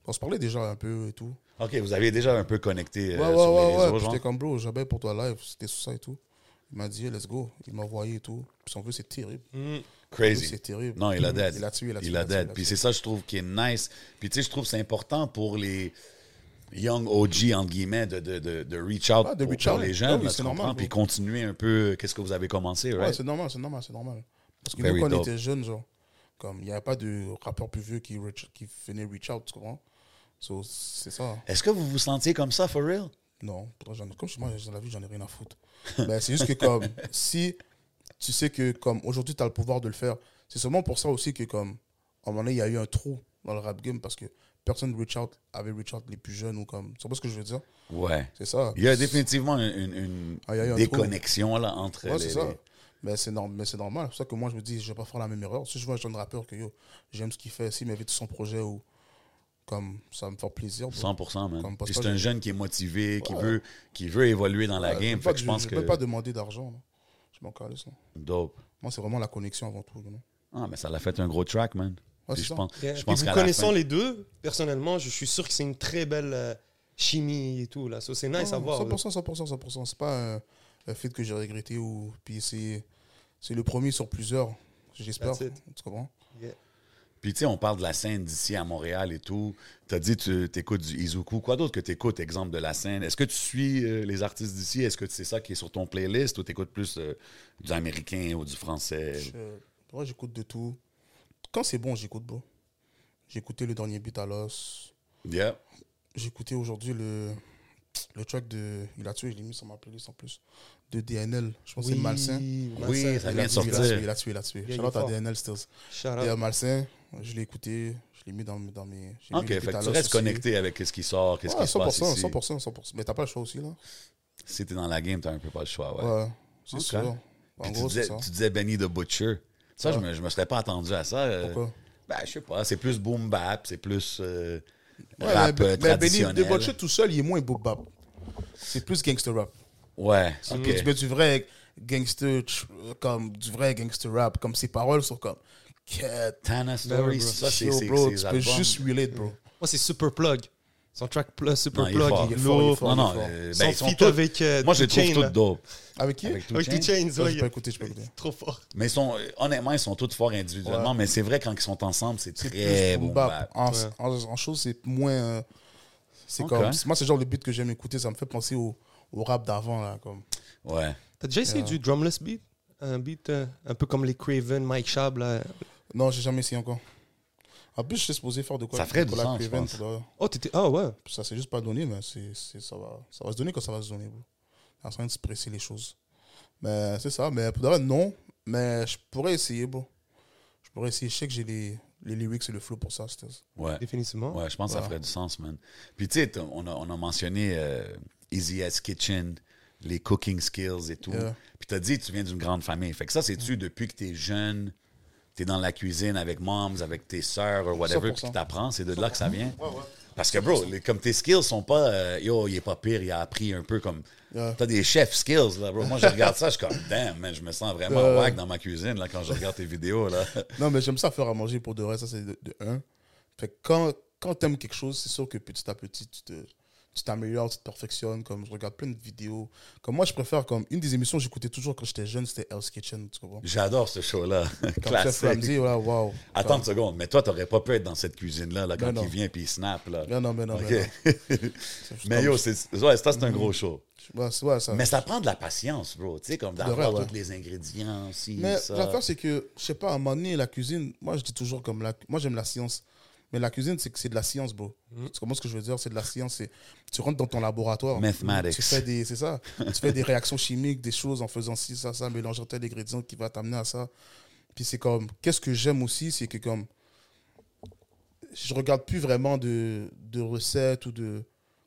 [SPEAKER 3] On se parlait déjà un peu et tout.
[SPEAKER 2] OK, vous aviez déjà un peu connecté euh,
[SPEAKER 3] Ouais, ouais,
[SPEAKER 2] sur les
[SPEAKER 3] ouais, ouais.
[SPEAKER 2] réseaux,
[SPEAKER 3] Puis
[SPEAKER 2] genre?
[SPEAKER 3] J'étais comme, bro, j'avais pour toi live, c'était sous ça et tout. Il m'a dit, yeah, let's go. Il m'a envoyé et tout. Puis son vœu, c'est terrible.
[SPEAKER 2] Crazy.
[SPEAKER 3] C'est terrible.
[SPEAKER 2] Non, il a dead.
[SPEAKER 3] Mm-hmm. Il a tué, il a tué,
[SPEAKER 2] Il
[SPEAKER 3] il
[SPEAKER 2] a
[SPEAKER 3] a tué,
[SPEAKER 2] dead.
[SPEAKER 3] il a
[SPEAKER 2] Puis
[SPEAKER 3] tué.
[SPEAKER 2] c'est ça, je trouve, qui est nice. Puis tu sais, je trouve que c'est important pour les young OG, entre guillemets, de, de, de, de reach out
[SPEAKER 3] Ah, de
[SPEAKER 2] pour,
[SPEAKER 3] reach
[SPEAKER 2] pour
[SPEAKER 3] out.
[SPEAKER 2] les
[SPEAKER 3] Ah
[SPEAKER 2] jeunes,
[SPEAKER 3] oui,
[SPEAKER 2] là,
[SPEAKER 3] c'est
[SPEAKER 2] tu
[SPEAKER 3] normal,
[SPEAKER 2] comprends?
[SPEAKER 3] bro.
[SPEAKER 2] Puis continuer un peu euh, qu'est-ce que vous avez commencé,
[SPEAKER 3] Ouais,
[SPEAKER 2] right?
[SPEAKER 3] c'est normal, c'est normal, c'est normal. Parce que
[SPEAKER 2] Very
[SPEAKER 3] nous, quand
[SPEAKER 2] dope.
[SPEAKER 3] on était jeunes, genre, comme, il n'y avait pas de rappeur plus vieux qui, reach- qui venait reach out, tu comprends? So, c'est ça.
[SPEAKER 2] Est-ce que vous vous sentiez comme ça, for real?
[SPEAKER 3] Non, pourtant, j'en ai- comme je suis moi, dans la vie, j'en ai rien à foutre. Ben, c'est juste que comme si tu sais que comme aujourd'hui tu as le pouvoir de le faire, c'est seulement pour ça aussi que comme à un moment donné, il y a eu un trou dans le rap game parce que personne reach out avait reach out les plus jeunes ou comme c'est pas ce que je veux dire.
[SPEAKER 2] Ouais.
[SPEAKER 3] C'est ça.
[SPEAKER 2] Il y a définitivement une, une-
[SPEAKER 3] Ah, il y a eu
[SPEAKER 2] une
[SPEAKER 3] un
[SPEAKER 2] déconnexion là, entre
[SPEAKER 3] Ouais,
[SPEAKER 2] les,
[SPEAKER 3] c'est ça.
[SPEAKER 2] les-
[SPEAKER 3] Mais c'est norm- mais c'est normal, c'est pour ça que moi je me dis je vais pas faire la même erreur. Si je vois un jeune rappeur que yo, j'aime ce qu'il fait, s'il m'invite sur son projet ou comme ça va me faire plaisir. bro.
[SPEAKER 2] 100%, man.
[SPEAKER 3] Comme parce
[SPEAKER 2] Puis
[SPEAKER 3] que
[SPEAKER 2] c'est un
[SPEAKER 3] j'ai-
[SPEAKER 2] jeune qui est motivé, qui,
[SPEAKER 3] Ouais.
[SPEAKER 2] veut, qui veut évoluer dans la
[SPEAKER 3] Ouais,
[SPEAKER 2] game.
[SPEAKER 3] veux pas
[SPEAKER 2] Fait que je
[SPEAKER 3] de-
[SPEAKER 2] pense
[SPEAKER 3] veux
[SPEAKER 2] que...
[SPEAKER 3] pas demander d'argent. là. Je m'en calisse, là.
[SPEAKER 2] Dope.
[SPEAKER 3] Moi, c'est vraiment la connexion avant tout. Non
[SPEAKER 2] Ah, mais ça l'a fait un gros track, man.
[SPEAKER 3] Ouais,
[SPEAKER 2] Puis
[SPEAKER 3] c'est
[SPEAKER 2] je
[SPEAKER 3] ça.
[SPEAKER 2] pense,
[SPEAKER 1] Yeah.
[SPEAKER 2] je
[SPEAKER 1] Puis
[SPEAKER 2] pense
[SPEAKER 1] vous
[SPEAKER 2] qu'à la
[SPEAKER 1] connaissant
[SPEAKER 2] fin-
[SPEAKER 1] les deux, personnellement, je suis sûr que c'est une très belle euh, chimie et euh. tout. Là. So, c'est nice à
[SPEAKER 3] Non,
[SPEAKER 1] voir. là.
[SPEAKER 3] 100%, 100%, 100%. C'est pas un, un feat que j'ai regretté ou. Puis c'est, c'est le premier sur plusieurs, j'espère.
[SPEAKER 1] That's it.
[SPEAKER 3] Tu comprends
[SPEAKER 2] Puis tu sais, on parle de la scène d'ici à Montréal et tout. T'as dit tu t'écoutes du Izuku. Quoi d'autre que t'écoutes, exemple de la scène? Est-ce que tu suis euh, les artistes d'ici? Est-ce que c'est ça qui est sur ton playlist ou t'écoutes plus euh, du américain ou du français?
[SPEAKER 3] Je- Moi, j'écoute de tout. Quand c'est bon, j'écoute, bro. J'ai écouté le dernier beat à l'os.
[SPEAKER 2] Yeah.
[SPEAKER 3] J'ai écouté aujourd'hui le, le track de. Il a tué, je l'ai mis sur ma playlist en plus. De DNL. Je pense que c'est Malsain.
[SPEAKER 2] Oui, ça
[SPEAKER 3] Il
[SPEAKER 2] vient
[SPEAKER 3] a
[SPEAKER 2] de
[SPEAKER 3] tué, il a tué,
[SPEAKER 2] sortir.
[SPEAKER 3] il a tué, il a tué.
[SPEAKER 1] il est
[SPEAKER 3] Shout out à
[SPEAKER 1] fort.
[SPEAKER 3] DNL Stills.
[SPEAKER 1] Shout
[SPEAKER 3] Et
[SPEAKER 1] out.
[SPEAKER 3] à Malsain, je l'ai écouté, je l'ai mis dans, mes- dans mes. j'ai mis
[SPEAKER 2] Ok,
[SPEAKER 3] le
[SPEAKER 2] fait
[SPEAKER 3] beat à
[SPEAKER 2] que tu
[SPEAKER 3] l'os
[SPEAKER 2] restes
[SPEAKER 3] aussi.
[SPEAKER 2] connecté avec ce qui sort, qu'est-ce
[SPEAKER 3] Ouais,
[SPEAKER 2] qui se passe
[SPEAKER 3] 100%,
[SPEAKER 2] ici.
[SPEAKER 3] 100%, 100%. Mais t'as pas le choix aussi, là.
[SPEAKER 2] Si t'es dans la game, t'as un peu pas le choix, ouais.
[SPEAKER 3] Ouais, c'est
[SPEAKER 2] Ok.
[SPEAKER 3] sûr.
[SPEAKER 2] Puis
[SPEAKER 3] En
[SPEAKER 2] tu,
[SPEAKER 3] gros, c'est
[SPEAKER 2] disais,
[SPEAKER 3] ça.
[SPEAKER 2] tu disais Benny the Butcher. Ça, je, me, je me serais pas attendu à ça. euh,
[SPEAKER 3] Pourquoi
[SPEAKER 2] Ben, je sais pas. C'est plus boom bap, c'est plus euh,
[SPEAKER 3] Ouais,
[SPEAKER 2] rap
[SPEAKER 3] mais-
[SPEAKER 2] euh,
[SPEAKER 3] mais Benny
[SPEAKER 2] traditionnel.
[SPEAKER 3] Debauché tout seul, il est moins boop bap. C'est plus gangster rap.
[SPEAKER 2] Ouais,
[SPEAKER 3] C'est
[SPEAKER 2] ok.
[SPEAKER 3] plus- mais du vrai gangster, tr- comme du vrai gangster rap, comme ses paroles sont comme. Quête.
[SPEAKER 2] Tana Stories, Ben ça, c'est
[SPEAKER 3] Yo,
[SPEAKER 2] c'est-
[SPEAKER 3] bro,
[SPEAKER 2] c'est
[SPEAKER 3] tu
[SPEAKER 2] ses
[SPEAKER 3] peux
[SPEAKER 2] albums.
[SPEAKER 3] juste relate, bro.
[SPEAKER 1] Moi, c'est Super Plug. Son track pl- Super
[SPEAKER 2] Non, il est
[SPEAKER 1] Plug,
[SPEAKER 2] fort.
[SPEAKER 1] il est
[SPEAKER 3] Il est
[SPEAKER 1] lourd.
[SPEAKER 3] fort, il est
[SPEAKER 2] Non,
[SPEAKER 3] fort.
[SPEAKER 2] non,
[SPEAKER 3] fort.
[SPEAKER 2] euh,
[SPEAKER 1] Son
[SPEAKER 2] ben, ils sont
[SPEAKER 1] feat
[SPEAKER 2] tous-
[SPEAKER 1] avec, euh,
[SPEAKER 2] Moi, je les
[SPEAKER 1] Two
[SPEAKER 2] trouve
[SPEAKER 1] Chainz,
[SPEAKER 2] toutes
[SPEAKER 1] là.
[SPEAKER 2] dope.
[SPEAKER 3] Avec qui
[SPEAKER 2] Avec
[SPEAKER 1] Avec
[SPEAKER 2] Two
[SPEAKER 1] Two
[SPEAKER 2] Chainz.
[SPEAKER 1] Chainz,
[SPEAKER 3] Ça,
[SPEAKER 1] ouais,
[SPEAKER 3] j'ai
[SPEAKER 1] il
[SPEAKER 3] pas
[SPEAKER 1] est
[SPEAKER 3] écouté, j'ai pas écouté.
[SPEAKER 1] trop fort.
[SPEAKER 2] Mais ils sont, euh, honnêtement, ils sont tous forts individuellement, mais c'est vrai, quand ils sont ensemble, c'est
[SPEAKER 3] C'est
[SPEAKER 2] très
[SPEAKER 3] plus
[SPEAKER 2] boom
[SPEAKER 3] boom
[SPEAKER 2] bap.
[SPEAKER 3] bap. En, en, en chose, c'est moins. euh, c'est
[SPEAKER 2] Ok.
[SPEAKER 3] comme. Moi, c'est le genre de beat que j'aime écouter. Ça me fait penser au, au rap d'avant, là. Comme.
[SPEAKER 2] Ouais.
[SPEAKER 1] T'as déjà essayé du drumless beat Un beat euh, un peu comme les Craven, Mike Shab. Là.
[SPEAKER 3] Non, j'ai jamais essayé encore. En plus, je suis supposé faire de quoi
[SPEAKER 2] Ça
[SPEAKER 3] avec
[SPEAKER 2] ferait du
[SPEAKER 3] Nicolas
[SPEAKER 2] sens, je
[SPEAKER 3] Craven,
[SPEAKER 2] pense.
[SPEAKER 3] pour de vrai.
[SPEAKER 1] Oh, t'étais. Ah ouais.
[SPEAKER 3] Ça s'est juste pas donné, mais c'est, c'est- ça, va, ça va se donner quand ça va se donner. bro. On est en train de se presser les choses. Mais c'est ça. Mais pour de vrai, non. Mais je pourrais essayer, bro. Je pourrais essayer. Je sais que j'ai les, les lyrics et le flow pour ça. c'était-
[SPEAKER 2] Ouais.
[SPEAKER 1] Définitivement.
[SPEAKER 2] Ouais, je pense que ça ferait du sens, man. Puis tu sais, t'as- on a, on a mentionné euh, Easy As Kitchen, les cooking skills et tout.
[SPEAKER 3] Yeah. Mm.
[SPEAKER 2] Puis t'as dit, tu viens d'une grande famille. Fait que ça, c'est-tu depuis que t'es jeune, t'es dans la cuisine avec moms, avec tes sœurs, ou whatever, puis
[SPEAKER 3] 100%.
[SPEAKER 2] que t'apprends, c'est de là que ça vient? Parce que, bro, les- comme tes skills sont pas, euh, yo, il est pas pire, il a appris un peu comme.
[SPEAKER 3] Yeah.
[SPEAKER 2] T'as des chefs skills, là, bro. Moi, je regarde ça, je suis comme, damn, man, je me sens vraiment
[SPEAKER 3] Yeah.
[SPEAKER 2] wack dans ma cuisine, là, quand je regarde tes vidéos, là.
[SPEAKER 3] Non, mais j'aime ça faire à manger pour de vrai. Ça, c'est de, de un. Fait que quand, quand t'aimes quelque chose, c'est sûr que petit à petit, tu te. Tu t'améliores, tu te perfectionnes. Comme je regarde plein de vidéos. Comme moi, je préfère, comme une des émissions que j'écoutais toujours quand j'étais jeune, c'était Hell's Kitchen. Tu comprends?
[SPEAKER 2] J'adore ce show-là.
[SPEAKER 3] Comme Chef
[SPEAKER 2] Classique.
[SPEAKER 3] Ramsey, voilà, waouh.
[SPEAKER 2] Attends une seconde, mais toi, t'aurais pas pu être dans cette cuisine-là là, quand
[SPEAKER 3] Ben non.
[SPEAKER 2] il vient puis il snap. Là.
[SPEAKER 3] Non, non, mais non.
[SPEAKER 2] OK.
[SPEAKER 3] Mais, non.
[SPEAKER 2] mais yo, c'est, ouais, ça, c'est un gros show.
[SPEAKER 3] Ouais, c'est- ouais, ça-
[SPEAKER 2] Mais ça prend de la patience, bro. Tu sais, comme
[SPEAKER 3] vrai,
[SPEAKER 2] d'avoir
[SPEAKER 3] ouais.
[SPEAKER 2] tous les ingrédients, si,
[SPEAKER 3] Mais
[SPEAKER 2] ça.
[SPEAKER 3] l'affaire, c'est que, je sais pas, à un moment donné, la cuisine, moi, je dis toujours comme la. Moi, j'aime la science. Mais la cuisine, c'est que c'est de la science, bro.
[SPEAKER 2] Mm.
[SPEAKER 3] Tu comprends ce que je veux dire? C'est de la science. c'est- Tu rentres dans ton laboratoire.
[SPEAKER 2] Mathematics.
[SPEAKER 3] Tu fais des. C'est ça. tu fais des réactions chimiques, des choses en faisant ci, ça, ça, mélangeant tel ingrédient qui va t'amener à ça. Puis c'est comme. Qu'est-ce que j'aime aussi, c'est que comme. Je regarde plus vraiment de, de recettes ou de.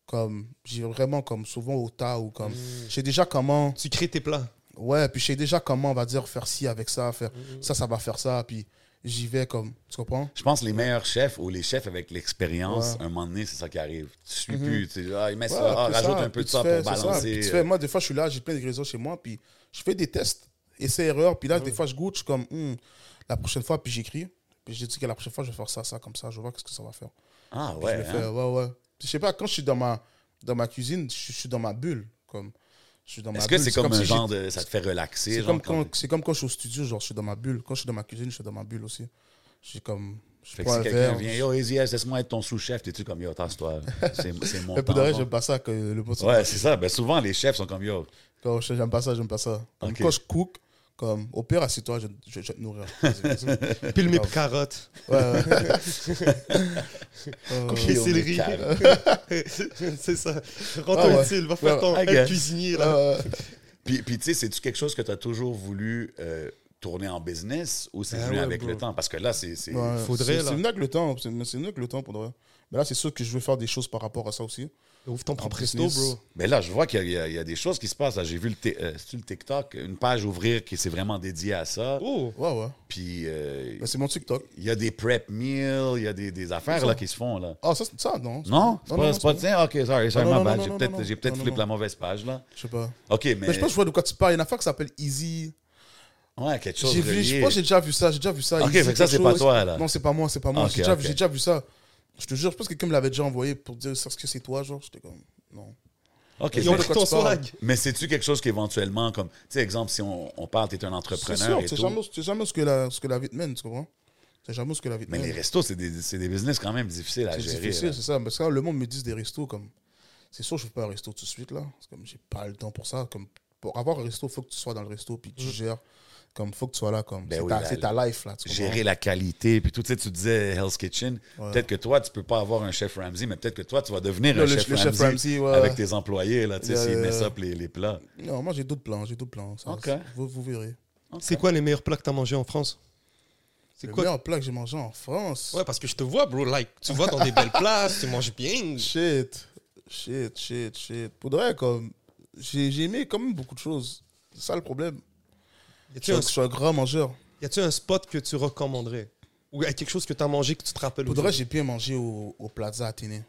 [SPEAKER 3] Comme. J'ai vraiment comme souvent au tas ou comme.
[SPEAKER 2] Mm.
[SPEAKER 3] Je sais déjà comment.
[SPEAKER 1] Tu crées tes plats.
[SPEAKER 3] Ouais, puis je sais déjà comment on va dire faire ci avec ça, faire ça, ça va faire ça, puis j'y vais comme. Tu comprends?
[SPEAKER 2] Je pense que les meilleurs chefs ou les chefs avec l'expérience, un moment donné, c'est ça qui arrive. Tu suis plus, tu sais, ah, il met
[SPEAKER 3] Mm-hmm. Ouais,
[SPEAKER 2] ça, ah,
[SPEAKER 3] puis
[SPEAKER 2] rajoute
[SPEAKER 3] ça,
[SPEAKER 2] un peu
[SPEAKER 3] puis
[SPEAKER 2] de
[SPEAKER 3] tu
[SPEAKER 2] ça
[SPEAKER 3] fais,
[SPEAKER 2] pour
[SPEAKER 3] c'est ça, puis
[SPEAKER 2] balancer. euh.
[SPEAKER 3] tu fais, moi, des fois, je suis là, j'ai plein d'ingrédients chez moi, puis je fais des tests, essais, erreurs, puis là, des fois, je goûte, je suis comme, Hmm, la prochaine fois, puis j'écris, puis je dis que la prochaine fois, je vais faire ça, ça, comme ça, je vois qu'est-ce que ça va faire.
[SPEAKER 2] Ah
[SPEAKER 3] Puis
[SPEAKER 2] ouais,
[SPEAKER 3] je le
[SPEAKER 2] hein?
[SPEAKER 3] fais, ouais, ouais. Puis je sais pas, quand je suis dans ma, dans ma cuisine, je, je suis dans ma bulle, comme. Je suis dans ma
[SPEAKER 2] Est-ce que
[SPEAKER 3] bulle,
[SPEAKER 2] c'est comme, un
[SPEAKER 3] si j'ai-
[SPEAKER 2] genre de... Ça te fait relaxer,
[SPEAKER 3] C'est
[SPEAKER 2] genre,
[SPEAKER 3] comme,
[SPEAKER 2] quand-
[SPEAKER 3] quand, c'est comme quand je suis au studio, genre je suis dans ma bulle. Quand je suis dans ma cuisine, je suis dans ma bulle aussi. Je suis comme. Je
[SPEAKER 2] Fait que
[SPEAKER 3] prends
[SPEAKER 2] si
[SPEAKER 3] un
[SPEAKER 2] quelqu'un
[SPEAKER 3] verre.
[SPEAKER 2] vient, yo, Easy, Ass, laisse-moi être ton sous-chef, t'es-tu comme, yo, tasse-toi, c'est, c'est mon
[SPEAKER 3] Mais pour de
[SPEAKER 2] temps,
[SPEAKER 3] vrai,
[SPEAKER 2] genre.
[SPEAKER 3] j'aime pas ça. Que le pote-
[SPEAKER 2] Ouais, c'est ça. Ben, souvent, les chefs sont comme yo.
[SPEAKER 3] Quand je- j'aime pas ça, j'aime pas ça. Comme
[SPEAKER 2] Ok.
[SPEAKER 3] Quand je cook, comme au pire, assieds-toi, je, je, je vais te nourrir. ouais,
[SPEAKER 1] Pile mes carottes.
[SPEAKER 2] Oh,
[SPEAKER 3] ouais.
[SPEAKER 1] Couper
[SPEAKER 3] Euh,
[SPEAKER 1] céleri.
[SPEAKER 2] calme.
[SPEAKER 1] c'est ça. Rends-toi
[SPEAKER 3] Ah ouais.
[SPEAKER 1] utile. Va faire ton
[SPEAKER 2] I guess.
[SPEAKER 1] cuisinier. Là.
[SPEAKER 3] euh,
[SPEAKER 2] Puis, puis tu sais, c'est-tu quelque chose que tu as toujours voulu euh, tourner en business ou c'est
[SPEAKER 1] Ah
[SPEAKER 2] venu
[SPEAKER 1] ouais,
[SPEAKER 2] avec
[SPEAKER 1] bro.
[SPEAKER 2] le temps? Parce que là, c'est. c'est-
[SPEAKER 3] Ben ouais,
[SPEAKER 1] faudrait,
[SPEAKER 3] c'est-
[SPEAKER 1] là.
[SPEAKER 3] C'est venu avec le temps. C'est mais c'est venu avec le temps pour de vrai. Mais là, c'est sûr que je veux faire des choses par rapport à ça aussi.
[SPEAKER 1] Ouvre ton propre resto,
[SPEAKER 3] business.
[SPEAKER 1] bro.
[SPEAKER 2] Mais Ben là, je vois qu'il y a- il y, a- il y a des choses qui se passent. là. J'ai vu le, T- euh, c'est-tu le TikTok, une page ouvrir qui s'est vraiment dédiée à ça.
[SPEAKER 1] Oh.
[SPEAKER 3] Ouais, ouais.
[SPEAKER 2] Puis euh,
[SPEAKER 3] Mais c'est mon TikTok.
[SPEAKER 2] il y a des prep meals, il y a des, des affaires là, qui se font. là.
[SPEAKER 3] Ah, ça, c'est- ça,
[SPEAKER 2] Non?
[SPEAKER 3] non.
[SPEAKER 2] C'est
[SPEAKER 3] Non,
[SPEAKER 2] pas,
[SPEAKER 3] non,
[SPEAKER 2] c'est pas
[SPEAKER 3] non,
[SPEAKER 2] tiens, ok, sorry, sorry,
[SPEAKER 3] Non,
[SPEAKER 2] my
[SPEAKER 3] non,
[SPEAKER 2] bad.
[SPEAKER 3] non,
[SPEAKER 2] J'ai
[SPEAKER 3] non,
[SPEAKER 2] peut-être
[SPEAKER 3] non,
[SPEAKER 2] j'ai peut-être
[SPEAKER 3] non,
[SPEAKER 2] flippé
[SPEAKER 3] non.
[SPEAKER 2] la mauvaise page là.
[SPEAKER 3] Je sais pas.
[SPEAKER 2] Ok, mais.
[SPEAKER 3] Mais je pense que je vois de quoi tu parles. Il y a une affaire qui s'appelle Easy.
[SPEAKER 2] Ouais, quelque chose
[SPEAKER 3] J'ai
[SPEAKER 2] de
[SPEAKER 3] vu, je
[SPEAKER 2] lié.
[SPEAKER 3] pense que j'ai déjà vu ça, j'ai déjà vu ça.
[SPEAKER 2] Ok,
[SPEAKER 3] Il dit
[SPEAKER 2] fait que ça,
[SPEAKER 3] quelque
[SPEAKER 2] c'est pas
[SPEAKER 3] chose.
[SPEAKER 2] toi, là.
[SPEAKER 3] Non, c'est pas moi, c'est pas moi.
[SPEAKER 2] Ok,
[SPEAKER 3] j'ai, déjà,
[SPEAKER 2] ok.
[SPEAKER 3] vu- j'ai déjà vu ça. Je te jure, je pense que quelqu'un me l'avait déjà envoyé pour dire est-ce que c'est toi, genre. J'étais comme, non.
[SPEAKER 2] Ok,
[SPEAKER 3] Ils
[SPEAKER 1] Ils ont
[SPEAKER 3] ont
[SPEAKER 2] mais-
[SPEAKER 1] pris
[SPEAKER 3] de quoi
[SPEAKER 1] ton
[SPEAKER 3] tu parles.
[SPEAKER 1] swag.
[SPEAKER 2] Mais c'est-tu quelque chose qui éventuellement, comme, tu sais, exemple, si on, on parle, t'es un
[SPEAKER 3] C'est
[SPEAKER 2] entrepreneur
[SPEAKER 3] sûr,
[SPEAKER 2] et
[SPEAKER 3] c'est
[SPEAKER 2] tout,
[SPEAKER 3] jamais, c'est jamais ce, que la, ce que la vie te mène, tu comprends C'est jamais ce que la vie te
[SPEAKER 2] mais
[SPEAKER 3] mène.
[SPEAKER 2] les restos, c'est des, c'est des business quand même difficiles à
[SPEAKER 3] C'est
[SPEAKER 2] gérer.
[SPEAKER 3] difficile,
[SPEAKER 2] là.
[SPEAKER 3] c'est ça. Parce que là, le monde me dit des restos comme. C'est sûr, je ne fais pas un resto tout de suite, là. C'est comme, j'ai pas le temps pour ça. Comme, pour avoir un resto, il faut que tu sois dans le resto, puis tu gères. Comme, faut que tu sois là, comme.
[SPEAKER 2] Mm. Ben
[SPEAKER 3] c'est,
[SPEAKER 2] oui,
[SPEAKER 3] ta,
[SPEAKER 2] la-
[SPEAKER 3] c'est ta life, là. tu comprends?
[SPEAKER 2] Gérer la qualité, puis tout, tu sais, tu disais Hell's Kitchen. Peut-être que toi, tu peux pas avoir un chef Ramsey, mais peut-être que toi, tu vas devenir
[SPEAKER 3] Le-
[SPEAKER 2] un
[SPEAKER 3] le-
[SPEAKER 2] chef
[SPEAKER 3] le chef
[SPEAKER 2] Ramsay
[SPEAKER 3] Ramsay, ouais.
[SPEAKER 2] avec tes employés, là, tu sais,
[SPEAKER 3] Yeah,
[SPEAKER 2] s'ils
[SPEAKER 3] yeah,
[SPEAKER 2] messent
[SPEAKER 3] yeah.
[SPEAKER 2] up les, les plats.
[SPEAKER 3] Non, moi, j'ai d'autres plans, j'ai d'autres plans. ça,
[SPEAKER 2] Ok.
[SPEAKER 3] c'est- vous, vous verrez.
[SPEAKER 1] C'est quoi les meilleurs plats que t'as mangé en France
[SPEAKER 3] C'est
[SPEAKER 1] C'est
[SPEAKER 3] le
[SPEAKER 1] quoi
[SPEAKER 3] meilleur plat que j'ai mangé en France.
[SPEAKER 6] Ouais, parce que je te vois, bro. Like, tu vas dans des belles places, tu manges bien.
[SPEAKER 3] Shit, shit, shit, shit. Pour de vrai, comme, j'ai, j'ai aimé quand même beaucoup de choses. C'est ça le problème.
[SPEAKER 1] Y
[SPEAKER 3] Je
[SPEAKER 1] a-tu
[SPEAKER 3] suis
[SPEAKER 1] un,
[SPEAKER 3] un- je suis un grand mangeur.
[SPEAKER 1] y a-tu un spot que tu recommanderais Ou y a quelque chose que t'as mangé que tu te rappelles
[SPEAKER 3] Pour de vrai,
[SPEAKER 1] aujourd'hui?
[SPEAKER 3] j'ai bien mangé au, au Plaza Athénée.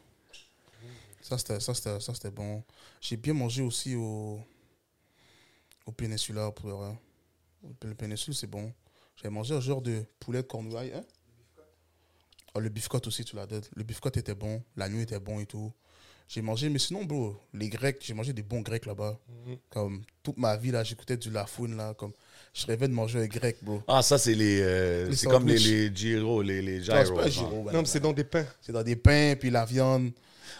[SPEAKER 3] Ça, c'était, ça, c'était, ça, c'était bon. J'ai bien mangé aussi au, au Péninsula, pour de vrai. Le Péninsule, c'est bon. J'avais mangé un genre de poulet de cornouaille. Hein? Ah, le bifcotte aussi, tu l'as dit. Le bifcotte était bon. La nuit était bon et tout. J'ai mangé, mais sinon, bro, les Grecs, j'ai mangé des bons Grecs là-bas. Comme toute ma vie, là, j'écoutais du Lafoune, là. Comme, je rêvais de manger un Grec, bro.
[SPEAKER 2] Ah, ça, c'est les. euh,
[SPEAKER 3] Les
[SPEAKER 2] c'est comme les,
[SPEAKER 3] sandwichs.
[SPEAKER 2] les gyros, les, les gyros.
[SPEAKER 3] Non, c'est pas un
[SPEAKER 2] genre.
[SPEAKER 3] gyro, ouais.
[SPEAKER 1] Non, mais c'est dans des pains.
[SPEAKER 3] C'est dans des pains, puis la viande.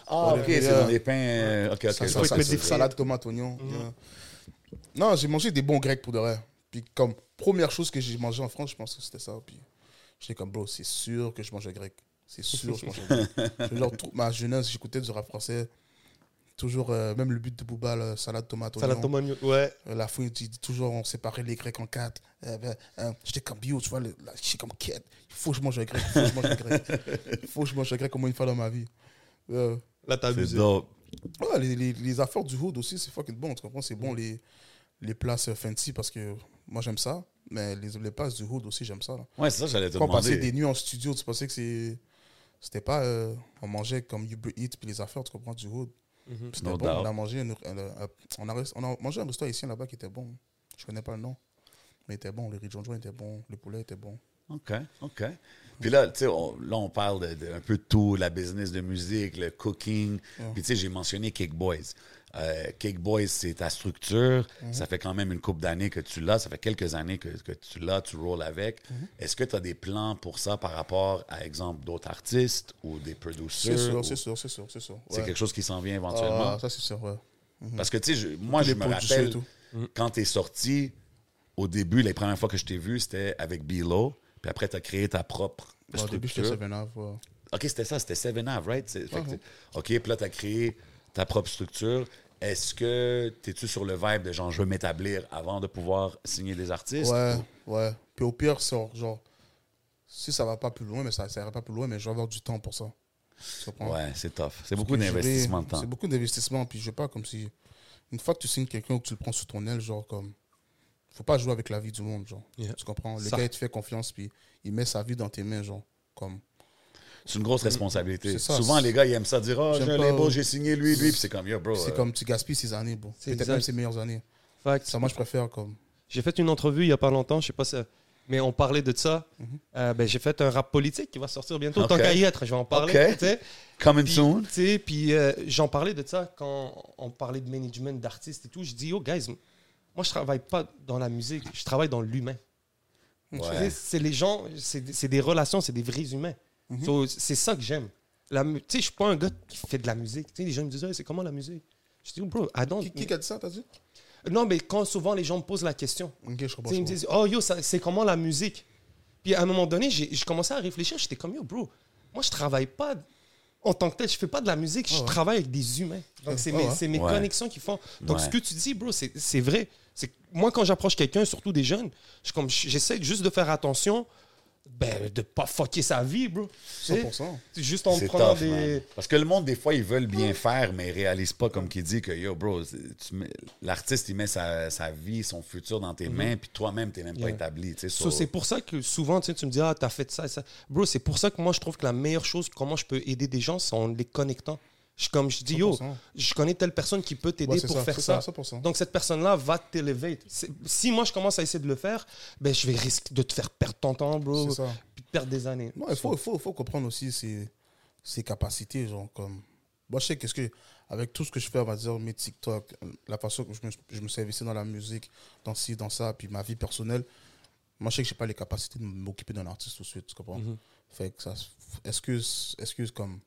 [SPEAKER 2] Ah, ok,
[SPEAKER 3] Whatever.
[SPEAKER 2] c'est dans les pains. euh, Ok, ok.
[SPEAKER 3] Ça,
[SPEAKER 2] ça,
[SPEAKER 3] ça,
[SPEAKER 2] ça,
[SPEAKER 3] ça,
[SPEAKER 2] ça,
[SPEAKER 3] ça, salade, tomate,
[SPEAKER 1] Mhm.
[SPEAKER 3] oignon. Yeah. Non, j'ai mangé des bons grecs pour de vrai. Puis comme première chose que j'ai mangé en France, je pense que c'était ça. Puis j'étais comme, bro, c'est sûr que je mange un grec. C'est sûr, je mange un grec. Je veux dire, toute ma jeunesse, j'écoutais du rap français. Toujours, euh, même le but de Booba, là, salade, tomate, oignon.
[SPEAKER 1] Salade tomate, ouais.
[SPEAKER 3] Euh, la fouille, tu dis toujours, on séparait les grecs en quatre. Euh, ben, euh, j'étais comme bio, tu vois, le- la- j'étais comme quête. Il faut que je mange un grec, il faut que je mange un grec. Il faut que je mange un grec au moins une fois dans ma vie. Euh,
[SPEAKER 1] Là, t'as
[SPEAKER 2] C'est
[SPEAKER 1] abusé.
[SPEAKER 2] dope.
[SPEAKER 3] Ouais, les, les, les affaires du hood aussi, c'est fucking bon. Tu comprends? C'est bon les, les places euh, fancy parce que moi j'aime ça. Mais les, les places du hood aussi, j'aime ça. là.
[SPEAKER 2] Ouais, c'est ça, j'allais te
[SPEAKER 3] Quand on passait
[SPEAKER 2] demander.
[SPEAKER 3] des nuits en studio, tu pensais que c'est. C'était pas. euh, on mangeait comme Uber Eats puis les affaires, tu comprends, du hood. C'était
[SPEAKER 2] No
[SPEAKER 3] bon.
[SPEAKER 2] doubt.
[SPEAKER 3] On a, mangé un, un- un- on, a, res- on a mangé un restaurant ici là-bas qui était bon. Je connais pas le nom. Mais il était bon. Le riz de joint était bon. Le poulet était bon.
[SPEAKER 2] OK, OK. Puis là, tu sais, on, là, on parle de, de un peu de tout, la business de musique, le cooking. Puis tu sais, j'ai mentionné Cake Boys. Euh, Cake Boys, c'est ta structure. Ça fait quand même une couple d'années que tu l'as. Ça fait quelques années que, que tu l'as, tu roules avec. Est-ce que tu as des plans pour ça par rapport à, exemple, d'autres artistes ou des producers?
[SPEAKER 3] C'est sûr,
[SPEAKER 2] ou-
[SPEAKER 3] c'est sûr, c'est sûr, c'est sûr.
[SPEAKER 2] C'est
[SPEAKER 3] Ouais.
[SPEAKER 2] quelque chose qui s'en vient éventuellement?
[SPEAKER 3] Ah, ça, c'est sûr, ouais.
[SPEAKER 2] Mm. Parce que, tu sais, je- moi,
[SPEAKER 3] Tous
[SPEAKER 2] je
[SPEAKER 3] les
[SPEAKER 2] me
[SPEAKER 3] producers et
[SPEAKER 2] rappelle,
[SPEAKER 3] tout.
[SPEAKER 2] quand t'es sorti, au début, les premières fois que je t'ai vu, c'était avec Bilo, puis après, t'as créé ta propre
[SPEAKER 3] Ouais, Au début, j'étais Ah,
[SPEAKER 2] structure.
[SPEAKER 3] 7 Up, ouais.
[SPEAKER 2] OK, c'était ça, c'était Seven Ave, right? C'est- fait que c'est- OK, puis là, t'as créé ta propre structure. Est-ce que t'es-tu sur le vibe de genre, je veux m'établir avant de pouvoir signer des artistes?
[SPEAKER 3] Ouais, ouais. Puis au pire, c'est genre, genre, si ça va pas plus loin, mais ça ça ira pas plus loin, mais je vais avoir du temps pour ça. Tu comprends?
[SPEAKER 2] Ouais, c'est tough. C'est
[SPEAKER 3] Parce
[SPEAKER 2] beaucoup
[SPEAKER 3] que je vais-
[SPEAKER 2] d'investissement de temps.
[SPEAKER 3] C'est beaucoup d'investissement, puis je veux pas comme si. Une fois que tu signes quelqu'un ou que tu le prends sous ton aile, genre comme. Faut pas jouer avec la vie du monde, genre.
[SPEAKER 1] Yeah.
[SPEAKER 3] Tu comprends? Le
[SPEAKER 1] Ça.
[SPEAKER 3] gars, il te fait confiance, puis il met sa vie dans tes mains, genre. Comme.
[SPEAKER 2] C'est une grosse responsabilité.
[SPEAKER 3] C'est ça,
[SPEAKER 2] Souvent,
[SPEAKER 3] c'est-
[SPEAKER 2] les gars, ils aiment ça, dire, oh,
[SPEAKER 3] J'aime
[SPEAKER 2] j'ai un
[SPEAKER 3] pas-
[SPEAKER 2] label, j'ai signé lui, lui, puis c'est comme, yo, bro.
[SPEAKER 3] C'est
[SPEAKER 2] euh,
[SPEAKER 3] comme tu gaspilles ses années, bon.
[SPEAKER 1] C'est
[SPEAKER 3] Peut-être
[SPEAKER 1] exact.
[SPEAKER 3] même ses meilleures années.
[SPEAKER 1] Fact.
[SPEAKER 3] Ça, moi, je préfère, comme.
[SPEAKER 1] J'ai fait une entrevue il n'y a pas longtemps, je sais pas si. Mais on parlait de ça. Euh, ben, j'ai fait un rap politique qui va sortir bientôt.
[SPEAKER 2] Mhm. Ok.
[SPEAKER 1] Tant qu'à y être, je vais en parler.
[SPEAKER 2] Ok.
[SPEAKER 1] tu sais.
[SPEAKER 2] Coming
[SPEAKER 1] Puis,
[SPEAKER 2] soon.
[SPEAKER 1] tu sais, puis euh, j'en parlais de ça quand on parlait de management d'artistes et tout. Je dis, yo, guys, moi, je travaille pas dans la musique, je travaille dans l'humain. Tu sais,
[SPEAKER 2] Ouais.
[SPEAKER 1] C'est les gens, c'est c'est des relations, c'est des vrais humains.
[SPEAKER 3] Mhm.
[SPEAKER 1] So, c'est ça que j'aime. La mu- Tu sais, je suis pas un gars qui fait de la musique. Tu sais, les gens me disent, Hey, c'est comment la musique? Je dis, bro, I don't-
[SPEAKER 3] Qui, qui a dit ça, t'as dit?
[SPEAKER 1] Non, mais quand souvent les gens me posent la question,
[SPEAKER 3] Ok, je comprends.
[SPEAKER 1] tu sais, ils me
[SPEAKER 3] je comprends.
[SPEAKER 1] disent, oh yo, ça- c'est comment la musique? Puis à un moment donné, j'ai je commençais à réfléchir, j'étais comme, yo, bro, moi je travaille pas en tant que tel, je fais pas de la musique, je travaille avec des humains. Donc c'est
[SPEAKER 3] Ouais,
[SPEAKER 1] mes,
[SPEAKER 3] ouais.
[SPEAKER 1] c'est mes
[SPEAKER 2] Ouais.
[SPEAKER 1] connexions qui font. Donc
[SPEAKER 2] Ouais.
[SPEAKER 1] ce que tu dis, bro, c'est c'est vrai. C'est que Moi, quand j'approche quelqu'un, surtout des jeunes, je suis comme, j'essaie juste de faire attention, ben, de pas fucker sa vie, bro. Tu sais,
[SPEAKER 3] 100%.
[SPEAKER 1] Juste en
[SPEAKER 2] C'est
[SPEAKER 1] prenant
[SPEAKER 2] tough,
[SPEAKER 1] des.
[SPEAKER 2] man. Parce que le monde, des fois, ils veulent bien faire, mais ils réalisent pas, comme qui dit, que yo, bro, c'est- tu mets- l'artiste, il met sa, sa vie, son futur dans tes mains, puis toi-même, t'es même pas
[SPEAKER 1] Mhm. Yeah.
[SPEAKER 2] établi. tu sais,
[SPEAKER 1] So,
[SPEAKER 2] so-
[SPEAKER 1] c'est pour ça que souvent, tu, sais, tu me dis, ah, t'as fait ça et ça. Bro, c'est pour ça que moi, je trouve que la meilleure chose, comment je peux aider des gens, c'est en les connectant. Je, comme je dis, yo,
[SPEAKER 3] 100%.
[SPEAKER 1] je connais telle personne qui peut t'aider
[SPEAKER 3] Ouais, c'est
[SPEAKER 1] pour
[SPEAKER 3] ça,
[SPEAKER 1] faire
[SPEAKER 3] c'est
[SPEAKER 1] ça.
[SPEAKER 3] ça, 100%.
[SPEAKER 1] Donc cette personne-là va t'élever. C'est- Si moi je commence à essayer de le faire, ben je vais risquer de te faire perdre ton temps, bro,
[SPEAKER 3] C'est ça.
[SPEAKER 1] puis de perdre des années.
[SPEAKER 3] Non, il faut, il faut, il faut comprendre aussi ses, ses capacités, genre, comme... Moi, je sais qu'est-ce que... Avec tout ce que je fais, on va dire, mes TikTok, la façon que je me, je me suis investi dans la musique, dans ci, dans ça, puis ma vie personnelle, moi, je sais que je n'ai pas les capacités de m'occuper d'un artiste tout de suite, tu comprends
[SPEAKER 1] Mhm.
[SPEAKER 3] Fait que ça... Est-ce que... Est-ce que, comme...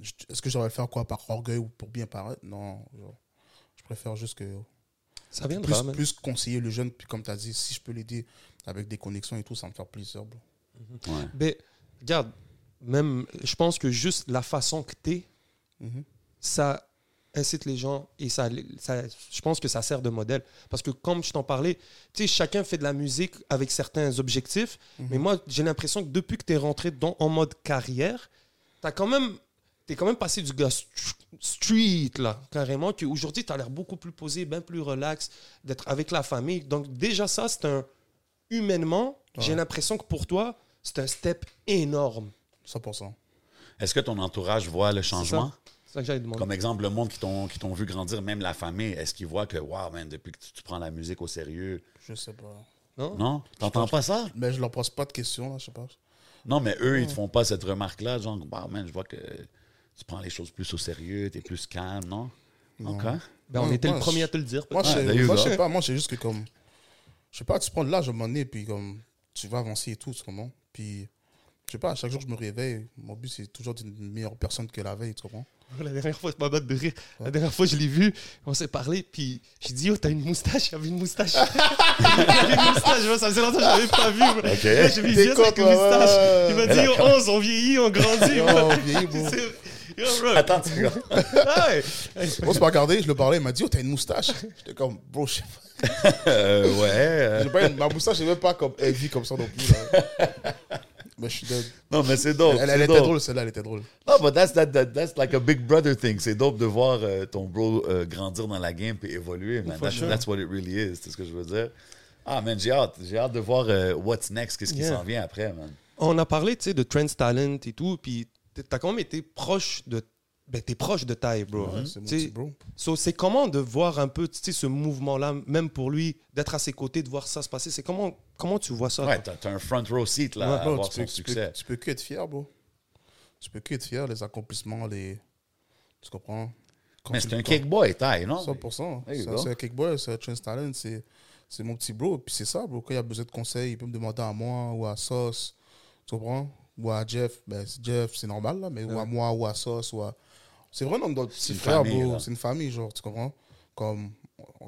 [SPEAKER 3] je- Est-ce que j'aurais le faire quoi par orgueil ou pour bien paraître Non, genre, je préfère juste que...
[SPEAKER 1] Ça viendra,
[SPEAKER 3] Plus,
[SPEAKER 1] man.
[SPEAKER 3] plus conseiller le jeune, puis comme tu as dit, si je peux l'aider avec des connexions et tout, ça me fait plaisir, bro.
[SPEAKER 1] Ben, regarde, même, je pense que juste la façon que t'es, ça incite les gens et ça, ça, je pense que ça sert de modèle. Parce que comme je t'en parlais, tu sais, chacun fait de la musique avec certains objectifs, mais moi, j'ai l'impression que depuis que tu es rentré dans, en mode carrière, t'as quand même... T'es quand même passé du gars st- street, là, carrément, que aujourd'hui, t'as l'air beaucoup plus posé, bien plus relax, d'être avec la famille. Donc, déjà, ça, c'est un. Humainement, j'ai l'impression que pour toi, c'est un step énorme.
[SPEAKER 3] 100%.
[SPEAKER 2] Est-ce que ton entourage voit le changement?
[SPEAKER 1] ça. C'est ça que j'allais demander.
[SPEAKER 2] Comme exemple, le monde qui t'ont qui t'ont vu grandir, même la famille, est-ce qu'ils voient que, wow, man, depuis que tu, tu prends la musique au sérieux,
[SPEAKER 3] Je sais pas.
[SPEAKER 2] non? T'entends pas ça?
[SPEAKER 3] Mais je leur pose pas de questions, là, je sais pas.
[SPEAKER 2] Non, mais eux, ils te font pas cette remarque-là, genre, wow, man, je vois que tu prends les choses plus au sérieux, t'es plus calme, non? Encore?
[SPEAKER 1] Ben, on
[SPEAKER 3] Moi,
[SPEAKER 1] était
[SPEAKER 3] moi,
[SPEAKER 1] le premier
[SPEAKER 3] je-
[SPEAKER 1] à te le dire.
[SPEAKER 3] Moi, je
[SPEAKER 2] Ouais, Ah, there
[SPEAKER 3] sais-
[SPEAKER 2] you
[SPEAKER 3] moi,
[SPEAKER 2] go.
[SPEAKER 3] je sais pas, moi, c'est juste que comme. Je sais pas, tu prends de l'âge à un moment donné, puis comme. Tu vas avancer et tout, tu comprends? Puis. Je sais pas, à chaque jour, je me réveille. Mon but, c'est toujours d'être une meilleure personne que la veille, tu comprends?
[SPEAKER 1] La dernière fois, je m'abatte de rire. La dernière fois, je l'ai vu, on s'est parlé, puis j'ai dit, oh, t'as une moustache, j'avais une moustache. j'avais une moustache, moi, ça faisait longtemps que je l'avais pas vu. moi.
[SPEAKER 2] OK.
[SPEAKER 1] Là, j'ai vu
[SPEAKER 3] T'es
[SPEAKER 1] Zias avec
[SPEAKER 3] con,
[SPEAKER 1] une
[SPEAKER 3] toi, ouais,
[SPEAKER 1] moustache.
[SPEAKER 3] ouais,
[SPEAKER 1] Il m'a
[SPEAKER 2] ouais.
[SPEAKER 1] dit, oh, 11, on vieillit, on grandit.
[SPEAKER 3] Oh,
[SPEAKER 1] moi.
[SPEAKER 3] on vieillit, bro.
[SPEAKER 1] C'est- Yo, bro.
[SPEAKER 2] Attends, tu regardes.
[SPEAKER 1] Ah ouais.
[SPEAKER 3] Moi, c'est pas regardé, je le parlais, il m'a dit, oh, t'as une moustache. J'étais comme, bro, je sais pas.
[SPEAKER 2] Euh, ouais. euh,
[SPEAKER 3] J'ai pas une- ma moustache, n'est même pas comme heavy comme ça non plus. là. Mais je suis dead.
[SPEAKER 2] Non, mais c'est dope.
[SPEAKER 3] Elle,
[SPEAKER 2] c'est
[SPEAKER 3] elle était
[SPEAKER 2] dope.
[SPEAKER 3] drôle, celle-là, elle était drôle.
[SPEAKER 2] Non, mais that's, that, that- that's like a big brother thing. C'est dope de voir euh, ton bro euh, grandir dans la game et évoluer, man. That's, that's what it really is. C'est ce que je veux dire. Ah, man, j'ai hâte. J'ai hâte de voir euh, what's next, qu'est-ce qui
[SPEAKER 1] Yeah.
[SPEAKER 2] s'en vient après, man.
[SPEAKER 1] On a parlé, tu sais, de Trends Talent et tout, puis t- t'as quand même été proche de... Ben, t'es proche de taille, bro.
[SPEAKER 3] Ouais, c'est mon
[SPEAKER 1] Tu sais,
[SPEAKER 3] petit bro.
[SPEAKER 1] So, c'est comment de voir un peu tu sais, ce mouvement-là, même pour lui, d'être à ses côtés, de voir ça se passer. C'est comment, comment tu vois ça
[SPEAKER 2] Ouais,
[SPEAKER 1] toi?
[SPEAKER 2] t'as t'as un front row seat, là,
[SPEAKER 3] Ah. Ouais,
[SPEAKER 2] à
[SPEAKER 3] bro,
[SPEAKER 2] voir
[SPEAKER 3] tu, peux,
[SPEAKER 2] son
[SPEAKER 3] tu, peux,
[SPEAKER 2] succès.
[SPEAKER 3] tu peux que être fier, bro. Tu peux que être fier, les accomplissements, les. Tu comprends? Quand
[SPEAKER 2] Mais
[SPEAKER 3] tu-
[SPEAKER 2] c'est un
[SPEAKER 3] quand-
[SPEAKER 2] kickboy, taille, non?
[SPEAKER 3] 100%.
[SPEAKER 2] There you
[SPEAKER 3] C'est
[SPEAKER 2] go.
[SPEAKER 3] c'est un kickboy, c'est un Trans Talent, c'est c'est mon petit bro. Puis c'est ça, bro. Quand il a besoin de conseils, il peut me demander à moi ou à Sauce, tu comprends? Ou à Jeff. Ben, c'est Jeff, c'est normal, là, mais ou à moi ou à Sauce. Ou à... C'est vraiment notre petit
[SPEAKER 2] une
[SPEAKER 3] frère,
[SPEAKER 2] famille, là.
[SPEAKER 3] bro. C'est une famille, genre, tu comprends? Comme,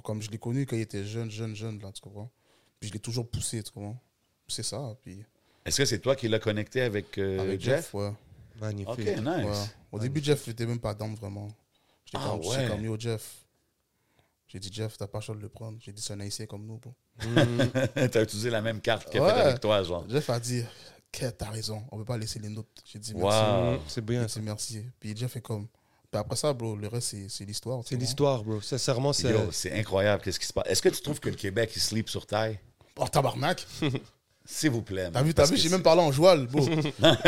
[SPEAKER 3] comme je l'ai connu quand il était jeune, jeune, jeune, là, tu comprends? Puis je l'ai toujours poussé, tu comprends? C'est ça, puis
[SPEAKER 2] Est-ce que c'est toi qui l'as connecté avec, euh,
[SPEAKER 3] avec
[SPEAKER 2] Jeff?
[SPEAKER 3] Jeff, ouais.
[SPEAKER 1] Magnifique. Mm,
[SPEAKER 2] OK, nice.
[SPEAKER 3] Ouais. Au début, Jeff n'était même pas down vraiment. J'étais
[SPEAKER 2] Ah
[SPEAKER 3] comme, je suis
[SPEAKER 2] ouais.
[SPEAKER 3] comme yo, Jeff. J'ai dit, Jeff, t'as pas le choix de le prendre. J'ai dit, c'est un haïtien comme nous. Bro.
[SPEAKER 2] t'as utilisé la même carte qu'il a
[SPEAKER 3] Ouais.
[SPEAKER 2] fait avec toi, genre.
[SPEAKER 3] Jeff a dit, Quête, t'as raison, on peut pas laisser les nôtres. J'ai dit, merci.
[SPEAKER 2] Wow.
[SPEAKER 1] C'est
[SPEAKER 3] J'ai
[SPEAKER 1] bien.
[SPEAKER 3] dit, merci. Puis Jeff est comme. Puis après ça, bro, le reste, c'est- c'est l'histoire. tu
[SPEAKER 1] C'est
[SPEAKER 3] vois.
[SPEAKER 1] l'histoire, bro. Sincèrement, c'est.
[SPEAKER 2] Yo, c'est incroyable, qu'est-ce qui se passe. Est-ce que tu trouves que le Québec, il sleep sur taille?
[SPEAKER 3] Oh, tabarnak.
[SPEAKER 2] S'il vous plaît, man.
[SPEAKER 3] T'as vu, t'as
[SPEAKER 2] Parce
[SPEAKER 3] vu,
[SPEAKER 2] que
[SPEAKER 3] j'ai
[SPEAKER 2] c'est-
[SPEAKER 3] même parlé en joual, bro.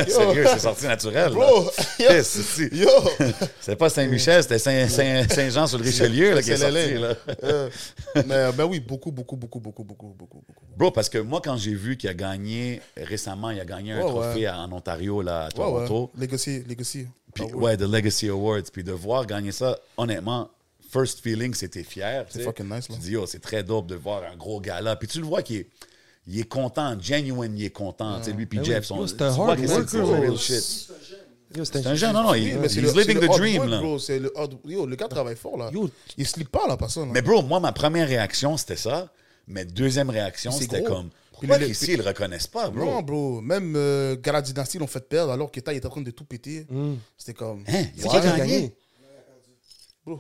[SPEAKER 2] Sérieux, c'est sorti naturel.
[SPEAKER 3] Bro,
[SPEAKER 2] là.
[SPEAKER 3] yo.
[SPEAKER 2] Yes, si.
[SPEAKER 3] Yo!
[SPEAKER 2] C'était pas Saint-Michel, c'était Saint- Saint- Saint-Jean sur le Richelieu là, qui est
[SPEAKER 3] C'est
[SPEAKER 2] sorti.
[SPEAKER 3] LLA.
[SPEAKER 2] là.
[SPEAKER 3] Euh, mais ben oui, beaucoup, beaucoup, beaucoup, beaucoup, beaucoup, beaucoup, beaucoup.
[SPEAKER 2] Bro, parce que moi, quand j'ai vu qu'il a gagné récemment, il a gagné un
[SPEAKER 3] Ouais,
[SPEAKER 2] trophée
[SPEAKER 3] ouais.
[SPEAKER 2] à- en Ontario, là, à
[SPEAKER 3] Ouais, Ah
[SPEAKER 2] Toronto.
[SPEAKER 3] ouais. Legacy, legacy.
[SPEAKER 2] Puis,
[SPEAKER 3] Ah ouais.
[SPEAKER 2] ouais, The Legacy Awards. Puis de voir gagner ça, honnêtement, first feeling, c'était fier. tu sais.
[SPEAKER 3] fucking nice, là.
[SPEAKER 2] Tu dis, yo, c'est très dope de voir un gros gala. Puis tu le vois qu'il est, il est content, genuine, il est content. Tu sais, lui, puis Jeff, sont,
[SPEAKER 1] Ah Ben Yo,
[SPEAKER 2] tu
[SPEAKER 1] c'est un
[SPEAKER 2] vois
[SPEAKER 1] hard
[SPEAKER 2] que c'est
[SPEAKER 1] worker,
[SPEAKER 2] du real
[SPEAKER 1] bro.
[SPEAKER 2] shit.
[SPEAKER 1] Yo, c'est
[SPEAKER 2] C'est
[SPEAKER 1] un-
[SPEAKER 2] un jeune, non, non, il,
[SPEAKER 3] Oui, mais c'est
[SPEAKER 2] he's
[SPEAKER 3] le, c'est
[SPEAKER 2] living
[SPEAKER 3] le
[SPEAKER 2] the
[SPEAKER 3] hard
[SPEAKER 2] dream,
[SPEAKER 3] work,
[SPEAKER 2] là.
[SPEAKER 3] bro. C'est le hard- Yo, le gars travaille fort, là.
[SPEAKER 1] Yo.
[SPEAKER 3] Il se lit pas, la personne.
[SPEAKER 2] Mais bro, moi, ma première réaction, c'était ça. Mais deuxième réaction,
[SPEAKER 3] C'est
[SPEAKER 2] c'était
[SPEAKER 3] gros.
[SPEAKER 2] comme,
[SPEAKER 3] Puis
[SPEAKER 2] pourquoi
[SPEAKER 3] le-
[SPEAKER 2] qu'ici,
[SPEAKER 3] puis-
[SPEAKER 2] ils le reconnaissent pas, bro?
[SPEAKER 3] Non, bro. Même euh, Gala Dynasty l'ont fait perdre alors qu'État était en train de tout péter.
[SPEAKER 1] Mm.
[SPEAKER 3] C'était comme.
[SPEAKER 2] Hein? Il a
[SPEAKER 1] C'est qui
[SPEAKER 2] pas
[SPEAKER 1] qui a
[SPEAKER 2] gagné?
[SPEAKER 1] gagné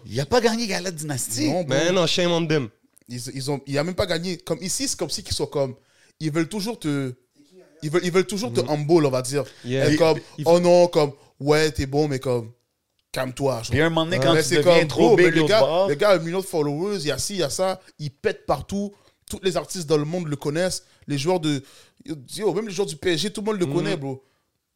[SPEAKER 2] Il a pas gagné Gala Dynastie?
[SPEAKER 3] Non, bro.
[SPEAKER 1] Mais non, shame on them.
[SPEAKER 3] Ils, ils ont, il a même pas gagné. Comme ici, c'est comme si qu'ils sont comme. Ils veulent toujours te. Ils veulent, ils veulent toujours te humble, on va dire.
[SPEAKER 1] Mm. Yeah.
[SPEAKER 3] Et
[SPEAKER 1] Il-
[SPEAKER 3] comme,
[SPEAKER 1] il-
[SPEAKER 3] oh non, comme, ouais, t'es bon, mais comme, calme-toi. genre.
[SPEAKER 2] Puis à un moment donné, quand
[SPEAKER 3] Mais
[SPEAKER 2] tu
[SPEAKER 3] Euh, c'est
[SPEAKER 2] deviens
[SPEAKER 3] comme,
[SPEAKER 2] trop
[SPEAKER 3] trop mais
[SPEAKER 2] big
[SPEAKER 3] le
[SPEAKER 2] au
[SPEAKER 3] gars,
[SPEAKER 2] bord,
[SPEAKER 3] le gars a un million de followers, il y a ci, il y a ça, il pète partout. Tous les artistes dans le monde le connaissent. Les joueurs de. yo, même les joueurs du PSG, tout le monde le connaît, bro.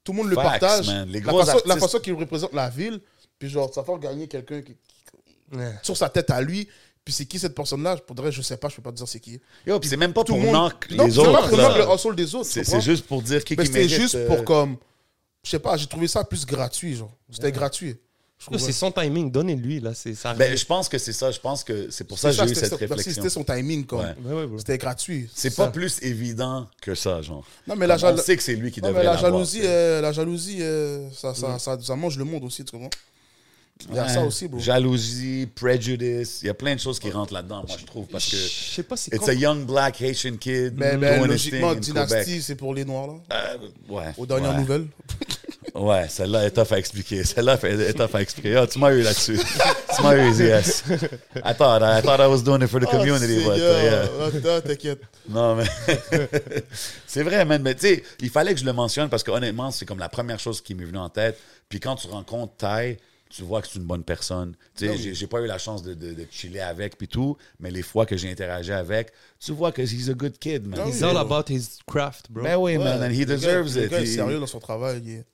[SPEAKER 3] Tout le monde
[SPEAKER 2] Mm. Facts,
[SPEAKER 3] le partage.
[SPEAKER 2] man. Les
[SPEAKER 3] la,
[SPEAKER 2] gros
[SPEAKER 3] façon, la
[SPEAKER 2] artistes-
[SPEAKER 3] façon qu'il représente la ville, Puis genre, ça fait gagner quelqu'un qui, qui- sur sa tête à lui. Puis c'est qui cette personne-là Je pourrais, je sais pas, je peux pas te dire c'est qui.
[SPEAKER 2] Yo, puis c'est même pas
[SPEAKER 3] Tout
[SPEAKER 2] pour
[SPEAKER 3] le monde-
[SPEAKER 2] knock
[SPEAKER 3] Non,
[SPEAKER 2] les
[SPEAKER 3] c'est pas
[SPEAKER 2] autres.
[SPEAKER 3] pour
[SPEAKER 2] là.
[SPEAKER 3] knock le hustle des autres. tu
[SPEAKER 2] C'est c'est
[SPEAKER 3] comprends?
[SPEAKER 2] juste pour dire qui,
[SPEAKER 3] Mais
[SPEAKER 2] qui
[SPEAKER 3] c'était
[SPEAKER 2] mérite.
[SPEAKER 3] juste
[SPEAKER 2] euh,
[SPEAKER 3] pour comme, je sais pas, j'ai trouvé ça plus gratuit, genre. C'était gratuit. Je trouvais.
[SPEAKER 1] C'est son timing, donnez-lui, là. C'est ça.
[SPEAKER 2] Ben, je pense que c'est ça. Je pense que c'est pour ça que j'ai eu
[SPEAKER 3] c'était-
[SPEAKER 2] cette
[SPEAKER 3] c'était- merci,
[SPEAKER 2] réflexion.
[SPEAKER 3] C'était son timing, comme.
[SPEAKER 2] Ouais.
[SPEAKER 1] Ouais, ouais, ouais.
[SPEAKER 3] C'était gratuit.
[SPEAKER 2] C'est
[SPEAKER 3] ça.
[SPEAKER 2] pas plus évident que ça, genre.
[SPEAKER 3] Non, mais la,
[SPEAKER 2] On
[SPEAKER 3] jal-
[SPEAKER 2] sait que c'est lui qui
[SPEAKER 3] non,
[SPEAKER 2] devrait
[SPEAKER 3] mais la
[SPEAKER 2] l'avoir,
[SPEAKER 3] jalousie,
[SPEAKER 2] tu sais.
[SPEAKER 3] euh, la jalousie euh, ça, ça, ça, ça mange le monde aussi, tu comprends Il y a
[SPEAKER 2] Ouais.
[SPEAKER 3] ça aussi, bro.
[SPEAKER 2] Jalousie, prejudice. Il y a plein de choses qui rentrent là-dedans, moi, je trouve. Parce que
[SPEAKER 1] Je sais pas, c'est
[SPEAKER 2] it's a young black Haitian kid
[SPEAKER 3] Mais,
[SPEAKER 2] doing his thing
[SPEAKER 3] mais Ben, logiquement,
[SPEAKER 2] in Quebec.
[SPEAKER 3] Dynasty, c'est pour les Noirs, là.
[SPEAKER 2] Euh, ouais.
[SPEAKER 3] Aux dernières
[SPEAKER 2] ouais.
[SPEAKER 3] nouvelles.
[SPEAKER 2] Ouais, celle-là est tough à expliquer. Celle-là fait- est tough à expliquer. Ah, tu m'as eu là-dessus. tu m'as eu, yes. I thought, I thought I was doing it for the community,
[SPEAKER 3] Oh,
[SPEAKER 2] but
[SPEAKER 3] Seigneur,
[SPEAKER 2] uh, yeah.
[SPEAKER 3] attends, t'inquiète.
[SPEAKER 2] Non, mais. c'est vrai, man. Mais tu sais, il fallait que je le mentionne parce que honnêtement, c'est comme la première chose qui m'est venue en tête. Puis quand tu rencontres Ty, tu vois que c'est une bonne personne. Tu sais, j'ai- j'ai pas eu la chance de, de, de chiller avec puis tout, mais les fois que j'ai interagi avec, tu vois que he's a good kid, man.
[SPEAKER 3] Ah oui.
[SPEAKER 1] It's all about his craft, bro.
[SPEAKER 2] Ben oui,
[SPEAKER 3] Ouais,
[SPEAKER 2] man, and he
[SPEAKER 3] le gars-
[SPEAKER 2] deserves
[SPEAKER 3] le
[SPEAKER 2] it.
[SPEAKER 3] gars est
[SPEAKER 2] Il-
[SPEAKER 3] sérieux dans son travail. il est-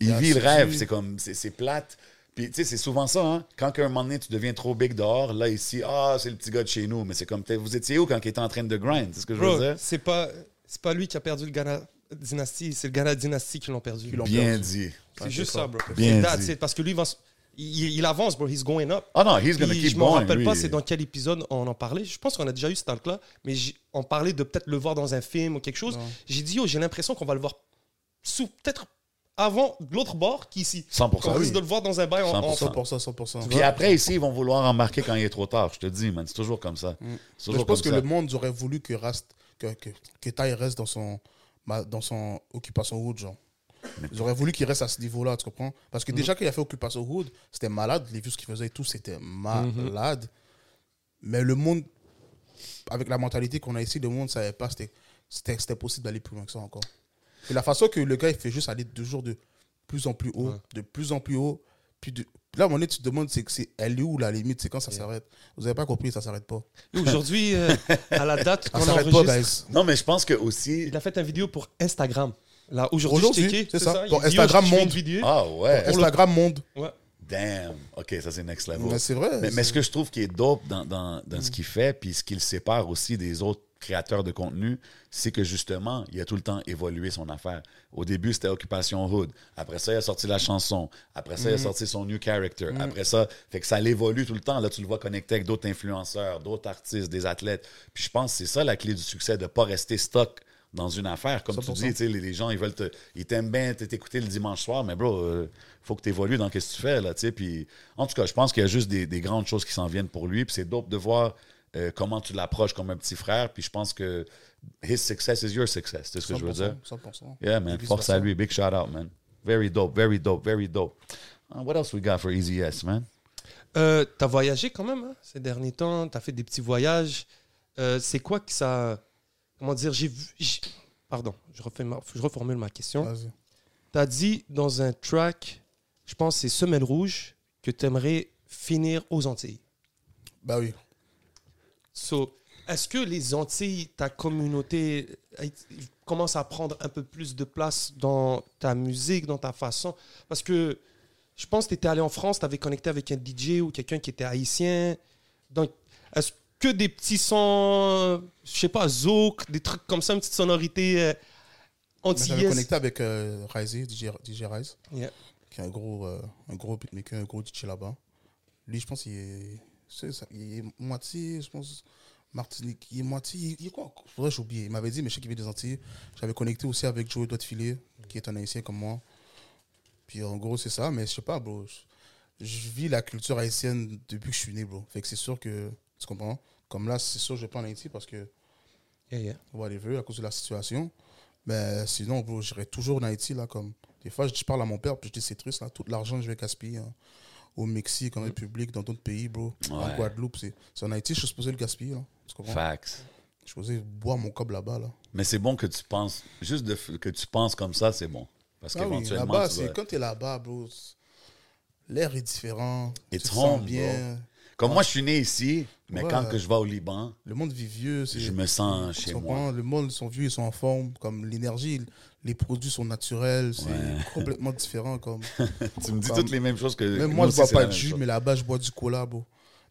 [SPEAKER 2] il
[SPEAKER 3] Yeah,
[SPEAKER 2] vit le
[SPEAKER 3] c'est
[SPEAKER 2] rêve,
[SPEAKER 3] sûr.
[SPEAKER 2] c'est comme, c'est c'est plate. Puis, tu sais, c'est souvent ça, hein? Quand à un moment donné, tu deviens trop big dehors, là, ici, ah, c'est le petit gars de chez nous. Mais c'est comme, t'es- vous étiez où quand il était en train de grind? C'est ce que je veux
[SPEAKER 1] Bro,
[SPEAKER 2] dire?
[SPEAKER 1] c'est pas, c'est pas lui qui a perdu le Ghana Dynasty, c'est le Ghana Dynasty qui l'ont perdu.
[SPEAKER 2] Bien dit.
[SPEAKER 1] C'est juste ça, bro.
[SPEAKER 2] Bien
[SPEAKER 1] C'est that's
[SPEAKER 2] dit.
[SPEAKER 1] it, parce que lui, il, va s- il- il avance, bro. He's going up.
[SPEAKER 2] Ah non, he's gonna
[SPEAKER 1] Puis
[SPEAKER 2] keep
[SPEAKER 1] je me
[SPEAKER 2] going.
[SPEAKER 1] rappelle
[SPEAKER 2] lui.
[SPEAKER 1] pas c'est dans quel épisode on en parlait. Je pense qu'on a déjà eu ce talk-là, mais j- on parlait de peut-être le voir dans un film ou quelque chose. J'ai dit, yo, j'ai l'impression qu'on va le voir sous peut-être avant de l'autre bord qu'ici.
[SPEAKER 2] 100%.
[SPEAKER 1] On
[SPEAKER 2] oui.
[SPEAKER 1] risque de le voir dans un bail en, en-
[SPEAKER 2] 100%.
[SPEAKER 3] 100%, 100%.
[SPEAKER 2] Puis après, ici, ils vont vouloir embarquer quand il est trop tard. Je te dis, man, c'est toujours comme
[SPEAKER 1] Mm.
[SPEAKER 2] ça. C'est
[SPEAKER 3] Mais
[SPEAKER 2] toujours
[SPEAKER 3] je pense que
[SPEAKER 2] comme ça.
[SPEAKER 3] le monde aurait voulu que, reste, que, que, que Ty reste dans son, ma- dans son Occupation Hood, genre. Ils auraient voulu qu'il reste à ce niveau-là, tu comprends Parce que
[SPEAKER 2] Mm-hmm.
[SPEAKER 3] déjà, qu'il a fait Occupation Hood, c'était malade. Les vues qu'il faisait et tout, c'était
[SPEAKER 2] Mm-hmm.
[SPEAKER 3] malade. Mais le monde, avec la mentalité qu'on a ici, le monde ne savait pas c'était- c'était c'était possible d'aller plus loin que ça encore. Et la façon que le gars, il fait juste aller de jour de plus en plus haut, de plus en plus haut. Puis de, là, à un moment donné, tu te demandes, c'est, c'est, elle est où la limite C'est quand ça s'arrête Vous n'avez pas compris, ça s'arrête pas.
[SPEAKER 1] Et Aujourd'hui, euh, à la date
[SPEAKER 2] Ah,
[SPEAKER 3] Ah, Ça
[SPEAKER 1] qu'on
[SPEAKER 3] s'arrête pas,
[SPEAKER 1] enregistre,
[SPEAKER 3] guys.
[SPEAKER 2] Non, mais je pense que aussi.
[SPEAKER 1] il a fait une vidéo pour Instagram. Là, aujourd'hui,
[SPEAKER 3] Aujourd'hui,
[SPEAKER 1] je checkais,
[SPEAKER 3] c'est ça.
[SPEAKER 1] il
[SPEAKER 3] Pour
[SPEAKER 1] dit, yo,
[SPEAKER 3] Instagram
[SPEAKER 1] je fais une
[SPEAKER 3] monde.
[SPEAKER 1] vidéo.
[SPEAKER 2] Ah ouais.
[SPEAKER 3] ben, Instagram monde.
[SPEAKER 1] Ouais.
[SPEAKER 2] Damn. OK, ça, c'est next level.
[SPEAKER 3] Mais c'est vrai.
[SPEAKER 2] Mais, mais
[SPEAKER 3] c'est-
[SPEAKER 2] ce que je trouve qui est dope dans, dans- dans ce qu'il fait, puis ce qui le sépare aussi des autres créateurs de contenu, c'est que justement, il a tout le temps évolué son affaire. Au début, c'était Occupation Hood. Après ça, il a sorti la chanson. Après ça, il a sorti son new character. Après ça, fait que ça l'évolue tout le temps. Là, tu le vois connecté avec d'autres influenceurs, d'autres artistes, des athlètes. Puis je pense que c'est ça la clé du succès, de ne pas rester stock dans une affaire. Comme tu dis, tu sais, les, les gens, ils veulent te, ils t'aiment bien t- t'écouter le dimanche soir, mais bro, euh, faut que tu évolues dans ce que tu fais, là, tu sais. Puis, en tout cas, je pense qu'il y a juste des, des grandes choses qui s'en viennent pour lui. Puis c'est dope de voir euh, comment tu l'approches comme un petit frère. Puis je pense que his success is your success. C'est ce que je veux dire.
[SPEAKER 3] 100%.
[SPEAKER 2] Yeah, man. Force à lui. Big shout out, man. Very dope, very dope, very dope. Uh, what else we got for Easy Yes, man?
[SPEAKER 1] Euh, t'as voyagé quand même hein, ces derniers temps, t'as fait des petits voyages. Euh, c'est quoi que ça. Comment dire J'ai vu. j'ai- Pardon, je, refais ma- je reformule ma question.
[SPEAKER 3] Vas-y.
[SPEAKER 1] T'as dit dans un track, je pense que c'est Semelle Rouge, que t'aimerais finir aux Antilles.
[SPEAKER 3] Bah oui.
[SPEAKER 1] So, est-ce que les Antilles, ta communauté, euh, commence à prendre un peu plus de place dans ta musique, dans ta façon Parce que je pense que tu étais allé en France, tu avais connecté avec un DJ ou quelqu'un qui était haïtien. Donc, est-ce que des petits sons, euh, je sais pas, zouk, des trucs comme ça, une petite sonorité euh,
[SPEAKER 3] Mais J'avais
[SPEAKER 1] antillaise
[SPEAKER 3] connecté avec euh, Rizey, DJ, DJ Rise,
[SPEAKER 1] Yeah.
[SPEAKER 3] qui est un gros, euh, un gros beatmaker, un gros DJ là-bas. Lui, je pense qu'il est, c'est ça, il est moitié, je pense, Martinique. Il est moitié, il- il est quoi encore Faudrait que j'oublie. Il m'avait dit, mais je sais qu'il vient des Antilles. J'avais connecté aussi avec Joey Doigt de Filet, qui est un haïtien comme moi. Puis en gros, c'est ça, mais je sais pas, bro. Je, je vis la culture haïtienne depuis que je suis né, bro. Fait que c'est sûr que, tu comprends Comme là, c'est sûr, je vais pas en Haïti parce que
[SPEAKER 1] Yeah, yeah.
[SPEAKER 3] whatever, à cause de la situation. Mais sinon, bro, j'irai toujours en Haïti, là, comme... Des fois, je je parle à mon père, puis je dis, c'est triste, là, tout l'argent que je vais gaspiller hein, au Mexique, en République, dans d'autres pays, bro. En
[SPEAKER 2] Mm. Ouais.
[SPEAKER 3] Guadeloupe, c'est c'est en Haïti, je suis supposé le gaspiller, là. Tu comprends?
[SPEAKER 2] Facts.
[SPEAKER 3] Je suis supposé boire mon cob là-bas, là.
[SPEAKER 2] Mais c'est bon que tu penses, juste de f- que tu penses comme ça, c'est bon. Parce
[SPEAKER 3] Ah oui,
[SPEAKER 2] qu'éventuellement,
[SPEAKER 3] là-bas,
[SPEAKER 2] tu
[SPEAKER 3] c'est
[SPEAKER 2] vas-
[SPEAKER 3] quand t'es là-bas, bro, c'est- l'air est différent,
[SPEAKER 2] Et
[SPEAKER 3] tu te
[SPEAKER 2] tremble,
[SPEAKER 3] sens bien.
[SPEAKER 2] Comme moi, je suis né ici, Mais
[SPEAKER 3] Ouais.
[SPEAKER 2] quand que je vais au Liban,
[SPEAKER 3] Le monde vit vieux. c'est-
[SPEAKER 2] je me sens chez
[SPEAKER 3] sont
[SPEAKER 2] moi.
[SPEAKER 3] vraiment- le monde, ils sont vieux, ils sont en forme. Comme l'énergie, les produits sont naturels. C'est complètement différent. Comme.
[SPEAKER 2] Tu me dis
[SPEAKER 3] Comme-
[SPEAKER 2] toutes les mêmes choses que
[SPEAKER 3] Même
[SPEAKER 2] nous
[SPEAKER 3] moi, je
[SPEAKER 2] aussi,
[SPEAKER 3] bois
[SPEAKER 2] c'est
[SPEAKER 3] pas
[SPEAKER 2] la
[SPEAKER 3] de
[SPEAKER 2] même
[SPEAKER 3] jus,
[SPEAKER 2] chose.
[SPEAKER 3] mais là-bas, je bois du cola, bro.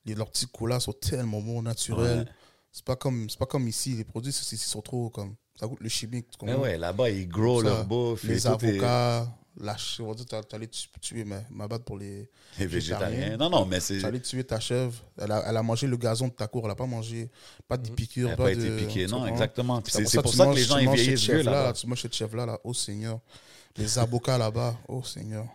[SPEAKER 3] Les- leurs petits colas sont tellement bons, naturels.
[SPEAKER 2] Ouais.
[SPEAKER 3] C'est pas comme c'est pas comme ici. Les produits, c'est- c'est- ils sont trop comme. Ça goûte le chimique. tu
[SPEAKER 2] Mais
[SPEAKER 3] comprends?
[SPEAKER 2] ouais, là-bas, ils grow
[SPEAKER 3] Ça,
[SPEAKER 2] leur bouffe. et
[SPEAKER 3] Les
[SPEAKER 2] tout est-
[SPEAKER 3] avocats, la ch- on va dire, t'as- t'allais tu- tuer ma, ma batte pour les.
[SPEAKER 2] Les végétariens. Non, non, mais c'est.
[SPEAKER 3] T'allais tuer ta chèvre. Elle a, elle a mangé le gazon de ta cour. Elle a pas mangé. Pas de piqûres.
[SPEAKER 2] Mhm. Elle n'a
[SPEAKER 3] pas,
[SPEAKER 2] pas
[SPEAKER 3] de- hein.
[SPEAKER 2] été piquée.
[SPEAKER 3] tu
[SPEAKER 2] Non,
[SPEAKER 3] comprends?
[SPEAKER 2] exactement. Puis C'est
[SPEAKER 3] pour
[SPEAKER 2] c'est pour
[SPEAKER 3] tu
[SPEAKER 2] ça que
[SPEAKER 3] manges-
[SPEAKER 2] les gens
[SPEAKER 3] tu
[SPEAKER 2] ils
[SPEAKER 3] manges chez
[SPEAKER 2] vieillissent
[SPEAKER 3] chef
[SPEAKER 2] vieux
[SPEAKER 3] là,
[SPEAKER 2] là.
[SPEAKER 3] Tu manges chez chef là, là, oh Seigneur. Les avocats là-bas, oh Seigneur.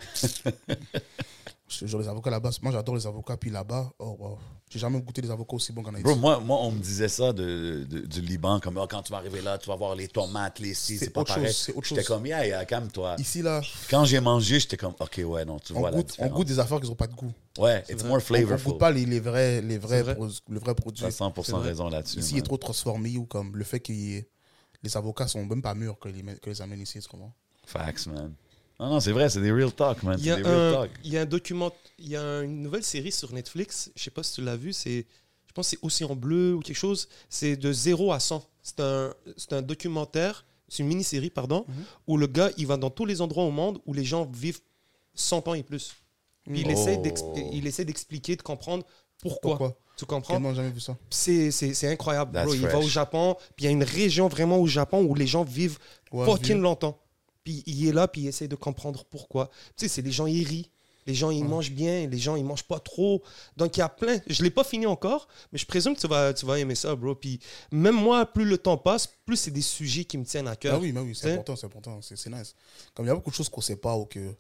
[SPEAKER 3] Je te jure, les avocats là-bas, moi j'adore les avocats, puis là-bas, oh wow. J'ai jamais goûté des avocats aussi bons qu'en Haïti.
[SPEAKER 2] Bro, moi, moi, on me disait ça de, de- du Liban, comme Ah, quand tu vas arriver là, tu vas voir les tomates, les ci,
[SPEAKER 3] C'est
[SPEAKER 2] c'est pas
[SPEAKER 3] autre chose,
[SPEAKER 2] pareil.
[SPEAKER 3] c'est autre
[SPEAKER 2] J'étais
[SPEAKER 3] chose.
[SPEAKER 2] comme, yeah, yeah, calme-toi.
[SPEAKER 3] Ici là,
[SPEAKER 2] Quand j'ai mangé, j'étais comme, ok, ouais, non, tu
[SPEAKER 3] on,
[SPEAKER 2] vois la
[SPEAKER 3] goûte, on
[SPEAKER 2] différence.
[SPEAKER 3] goûte des affaires qui n'ont pas de goût.
[SPEAKER 2] Ouais, it's more
[SPEAKER 3] On- On
[SPEAKER 2] flavorful.
[SPEAKER 3] goûte pas les, les vrais, les vrais
[SPEAKER 1] C'est vrai.
[SPEAKER 3] pros- le vrai produit.
[SPEAKER 2] T'as 100% raison là-dessus.
[SPEAKER 3] Ici, il
[SPEAKER 2] man.
[SPEAKER 3] est trop transformé ou comme le fait que les avocats sont même pas mûrs que les, met- que les amènent ici, tu comprends?
[SPEAKER 2] Facts, man. Non, non, c'est vrai, c'est des real talk, man.
[SPEAKER 1] Il y,
[SPEAKER 2] Hein, C'est
[SPEAKER 1] a
[SPEAKER 2] des real
[SPEAKER 1] un,
[SPEAKER 2] talk.
[SPEAKER 1] il y a un document, il y a une nouvelle série sur Netflix, je sais pas si tu l'as vu, c'est, je pense que c'est Océan Bleu ou quelque chose, c'est de 0 à 100. C'est un, c'est un documentaire, c'est une mini-série, pardon,
[SPEAKER 2] Mhm.
[SPEAKER 1] où le gars, il va dans tous les endroits au monde où les gens vivent 100 ans et plus. Puis il,
[SPEAKER 2] Oh.
[SPEAKER 1] essaie d'ex- il essaie d'expliquer, de comprendre pourquoi.
[SPEAKER 3] Pourquoi?
[SPEAKER 1] Tu comprends
[SPEAKER 3] Tellement jamais vu ça.
[SPEAKER 1] C'est c'est- c'est incroyable,
[SPEAKER 2] That's
[SPEAKER 1] bro. Il va
[SPEAKER 2] fresh.
[SPEAKER 1] au Japon, puis il y a une région vraiment au Japon où les gens vivent
[SPEAKER 3] Ouais,
[SPEAKER 1] fucking
[SPEAKER 3] vu.
[SPEAKER 1] longtemps. Puis il est là, puis il essaie de comprendre pourquoi. Tu sais, c'est les gens, ils rient. Les gens, ils
[SPEAKER 3] Ouais.
[SPEAKER 1] mangent bien. Les gens, ils mangent pas trop. Donc, il y a plein. Je l'ai pas fini encore, mais je présume que tu vas, tu vas aimer ça, bro. Puis même moi, plus le temps passe, plus c'est des sujets qui me tiennent à cœur.
[SPEAKER 3] Ah oui, mais oui, c'est
[SPEAKER 1] T'sais?
[SPEAKER 3] important, c'est important, c'est c'est nice. Comme il y a beaucoup de choses qu'on sait pas ou que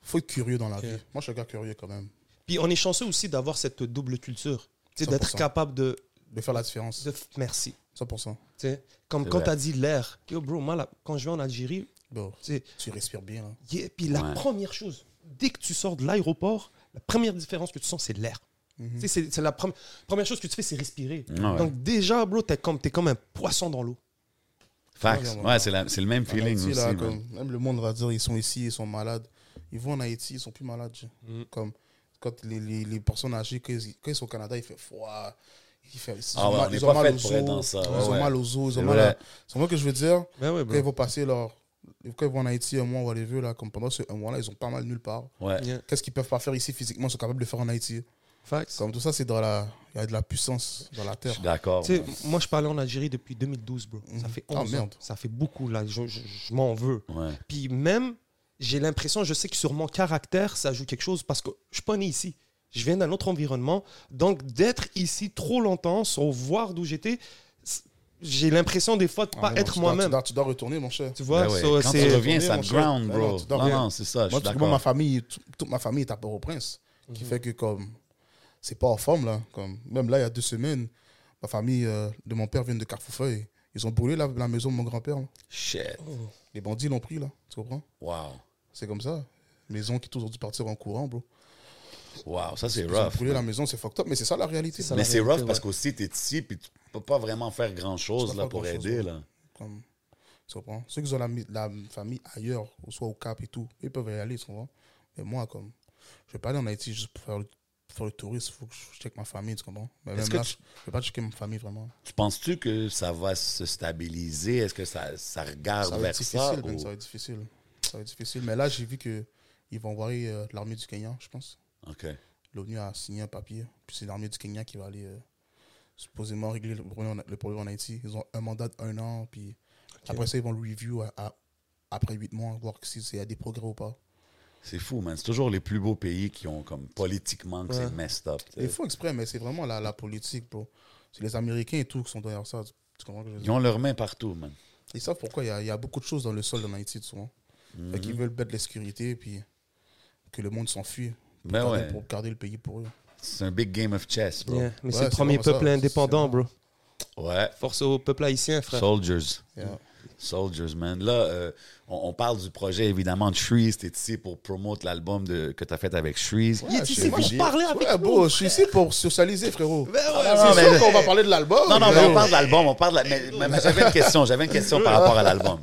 [SPEAKER 3] faut être curieux dans la vie. Moi, je suis un gars curieux quand même,
[SPEAKER 1] Puis on est chanceux aussi d'avoir cette double culture. Tu sais, d'être
[SPEAKER 3] 100%.
[SPEAKER 1] capable de...
[SPEAKER 3] de faire la différence,
[SPEAKER 1] de f- merci.
[SPEAKER 3] 100%.
[SPEAKER 1] Tu sais, comme
[SPEAKER 2] C'est
[SPEAKER 1] quand
[SPEAKER 2] vrai.
[SPEAKER 1] tu as dit l'air. Yo, bro, moi, là, quand je vais en Algérie,
[SPEAKER 3] Bon,
[SPEAKER 1] tu sais,
[SPEAKER 3] tu respires bien. hein.
[SPEAKER 1] Yeah, puis la
[SPEAKER 2] Ouais.
[SPEAKER 1] première chose, dès que tu sors de l'aéroport, la première différence que tu sens, c'est l'air.
[SPEAKER 3] Mhm.
[SPEAKER 1] Tu sais, C'est c'est la prom- première chose que tu fais, c'est respirer.
[SPEAKER 2] Ah Ouais.
[SPEAKER 1] Donc déjà, bro, t'es comme, t'es comme un poisson dans l'eau.
[SPEAKER 2] Facts. Ouais, c'est la- c'est le même
[SPEAKER 3] En
[SPEAKER 2] feeling
[SPEAKER 3] Haïti,
[SPEAKER 2] aussi,
[SPEAKER 3] là,
[SPEAKER 2] man.
[SPEAKER 3] comme, même le monde va dire ils sont ici, ils sont malades. Ils vont en Haïti, ils sont plus malades. je- Comme quand les, les, les personnes âgées, quand ils, quand ils sont au Canada, il fait froid. Il fait, ils
[SPEAKER 2] Ah ouais, on
[SPEAKER 3] mal-
[SPEAKER 2] n'est
[SPEAKER 3] ils ont
[SPEAKER 2] pas
[SPEAKER 3] mal
[SPEAKER 2] fait
[SPEAKER 3] aux
[SPEAKER 2] pour être dans
[SPEAKER 3] os,
[SPEAKER 2] ça,
[SPEAKER 3] Ils
[SPEAKER 2] ouais,
[SPEAKER 3] ont
[SPEAKER 2] ouais.
[SPEAKER 3] mal aux os, ils
[SPEAKER 2] C'est
[SPEAKER 3] ont mal
[SPEAKER 2] vrai.
[SPEAKER 3] à- C'est moi que je veux dire.
[SPEAKER 1] Ben ouais,
[SPEAKER 3] Quand ils vont passer leur. Quand ils vont en Haïti, un mois ou les là, comme pendant ce un mois-là, ils ont pas mal nulle part.
[SPEAKER 2] Ouais.
[SPEAKER 1] Yeah.
[SPEAKER 3] Qu'est-ce qu'ils peuvent pas faire ici physiquement, ils sont capables de le faire en Haïti. Comme tout ça, c'est dans la. Il y a de la puissance dans la
[SPEAKER 2] Je
[SPEAKER 3] terre.
[SPEAKER 2] suis d'accord.
[SPEAKER 1] Tu sais, moi, je parlais en Algérie depuis 2012, bro. Ça
[SPEAKER 3] Mhm.
[SPEAKER 1] fait
[SPEAKER 3] Ah,
[SPEAKER 1] 11 ans.
[SPEAKER 3] merde.
[SPEAKER 1] Ça fait beaucoup, là. Je, je- je m'en veux.
[SPEAKER 2] Ouais.
[SPEAKER 1] Puis même, j'ai l'impression, je sais que sur mon caractère, ça joue quelque chose parce que je suis pas né ici. Je viens d'un autre environnement. Donc, d'être ici trop longtemps, sans voir d'où j'étais, c- j'ai l'impression des fois de
[SPEAKER 3] Ah,
[SPEAKER 1] pas
[SPEAKER 3] non, tu
[SPEAKER 1] être
[SPEAKER 3] dois-
[SPEAKER 1] moi-même.
[SPEAKER 3] Tu dois, tu dois retourner, mon cher.
[SPEAKER 1] Tu vois,
[SPEAKER 2] Ben ouais,
[SPEAKER 1] so,
[SPEAKER 2] Quand
[SPEAKER 1] c'est-
[SPEAKER 2] tu reviens,
[SPEAKER 3] Retourner,
[SPEAKER 2] ça
[SPEAKER 3] mon
[SPEAKER 2] te
[SPEAKER 3] cher.
[SPEAKER 2] ground,
[SPEAKER 3] Ben non,
[SPEAKER 2] bro.
[SPEAKER 3] tu dois
[SPEAKER 2] Non,
[SPEAKER 3] rien.
[SPEAKER 2] non, c'est ça. Je
[SPEAKER 3] Moi,
[SPEAKER 2] suis
[SPEAKER 3] parce que moi, ma
[SPEAKER 2] d'accord.
[SPEAKER 3] famille, tout- toute ma famille est à Port-au-Prince.
[SPEAKER 1] Mhm.
[SPEAKER 3] Qui fait que, comme, c'est pas en forme, là. Comme, même là, il y a deux semaines, ma famille euh, de mon père vient de Carrefourfeuille. Ils ont brûlé la, la maison de mon grand-père. là.
[SPEAKER 2] Shit.
[SPEAKER 3] Les bandits l'ont pris, là. Tu comprends
[SPEAKER 2] Wow.
[SPEAKER 3] C'est comme ça. Maison qui tous ont dû partir en courant, bro.
[SPEAKER 2] Wow, ça, c'est
[SPEAKER 3] Ils ont
[SPEAKER 2] rough.
[SPEAKER 3] brûlé la maison, c'est fucked up, mais c'est ça la réalité.
[SPEAKER 1] C'est ça.
[SPEAKER 2] Mais c'est
[SPEAKER 1] réalité,
[SPEAKER 2] rough parce
[SPEAKER 1] ouais.
[SPEAKER 2] qu'aussi, t'es ici, puis tu peux pas vraiment faire
[SPEAKER 3] Tu
[SPEAKER 2] grand-chose
[SPEAKER 3] peux
[SPEAKER 2] là,
[SPEAKER 3] pas
[SPEAKER 2] pour
[SPEAKER 3] grand-chose,
[SPEAKER 2] aider,
[SPEAKER 3] ouais.
[SPEAKER 2] là.
[SPEAKER 3] Comme, tu comprends Ceux qui ont la, mi- la famille ailleurs, ou soit au Cap et tout, ils peuvent y aller, tu comprends Mais moi, comme, je vais pas aller en Haïti juste pour faire le, pour faire le touriste, il faut que je check ma famille, tu comprends Mais même
[SPEAKER 2] Est-ce que
[SPEAKER 3] là,
[SPEAKER 2] tu-
[SPEAKER 3] je ne vais pas checker ma famille vraiment.
[SPEAKER 2] Tu penses-tu que ça va se stabiliser? Est-ce que ça, ça regarde
[SPEAKER 3] Ça va
[SPEAKER 2] Ah, vers
[SPEAKER 3] être difficile,
[SPEAKER 2] ça?
[SPEAKER 3] même,
[SPEAKER 2] ou-
[SPEAKER 3] ça va être difficile. Ça va être difficile. Mais là, j'ai vu qu'ils vont envoyer euh, l'armée du Kenya, je pense.
[SPEAKER 2] OK.
[SPEAKER 3] L'ONU a signé un papier, puis c'est l'armée du Kenya qui va aller euh, supposément régler le problème, en, le problème en Haïti. Ils ont un mandat d'un an, puis après ça, ils vont le review à- à- après huit mois, voir s'il y a des progrès ou pas.
[SPEAKER 2] C'est fou, man. C'est toujours les plus beaux pays qui ont, comme, politiquement, que c'est messed up. tu sais.
[SPEAKER 3] Ils font exprès, mais c'est vraiment la, la politique, bro. C'est les Américains et tout qui sont derrière ça. Tu comprends ce que je veux
[SPEAKER 2] Ils
[SPEAKER 3] dire?
[SPEAKER 2] ont leurs mains partout, man.
[SPEAKER 3] Ils savent pourquoi il y a, il y a beaucoup de choses dans le sol en Haïti, souvent. Fait
[SPEAKER 2] Mhm.
[SPEAKER 3] qu'ils veulent mettre de la sécurité, puis que le monde s'enfuit. pour
[SPEAKER 2] Ben
[SPEAKER 3] garder-
[SPEAKER 2] ouais.
[SPEAKER 3] Pour garder le pays pour eux.
[SPEAKER 2] C'est un big game of chess, bro.
[SPEAKER 1] Yeah, Mais
[SPEAKER 3] Ouais,
[SPEAKER 1] c'est le
[SPEAKER 3] c'est
[SPEAKER 1] premier
[SPEAKER 3] vraiment ça,
[SPEAKER 1] peuple
[SPEAKER 3] c'est-
[SPEAKER 1] indépendant, bro.
[SPEAKER 2] Ouais.
[SPEAKER 1] Force au peuple haïtien, frère.
[SPEAKER 2] Soldiers.
[SPEAKER 3] Yeah.
[SPEAKER 2] Soldiers, man. Là, euh, on, on parle du projet, évidemment, de Shreeze. T'es ici pour promouvoir l'album de- que t'as fait avec Shreeze.
[SPEAKER 1] Il est ici pour parler avec
[SPEAKER 3] Ouais,
[SPEAKER 1] nous.
[SPEAKER 3] bro, je suis ici pour socialiser, frérot. Ah,
[SPEAKER 2] non,
[SPEAKER 3] Ben c'est
[SPEAKER 2] mais-
[SPEAKER 3] sûr qu'on va parler de l'album.
[SPEAKER 2] Non, non, mais
[SPEAKER 3] frérot.
[SPEAKER 2] on parle de l'album, on parle de la- mais- mais- mais j'avais une question, j'avais une question par rapport à l'album.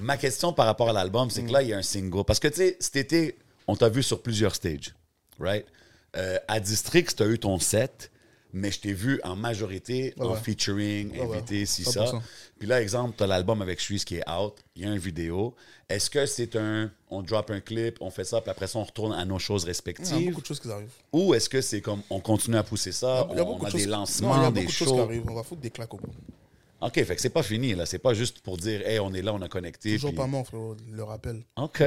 [SPEAKER 2] Ma question par rapport à l'album, c'est que là, il y a un single. Parce que, tu sais, cet été, on t'a vu sur plusieurs stages, right? Euh, à District, tu as eu ton set, mais je t'ai vu en majorité
[SPEAKER 3] Ouais,
[SPEAKER 2] en
[SPEAKER 3] ouais.
[SPEAKER 2] featuring,
[SPEAKER 3] Ouais, ouais.
[SPEAKER 2] invité, si ça.
[SPEAKER 3] 100%.
[SPEAKER 2] Puis là, exemple, t'as l'album avec Suisse qui est out, il y a une vidéo. Est-ce que c'est un, on drop un clip, on fait ça, puis après ça, on retourne à nos choses
[SPEAKER 3] Il y a
[SPEAKER 2] respectives?
[SPEAKER 3] beaucoup de choses qui arrivent.
[SPEAKER 2] Ou est-ce que c'est comme, on continue à pousser ça,
[SPEAKER 3] Ah, Il y a
[SPEAKER 2] on
[SPEAKER 3] beaucoup
[SPEAKER 2] a
[SPEAKER 3] de choses-
[SPEAKER 2] des
[SPEAKER 3] Non, il y
[SPEAKER 2] lancements,
[SPEAKER 3] a
[SPEAKER 2] des
[SPEAKER 3] beaucoup de choses qui
[SPEAKER 2] shows?
[SPEAKER 3] arrivent. On va foutre des claques au bout.
[SPEAKER 2] OK, fait que c'est pas fini, là. C'est pas juste pour dire, hey, on est là, on a connecté.
[SPEAKER 3] Toujours
[SPEAKER 2] puis-
[SPEAKER 3] pas mort, frérot, le rappel. Mm.
[SPEAKER 2] OK.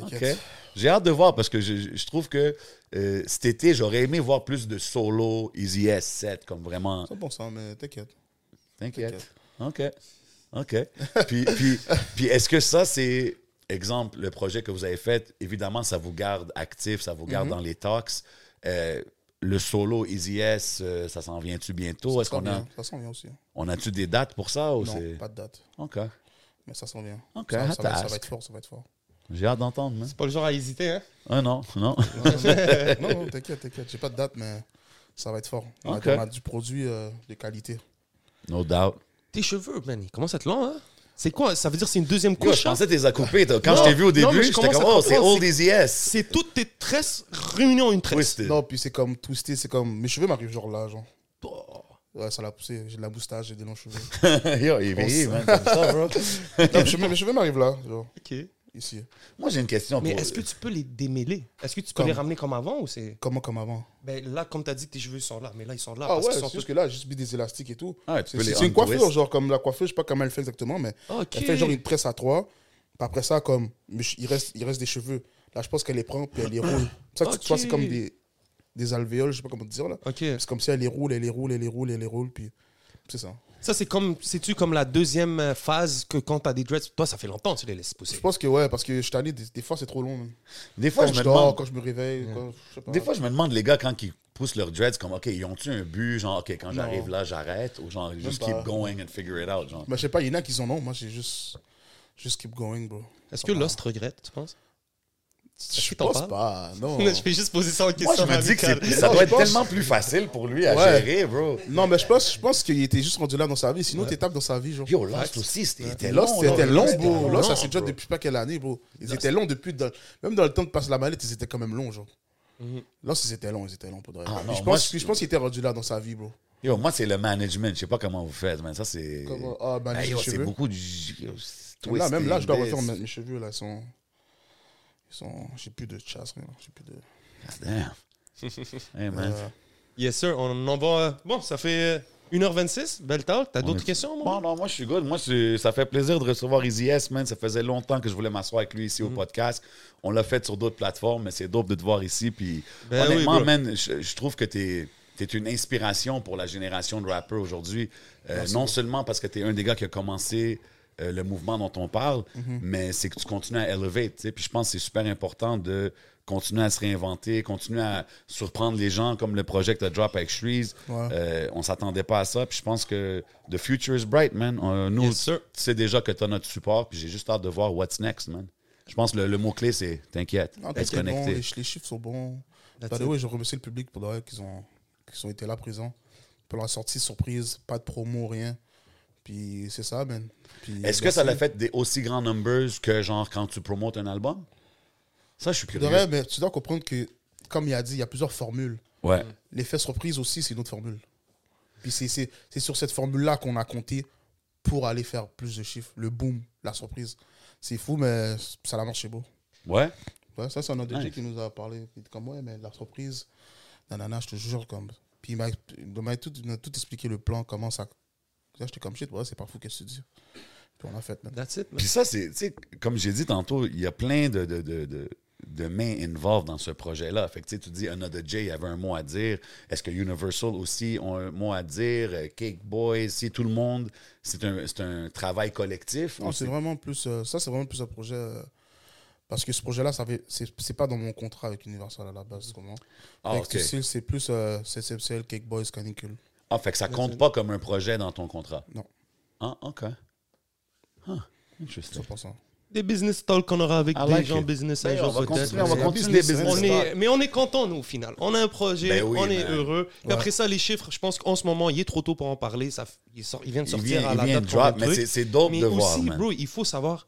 [SPEAKER 2] OK.
[SPEAKER 3] T'inquiète.
[SPEAKER 2] J'ai hâte de voir parce que je, je trouve que euh, cet été, j'aurais aimé voir plus de solo Easy S7, comme vraiment.
[SPEAKER 3] 100%, mais t'inquiète.
[SPEAKER 2] T'inquiète. OK. OK. puis puis, puis est-ce que ça, c'est, exemple, le projet que vous avez fait, évidemment, ça vous garde actif, ça vous
[SPEAKER 3] Mm-hmm.
[SPEAKER 2] garde dans les talks. Euh, le solo Easy S, euh, ça s'en vient-tu bientôt? Est-ce
[SPEAKER 3] Ça
[SPEAKER 2] qu'on
[SPEAKER 3] sent bien.
[SPEAKER 2] a,
[SPEAKER 3] Ça sent bien aussi. hein.
[SPEAKER 2] on a-tu des dates pour ça? Ou
[SPEAKER 3] Non,
[SPEAKER 2] c'est...
[SPEAKER 3] pas de date.
[SPEAKER 2] OK.
[SPEAKER 3] Mais ça sent bien.
[SPEAKER 2] Ok,
[SPEAKER 3] Ça- ça,
[SPEAKER 2] hâte
[SPEAKER 3] va,
[SPEAKER 2] à
[SPEAKER 3] ça va
[SPEAKER 2] ask.
[SPEAKER 3] être fort, ça va être fort.
[SPEAKER 2] J'ai hâte d'entendre, man.
[SPEAKER 1] C'est pas le genre à hésiter, hein?
[SPEAKER 2] Ah non, non.
[SPEAKER 3] Non, non, non, non, t'inquiète, t'inquiète. J'ai pas de date, mais ça va être fort. On, a-
[SPEAKER 2] Ok.
[SPEAKER 3] on a, du produit euh, de qualité.
[SPEAKER 2] No doubt.
[SPEAKER 1] Tes cheveux, man, ils commencent à être longs, hein? C'est quoi? Ça veut dire que c'est une deuxième
[SPEAKER 2] Yo, je
[SPEAKER 1] couche, hein?
[SPEAKER 2] pensais que t'es à couper. toi. Quand
[SPEAKER 1] Non,
[SPEAKER 2] je t'ai vu au
[SPEAKER 1] non, mais
[SPEAKER 2] début,
[SPEAKER 1] je
[SPEAKER 2] j'étais
[SPEAKER 1] commence
[SPEAKER 2] comme,
[SPEAKER 1] à
[SPEAKER 2] oh, c'est
[SPEAKER 1] comprendre,
[SPEAKER 2] Old Easy S.
[SPEAKER 1] C'est toutes tes tresses réunies en une tresse.
[SPEAKER 2] Twisted.
[SPEAKER 3] Non, puis c'est comme twisté, c'est comme. Mes cheveux m'arrivent genre là, genre.
[SPEAKER 2] Bah.
[SPEAKER 3] Ouais, ça l'a poussé. J'ai de la moustache, j'ai des longs cheveux.
[SPEAKER 2] Yo, il est
[SPEAKER 3] sait.
[SPEAKER 2] vieilli, man, comme ça, bro.
[SPEAKER 3] Non, mes cheveux- mes cheveux m'arrivent là, genre,
[SPEAKER 1] Ok.
[SPEAKER 3] ici.
[SPEAKER 2] Moi, j'ai une question
[SPEAKER 1] Mais
[SPEAKER 2] pour...
[SPEAKER 1] est-ce que tu peux les démêler? Est-ce que tu peux
[SPEAKER 3] Comme-
[SPEAKER 1] les ramener comme avant ou c'est.
[SPEAKER 3] Comment comme avant.
[SPEAKER 1] Ben là, comme t'as dit, tes cheveux sont là, mais là, ils sont là.
[SPEAKER 3] Ah
[SPEAKER 1] parce qu'ils
[SPEAKER 3] ouais, c'est
[SPEAKER 1] sont tous.
[SPEAKER 3] juste que là, j'ai juste mis des élastiques et tout.
[SPEAKER 2] Ah, tu
[SPEAKER 3] C'est
[SPEAKER 2] peux les
[SPEAKER 3] c'est une
[SPEAKER 2] untwist.
[SPEAKER 3] coiffure, genre, comme la coiffure, je sais pas comment elle fait exactement, mais
[SPEAKER 1] Ok.
[SPEAKER 3] elle fait genre une tresse à trois. Puis après ça, comme, mais je- il reste, il reste des cheveux. Là, je pense qu'elle les prend, puis elle les roule. C'est pour ça que tu- tu vois,
[SPEAKER 1] Ok.
[SPEAKER 3] c'est comme des, des alvéoles, je sais pas comment dire là.
[SPEAKER 1] Ok.
[SPEAKER 3] C'est comme si elle les roule, elle les roule, elle les roule, elle les roule, puis c'est ça.
[SPEAKER 1] Ça, c'est comme. C'est-tu comme la deuxième euh, phase que quand t'as des dreads, toi, ça fait longtemps que tu les laisses
[SPEAKER 3] Je
[SPEAKER 1] pousser.
[SPEAKER 3] pense que ouais, parce que je t'allais, des, des fois c'est trop long. même.
[SPEAKER 2] Des
[SPEAKER 3] Quand
[SPEAKER 2] fois, je
[SPEAKER 3] je
[SPEAKER 2] me
[SPEAKER 3] dors,
[SPEAKER 2] demande...
[SPEAKER 3] quand je me réveille, quand- je sais pas.
[SPEAKER 2] Des fois, je me demande, les gars, quand ils poussent leurs dreads, comme, OK, ils ont-tu un but? Genre, OK, quand j'arrive là, j'arrête? Ou genre, just
[SPEAKER 3] pas.
[SPEAKER 2] keep going and figure it out, genre.
[SPEAKER 3] Mais je sais pas, il y en a qui en ont, moi j'ai juste. Juste keep going, bro.
[SPEAKER 1] Est-ce que Lost regrette, tu penses?
[SPEAKER 3] Je
[SPEAKER 1] qu'il t'en
[SPEAKER 3] pense
[SPEAKER 1] parle
[SPEAKER 3] pas, non.
[SPEAKER 1] Je vais juste poser ça en question.
[SPEAKER 2] Moi, je me dis que c'est- ça
[SPEAKER 3] Non,
[SPEAKER 2] doit
[SPEAKER 3] je
[SPEAKER 2] être
[SPEAKER 3] pense-
[SPEAKER 2] tellement plus facile pour lui à
[SPEAKER 3] Ouais.
[SPEAKER 2] gérer, bro.
[SPEAKER 3] Non, mais je pense, je pense qu'il était juste rendu là dans sa vie. Sinon, t'étapes dans sa vie, genre.
[SPEAKER 2] Yo, Lost aussi, c'était c'était long.
[SPEAKER 3] Là, c'était
[SPEAKER 2] là.
[SPEAKER 3] long, bro. Là, ça
[SPEAKER 2] long,
[SPEAKER 3] c'est déjà
[SPEAKER 2] bro.
[SPEAKER 3] depuis pas quelle année, bro. Ils étaient longs depuis. dans- Même dans le temps de passer la mallette, ils étaient quand même longs, genre. Là, ils étaient longs, ils étaient longs, pour de vrai.
[SPEAKER 2] Mhm. Ah,
[SPEAKER 3] Puis
[SPEAKER 2] non,
[SPEAKER 3] je
[SPEAKER 2] moi,
[SPEAKER 3] pense,
[SPEAKER 2] je-
[SPEAKER 3] puis je pense qu'il était rendu là dans sa vie, bro.
[SPEAKER 2] Yo, moi, c'est le management. Je sais pas comment vous faites, man. Ça, c'est...
[SPEAKER 3] Comment- ah, manager
[SPEAKER 2] Hey, yo,
[SPEAKER 3] les
[SPEAKER 2] c'est
[SPEAKER 3] cheveux.
[SPEAKER 2] beaucoup de... yo, c'est
[SPEAKER 3] Même là, même là, je dois
[SPEAKER 2] twisted,
[SPEAKER 3] refaire mes, mes cheveux, là, ils sont. Ils sont. J'ai plus de chasse, rien. J'ai plus de.
[SPEAKER 2] Damn. Hey, man.
[SPEAKER 3] Euh,
[SPEAKER 1] Yes, sir, on en va. Bon, ça fait euh, 1h26. Belle talk. T'as d'autres
[SPEAKER 2] est-
[SPEAKER 1] questions,
[SPEAKER 2] Non,
[SPEAKER 1] moi?
[SPEAKER 2] non, moi je suis good. Moi, c'est- ça fait plaisir de recevoir Easy S, man. Ça faisait longtemps que je voulais m'asseoir avec lui
[SPEAKER 1] Mm-hmm.
[SPEAKER 2] ici au podcast. On l'a fait sur d'autres plateformes, mais c'est dope de te voir ici. Puis
[SPEAKER 1] Ben oui,
[SPEAKER 2] honnêtement,
[SPEAKER 1] bro.
[SPEAKER 2] man, je, je trouve que t'es es une inspiration pour la génération de rappeurs aujourd'hui. Euh, non seulement parce que t'es un des gars qui a commencé euh, le mouvement dont on parle,
[SPEAKER 1] Mm-hmm.
[SPEAKER 2] mais c'est que tu continues à élever. tu sais. Puis je pense que c'est super important de continuer à se réinventer, continuer à surprendre les gens comme le projet que tu drop avec Shreeze.
[SPEAKER 3] Ouais.
[SPEAKER 2] Euh, on s'attendait pas à ça. Puis je pense que the future is bright, man. Euh, nous,
[SPEAKER 1] Yes, sir.
[SPEAKER 2] tu sais déjà que tu as notre support. Puis j'ai juste hâte de voir what's next, man. Je pense que le, le mot-clé, c'est t'inquiète,
[SPEAKER 3] non, tout
[SPEAKER 2] être
[SPEAKER 3] est bon, les,
[SPEAKER 2] connecté.
[SPEAKER 3] ch- les chiffres sont bons.
[SPEAKER 1] That's
[SPEAKER 3] By the
[SPEAKER 1] it.
[SPEAKER 3] way, je remercie le public pour de vrai qu'ils ont, qu'ils ont été là présents. Pour la sortie surprise, pas de promo, rien. Puis c'est ça, man. Puis,
[SPEAKER 2] Est-ce que ça
[SPEAKER 3] merci.
[SPEAKER 2] l'a fait des aussi grands numbers que genre quand tu promotes un album? Ça, je suis
[SPEAKER 3] Pour De
[SPEAKER 2] curieux.
[SPEAKER 3] vrai, mais tu dois comprendre que, comme il a dit, il y a plusieurs formules.
[SPEAKER 2] Ouais.
[SPEAKER 3] L'effet surprise aussi, c'est une autre formule. Puis c'est- c'est c'est sur cette formule-là qu'on a compté pour aller faire plus de chiffres. Le boom, la surprise. C'est fou, mais ça l'a marché beau.
[SPEAKER 2] Ouais?
[SPEAKER 3] Ouais, ça, c'est un autre DJ
[SPEAKER 2] Nice.
[SPEAKER 3] qui nous a parlé. Il dit comme, ouais, mais la surprise, nanana, je te jure, comme. Puis il m'a il m'a tout, il m'a tout expliqué le plan, comment ça. Là, j'étais comme shit, ouais, c'est pas fou, qu'est-ce que tu dis. Puis on a fait, man.
[SPEAKER 1] That's it, man.
[SPEAKER 2] Puis ça, c'est, tu sais, comme j'ai dit tantôt, il y a plein de, de, de, de, de mains involved dans ce projet-là. Fait que tu sais, tu dis Another J avait un mot à dire. Est-ce que Universal aussi ont un mot à dire? Euh, Cake Boys, si tout le monde, c'est un, c'est un travail collectif.
[SPEAKER 3] Non,
[SPEAKER 2] ou
[SPEAKER 3] c'est vraiment plus. euh, ça, c'est vraiment plus un projet. euh, parce que ce projet-là, ça fait- c'est c'est pas dans mon contrat avec Universal à la base, comment.
[SPEAKER 2] Ah,
[SPEAKER 3] Avec
[SPEAKER 2] ok.
[SPEAKER 3] Cécile, c'est plus euh, CCCL, Cake Boys, Canicule.
[SPEAKER 2] Ah, fait que ça compte pas comme un projet dans ton contrat.
[SPEAKER 3] Non.
[SPEAKER 2] Ah, OK. Ah, interesting.
[SPEAKER 3] 100%.
[SPEAKER 1] Des business talks qu'on aura avec
[SPEAKER 2] I
[SPEAKER 1] des
[SPEAKER 2] like
[SPEAKER 1] gens
[SPEAKER 2] it.
[SPEAKER 1] business
[SPEAKER 2] Mais
[SPEAKER 1] un
[SPEAKER 2] on
[SPEAKER 1] jour
[SPEAKER 2] va
[SPEAKER 1] peut-être.
[SPEAKER 2] continuer, on va
[SPEAKER 3] C'est
[SPEAKER 2] continuer les
[SPEAKER 3] business,
[SPEAKER 2] business.
[SPEAKER 3] hein.
[SPEAKER 1] On est, mais on est content nous au final. On a un projet,
[SPEAKER 2] Ben oui,
[SPEAKER 1] on est
[SPEAKER 2] man.
[SPEAKER 1] heureux. Puis
[SPEAKER 3] Ouais.
[SPEAKER 1] après ça, les chiffres, je pense qu'en ce moment, il est trop tôt pour en parler. Ça, f- il, sort- il vient de
[SPEAKER 2] Il
[SPEAKER 1] sortir
[SPEAKER 2] vient,
[SPEAKER 1] à
[SPEAKER 2] il
[SPEAKER 1] la
[SPEAKER 2] vient
[SPEAKER 1] date
[SPEAKER 2] de
[SPEAKER 1] qu'on
[SPEAKER 2] drop,
[SPEAKER 1] veut
[SPEAKER 2] mais
[SPEAKER 1] truc.
[SPEAKER 2] c'est, c'est dope
[SPEAKER 1] Mais
[SPEAKER 2] de voir,
[SPEAKER 1] aussi,
[SPEAKER 2] man.
[SPEAKER 1] bro, il faut savoir.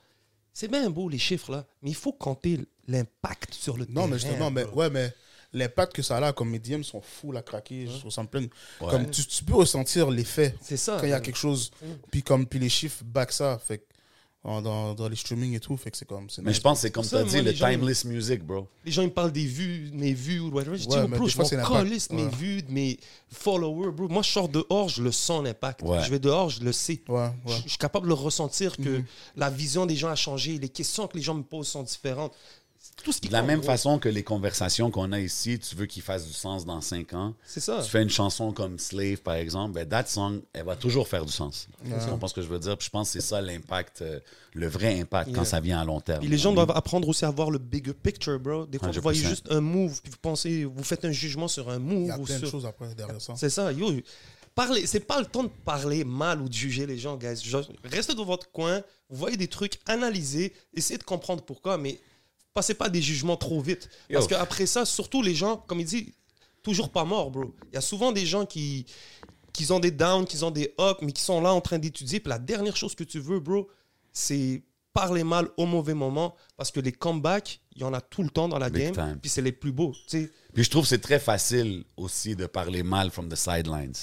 [SPEAKER 1] C'est bien beau les chiffres là, mais il faut compter l'impact sur le
[SPEAKER 3] Non,
[SPEAKER 1] terrain.
[SPEAKER 3] mais justement, mais,
[SPEAKER 1] bro.
[SPEAKER 3] ouais, mais l'impact que ça a comme médium sont fous à craquer sur Samplen. Comme tu, tu peux ressentir l'effet
[SPEAKER 1] C'est ça. euh, mm.
[SPEAKER 3] quand il y a quelque chose. Puis comme puis les chiffres back ça, fait que, en- dans, dans les streamings et tout, fait que c'est comme. c'est
[SPEAKER 2] Mais
[SPEAKER 3] nice.
[SPEAKER 2] je pense que c'est comme
[SPEAKER 1] Ça,
[SPEAKER 2] t'as
[SPEAKER 1] moi,
[SPEAKER 2] dit,
[SPEAKER 1] les
[SPEAKER 2] le
[SPEAKER 1] gens-
[SPEAKER 2] timeless music, bro.
[SPEAKER 1] Les gens, ils me parlent des vues, mes vues ou whatever. Je dis,
[SPEAKER 3] Ouais,
[SPEAKER 1] oh,
[SPEAKER 3] mais
[SPEAKER 1] bro,
[SPEAKER 3] des
[SPEAKER 1] je
[SPEAKER 3] fois,
[SPEAKER 1] m'en
[SPEAKER 3] c'est l'impact.
[SPEAKER 1] calisse de
[SPEAKER 3] Ouais.
[SPEAKER 1] mes vues, de mes followers, bro. Moi, je sors dehors, je le sens, l'impact.
[SPEAKER 2] Ouais.
[SPEAKER 1] Je vais dehors, je le sais.
[SPEAKER 3] Ouais,
[SPEAKER 1] Je,
[SPEAKER 3] ouais. Mhm.
[SPEAKER 1] je suis capable de le ressentir que la vision des gens a changé, les questions que les gens me posent sont différentes. C'est Tout ce qui
[SPEAKER 2] De la
[SPEAKER 1] compte,
[SPEAKER 2] même
[SPEAKER 1] gros.
[SPEAKER 2] façon que les conversations qu'on a ici, tu veux qu'ils fassent du sens dans cinq ans.
[SPEAKER 1] C'est ça.
[SPEAKER 2] Tu fais une chanson comme Slave, par exemple, ben, that song, elle va toujours faire du sens.
[SPEAKER 1] Ah.
[SPEAKER 2] Tu comprends ce que je veux dire? Puis je pense que c'est ça l'impact, euh, le vrai impact quand
[SPEAKER 1] Yeah.
[SPEAKER 2] ça vient à long terme.
[SPEAKER 1] Puis les gens doivent apprendre aussi à voir le bigger picture, bro. Des fois, vous voyez
[SPEAKER 2] 100%.
[SPEAKER 1] juste un move, puis vous pensez, vous faites un jugement sur un
[SPEAKER 3] Il y a
[SPEAKER 1] move ou
[SPEAKER 3] plein de
[SPEAKER 1] sur
[SPEAKER 3] choses après derrière ça.
[SPEAKER 1] C'est ça, yo. Parlez, c'est pas le temps de parler mal ou de juger les gens, guys. Genre, restez dans votre coin, vous voyez des trucs, analysez, essayez de comprendre pourquoi, mais passez pas des jugements trop vite. Parce
[SPEAKER 2] Yo.
[SPEAKER 1] qu'après ça, surtout les gens, comme il dit, toujours pas morts, bro. Il y a souvent des gens qui, qui ont des downs, qui ont des ups, mais qui sont là en train d'étudier. Puis la dernière chose que tu veux, bro, c'est parler mal au mauvais moment, parce que les comebacks, il y en a tout le temps dans la
[SPEAKER 2] Big
[SPEAKER 1] game,
[SPEAKER 2] time.
[SPEAKER 1] puis c'est les plus beaux, tu sais.
[SPEAKER 2] Puis je trouve que c'est très facile aussi de parler mal from the sidelines.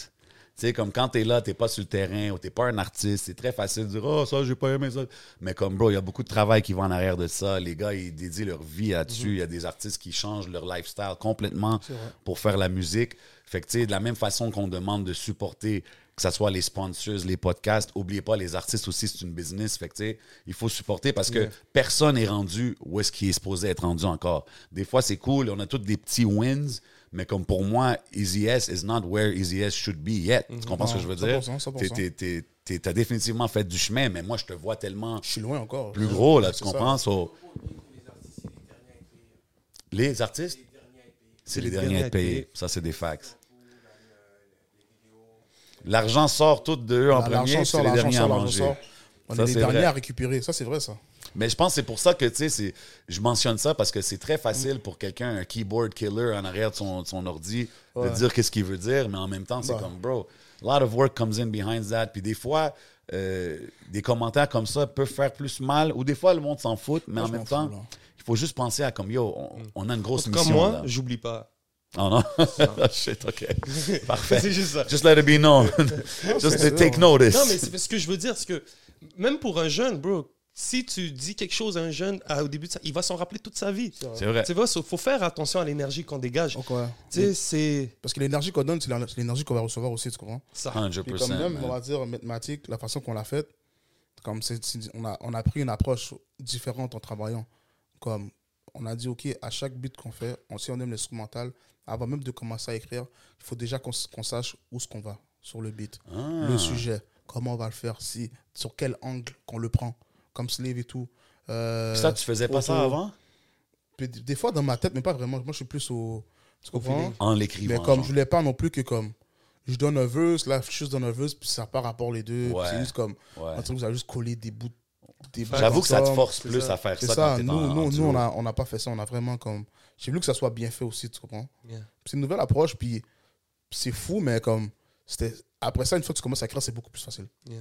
[SPEAKER 2] Tu sais, comme quand t'es là, t'es pas sur le terrain ou t'es pas un artiste, c'est très facile de dire Oh, ça, j'ai pas aimé ça. Mais comme, bro, il y a beaucoup de travail qui va en arrière de ça. Les gars, ils dédient leur vie là-dessus. Il y a des artistes qui changent leur lifestyle complètement pour faire la musique. Fait que, tu sais, de la même façon qu'on demande de supporter, que ce soit les sponsors, les podcasts, oubliez pas, les artistes aussi, c'est une business. Fait que, tu sais, il faut supporter parce que personne n'est rendu où est-ce qu'il est supposé être rendu encore. Des fois, c'est cool, on a tous des petits wins, mais comme pour moi, Easy S is not where Easy S should be yet. Tu comprends ce que je veux dire?
[SPEAKER 3] 100%, 100%.
[SPEAKER 2] T'es- t'es- t'es- t'es- T'as définitivement fait du chemin, mais moi, je te vois tellement
[SPEAKER 3] Je suis loin encore.
[SPEAKER 2] plus gros, là,
[SPEAKER 3] C'est
[SPEAKER 2] tu
[SPEAKER 3] ça.
[SPEAKER 2] comprends? So- les artistes, c'est les derniers à être payés. Ça, c'est des fax. L'argent sort tout de eux en premier,
[SPEAKER 3] L'argent
[SPEAKER 2] c'est
[SPEAKER 3] sort,
[SPEAKER 2] les
[SPEAKER 3] l'argent
[SPEAKER 2] derniers à
[SPEAKER 3] sort, l'argent
[SPEAKER 2] manger.
[SPEAKER 3] sort. On
[SPEAKER 2] Ça,
[SPEAKER 3] est les
[SPEAKER 2] c'est
[SPEAKER 3] derniers
[SPEAKER 2] vrai.
[SPEAKER 3] à récupérer. Ça, c'est vrai, ça.
[SPEAKER 2] Mais je pense que c'est pour ça que, tu sais, c'est- je mentionne ça parce que c'est très facile pour quelqu'un, un keyboard killer en arrière de son, de son ordi, de dire qu'est-ce qu'il veut dire, mais en même temps, c'est
[SPEAKER 3] Ouais.
[SPEAKER 2] comme, bro, a lot of work comes in behind that. Puis des fois, euh, des commentaires comme ça peuvent faire plus mal, ou des fois, le monde s'en fout, mais
[SPEAKER 3] Moi,
[SPEAKER 2] en
[SPEAKER 3] je
[SPEAKER 2] même
[SPEAKER 3] m'en
[SPEAKER 2] temps,
[SPEAKER 3] fous, là.
[SPEAKER 2] il faut juste penser à comme, yo, on, on a une grosse
[SPEAKER 1] Comme
[SPEAKER 2] mission.
[SPEAKER 1] moi,
[SPEAKER 2] là.
[SPEAKER 1] j'oublie pas.
[SPEAKER 2] Oh non. Shit, OK. Parfait.
[SPEAKER 1] C'est juste ça.
[SPEAKER 2] Just let it be known. Just
[SPEAKER 3] c'est
[SPEAKER 2] take
[SPEAKER 3] sûr.
[SPEAKER 2] notice.
[SPEAKER 1] Non, mais c'est- ce que je veux dire, c'est que même pour un jeune, bro, si tu dis quelque chose à un jeune ah, au début de ça, il va s'en rappeler toute sa vie.
[SPEAKER 2] C'est vrai.
[SPEAKER 1] Tu vois, il faut faire attention à l'énergie qu'on dégage.
[SPEAKER 3] Donc, ouais.
[SPEAKER 1] Tu sais, c'est
[SPEAKER 3] Parce que l'énergie qu'on donne, c'est l'éner- l'énergie qu'on va recevoir aussi, tu comprends?
[SPEAKER 1] ça.
[SPEAKER 2] 100%.
[SPEAKER 3] Puis comme même,
[SPEAKER 2] man.
[SPEAKER 3] on va dire, en mathématiques, la façon qu'on l'a faite, comme c'est- c'est- on, a, on a pris une approche différente en travaillant. Comme on a dit, OK, à chaque beat qu'on fait, on, si on aime l'instrumental, avant même de commencer à écrire, il faut déjà qu'on s- qu'on sache où ce qu'on va sur le beat,
[SPEAKER 2] Ah.
[SPEAKER 3] le sujet, comment on va le faire, si, sur quel angle qu'on le prend, comme Slave et tout. Euh,
[SPEAKER 2] Ça, tu faisais pas ça
[SPEAKER 3] auto-
[SPEAKER 2] avant?
[SPEAKER 3] puis des- des fois, dans ma tête, mais pas vraiment. Moi, je suis plus au. Tu comprends?
[SPEAKER 2] En l'écrivant.
[SPEAKER 3] Mais comme
[SPEAKER 2] genre.
[SPEAKER 3] je voulais pas non plus que comme je donne un verse, là je suis juste donne un verse, puis ça part rapport les deux. puis
[SPEAKER 2] Ouais.
[SPEAKER 3] C'est juste comme
[SPEAKER 2] Ouais.
[SPEAKER 3] un truc, vous avez juste collé des bouts. Des bouts
[SPEAKER 2] J'avoue que ça te
[SPEAKER 3] ensemble.
[SPEAKER 2] force
[SPEAKER 3] C'est
[SPEAKER 2] plus à faire
[SPEAKER 3] C'est
[SPEAKER 2] ça
[SPEAKER 3] ça,
[SPEAKER 2] quand t'es
[SPEAKER 3] nous,
[SPEAKER 2] en- en
[SPEAKER 3] nous, nous
[SPEAKER 2] duo.
[SPEAKER 3] on n'a on a pas fait ça, on a vraiment comme. J'ai voulu que ça soit bien fait aussi, tu comprends?
[SPEAKER 1] Yeah.
[SPEAKER 3] Puis C'est une nouvelle approche, puis c'est fou, mais comme. c'était Après ça, une fois que tu commences à écrire, c'est beaucoup plus facile.
[SPEAKER 1] Yeah.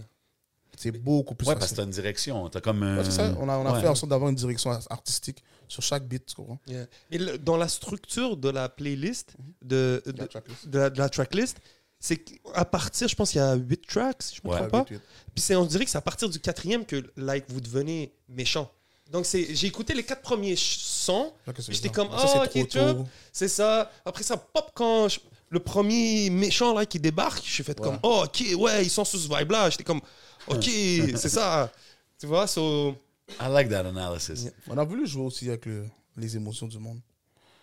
[SPEAKER 3] C'est beaucoup plus
[SPEAKER 2] Ouais, parce que
[SPEAKER 3] facile.
[SPEAKER 2] t'as une direction. T'as comme un.
[SPEAKER 3] Ouais, c'est ça, on a, on a
[SPEAKER 2] Ouais.
[SPEAKER 3] fait en sorte d'avoir une direction artistique sur chaque beat, tu comprends?
[SPEAKER 1] Yeah. Et le- dans la structure de la playlist,
[SPEAKER 2] Mhm.
[SPEAKER 1] de, de,
[SPEAKER 3] La tracklist.
[SPEAKER 1] de la, de la tracklist, c'est qu'à partir, je pense qu'il y a 8 tracks, si je ne me
[SPEAKER 2] Ouais.
[SPEAKER 1] trompe pas.
[SPEAKER 3] Huit, huit.
[SPEAKER 1] Puis c'est- on dirait que c'est à partir du quatrième que like, vous devenez méchant. Donc c'est- j'ai écouté les quatre premiers ch- sons,
[SPEAKER 3] Là, qu'est-ce que
[SPEAKER 1] J'étais
[SPEAKER 3] c'est?
[SPEAKER 1] comme,
[SPEAKER 3] Ça, c'est
[SPEAKER 1] ah,
[SPEAKER 3] trop
[SPEAKER 1] ok, tu
[SPEAKER 3] tôt.
[SPEAKER 1] vois. C'est ça. Après ça, pop, quand je- le premier méchant là qui débarque, je suis fait comme, oh, ok, ouais, ils sont sous ce vibe là. J'étais comme, ok, c'est ça. Tu vois, so.
[SPEAKER 2] I like that analysis.
[SPEAKER 1] Yeah.
[SPEAKER 3] On a voulu jouer aussi avec le- les émotions du monde.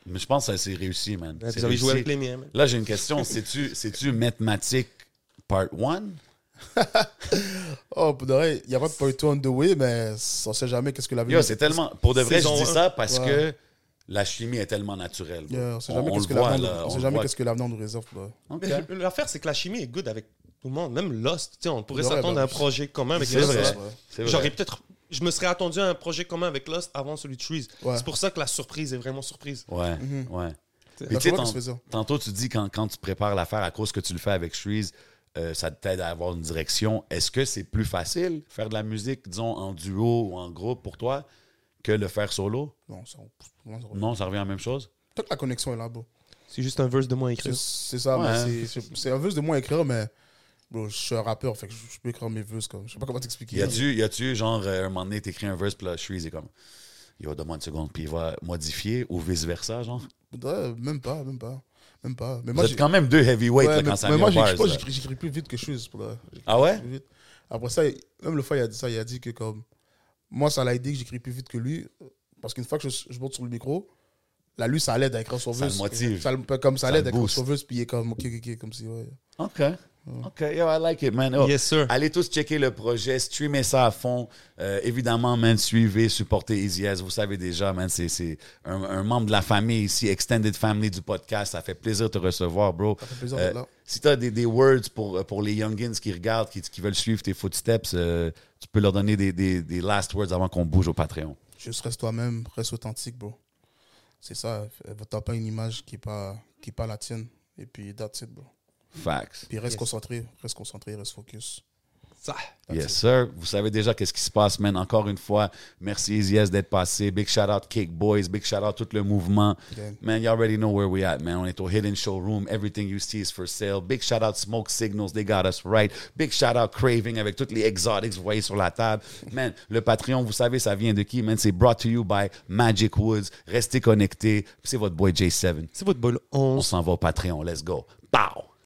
[SPEAKER 2] Mais je pense que ça, c'est réussi, man. C'est
[SPEAKER 1] Vous avez joué
[SPEAKER 2] réussi.
[SPEAKER 1] avec les miens. man.
[SPEAKER 2] Là, j'ai une question. C'est-tu c'est-tu mathématique part 1?
[SPEAKER 3] Oh, pour de vrai, il n'y a pas de point on the way, mais on sait jamais qu'est-ce que l'avenir.
[SPEAKER 2] Yo, c'est tellement. Pour de vrai, je
[SPEAKER 1] Saison
[SPEAKER 2] dis
[SPEAKER 1] un.
[SPEAKER 2] ça parce que
[SPEAKER 3] Ouais.
[SPEAKER 2] la chimie est tellement naturelle. bro.
[SPEAKER 3] Yeah, on sait
[SPEAKER 2] On-
[SPEAKER 3] jamais
[SPEAKER 2] on
[SPEAKER 3] qu'est-ce
[SPEAKER 2] le
[SPEAKER 3] que
[SPEAKER 2] voit,
[SPEAKER 3] l'avenir-
[SPEAKER 2] là.
[SPEAKER 3] on
[SPEAKER 2] On
[SPEAKER 3] sait
[SPEAKER 2] le
[SPEAKER 3] jamais
[SPEAKER 2] voit.
[SPEAKER 3] qu'est-ce que l'avenir nous réserve. pour de vrai.
[SPEAKER 2] Ok.
[SPEAKER 1] Mais L'affaire, c'est que la chimie est good avec tout le monde, même Lost. tu sais, on pourrait
[SPEAKER 3] Ouais,
[SPEAKER 1] s'attendre
[SPEAKER 3] bah,
[SPEAKER 1] à un projet commun avec
[SPEAKER 2] C'est
[SPEAKER 1] Lost.
[SPEAKER 2] vrai.
[SPEAKER 3] Ouais.
[SPEAKER 2] C'est vrai.
[SPEAKER 1] J'aurais peut-être. Je me serais attendu à un projet commun avec Lost avant celui de Trees.
[SPEAKER 3] Ouais.
[SPEAKER 1] C'est pour ça que la surprise est vraiment surprise.
[SPEAKER 2] Ouais, ouais. Puis
[SPEAKER 3] Bah,
[SPEAKER 2] tu sais,
[SPEAKER 3] je vois
[SPEAKER 2] tant-
[SPEAKER 3] que c'est ça.
[SPEAKER 2] tantôt, tu dis quand, quand tu prépares l'affaire à cause que tu le fais avec Shreeze, euh, ça t'aide à avoir une direction. Est-ce que c'est plus facile faire de la musique, disons, en duo ou en groupe pour toi que le faire solo?
[SPEAKER 3] Non, ça, on- on- on-
[SPEAKER 2] Non, ça revient à la même chose?
[SPEAKER 3] Peut-être que la connexion est là, bro.
[SPEAKER 1] C'est juste un verse de moins à écrire.
[SPEAKER 3] C'est- C'est ça,
[SPEAKER 2] Ouais.
[SPEAKER 3] mais c'est- c'est- c'est un vœu de moi à écrire, mais bro, je suis un rappeur, fait que je je peux écrire mes vœux. Comme, je sais pas comment t'expliquer.
[SPEAKER 2] Y a-tu, y a-tu, genre, euh, un moment donné, t'écris un verse, puis là, Shreeze est comme, yo, donne-moi une seconde, puis il va modifier, ou vice-versa, genre.
[SPEAKER 3] Ouais, même pas, même pas. Même pas. Mais
[SPEAKER 2] Vous
[SPEAKER 3] moi,
[SPEAKER 2] êtes
[SPEAKER 3] j'ai-
[SPEAKER 2] quand même deux heavyweights,
[SPEAKER 3] ouais,
[SPEAKER 2] là,
[SPEAKER 3] mais-
[SPEAKER 2] quand ça
[SPEAKER 3] mais
[SPEAKER 2] vient
[SPEAKER 3] moi,
[SPEAKER 2] aux bars,
[SPEAKER 3] j'écris pas,
[SPEAKER 2] là.
[SPEAKER 3] j'écris- j'écris plus vite que Shoes. pour la- j'écris
[SPEAKER 2] Ah ouais?
[SPEAKER 3] plus vite. Après ça, il- même le fois, il a dit ça. Il a dit que comme moi, ça l'a aidé que j'écris plus vite que lui. Parce qu'une fois que je, je monte sur le micro, là, lui, ça l'aide à écrire son
[SPEAKER 2] Ça
[SPEAKER 3] vœu.
[SPEAKER 2] le motive.
[SPEAKER 3] Ça le- comme ça
[SPEAKER 2] Ça
[SPEAKER 3] l'aide
[SPEAKER 2] le
[SPEAKER 3] à écrire
[SPEAKER 2] booste.
[SPEAKER 3] son vœu, puis il est comme, ok, ok, ok, comme si, ouais.
[SPEAKER 2] OK. OK, yo, I like it, man. Oh,
[SPEAKER 1] Yes, sir.
[SPEAKER 2] Allez tous checker le projet, streamez ça à fond. Euh, évidemment, man, suivez, supportez Easy As. Vous savez déjà, man, c'est- c'est un, un membre de la famille ici, Extended Family du podcast. Ça fait plaisir de te recevoir, bro.
[SPEAKER 3] Ça fait plaisir
[SPEAKER 2] Euh,
[SPEAKER 3] d'être là.
[SPEAKER 2] si tu as des, des words pour, pour les youngins qui regardent, qui, qui veulent suivre tes footsteps, euh, tu peux leur donner des, des- des last words avant qu'on bouge au Patreon.
[SPEAKER 3] Juste reste toi-même, reste authentique, bro. C'est ça, euh, t'as pas une image qui est pas, qui est pas la tienne. Et puis, that's it, bro.
[SPEAKER 2] Facts.
[SPEAKER 3] Puis reste concentré, reste concentré, reste focus.
[SPEAKER 1] Ça.
[SPEAKER 3] That's
[SPEAKER 2] Yes, sir. Vous savez déjà qu'est-ce qui se passe, man. Encore une fois, merci Easy As d'être passé. Big shout out Cake Boys. Big shout out tout le mouvement.
[SPEAKER 3] Gang.
[SPEAKER 2] Man, you already know where we at, man. On est au Hidden Showroom. Everything you see is for sale. Big shout out Smoke Signals. They got us right. Big shout out Craving avec toutes les exotics vous voyez sur la table. Man, le Patreon, vous savez, ça vient de qui, man? C'est brought to you by Magic Woods. Restez connectés. C'est votre boy J7.
[SPEAKER 1] C'est votre bol
[SPEAKER 2] On
[SPEAKER 1] 11.
[SPEAKER 2] s'en va au Patreon. Let's go. Pow!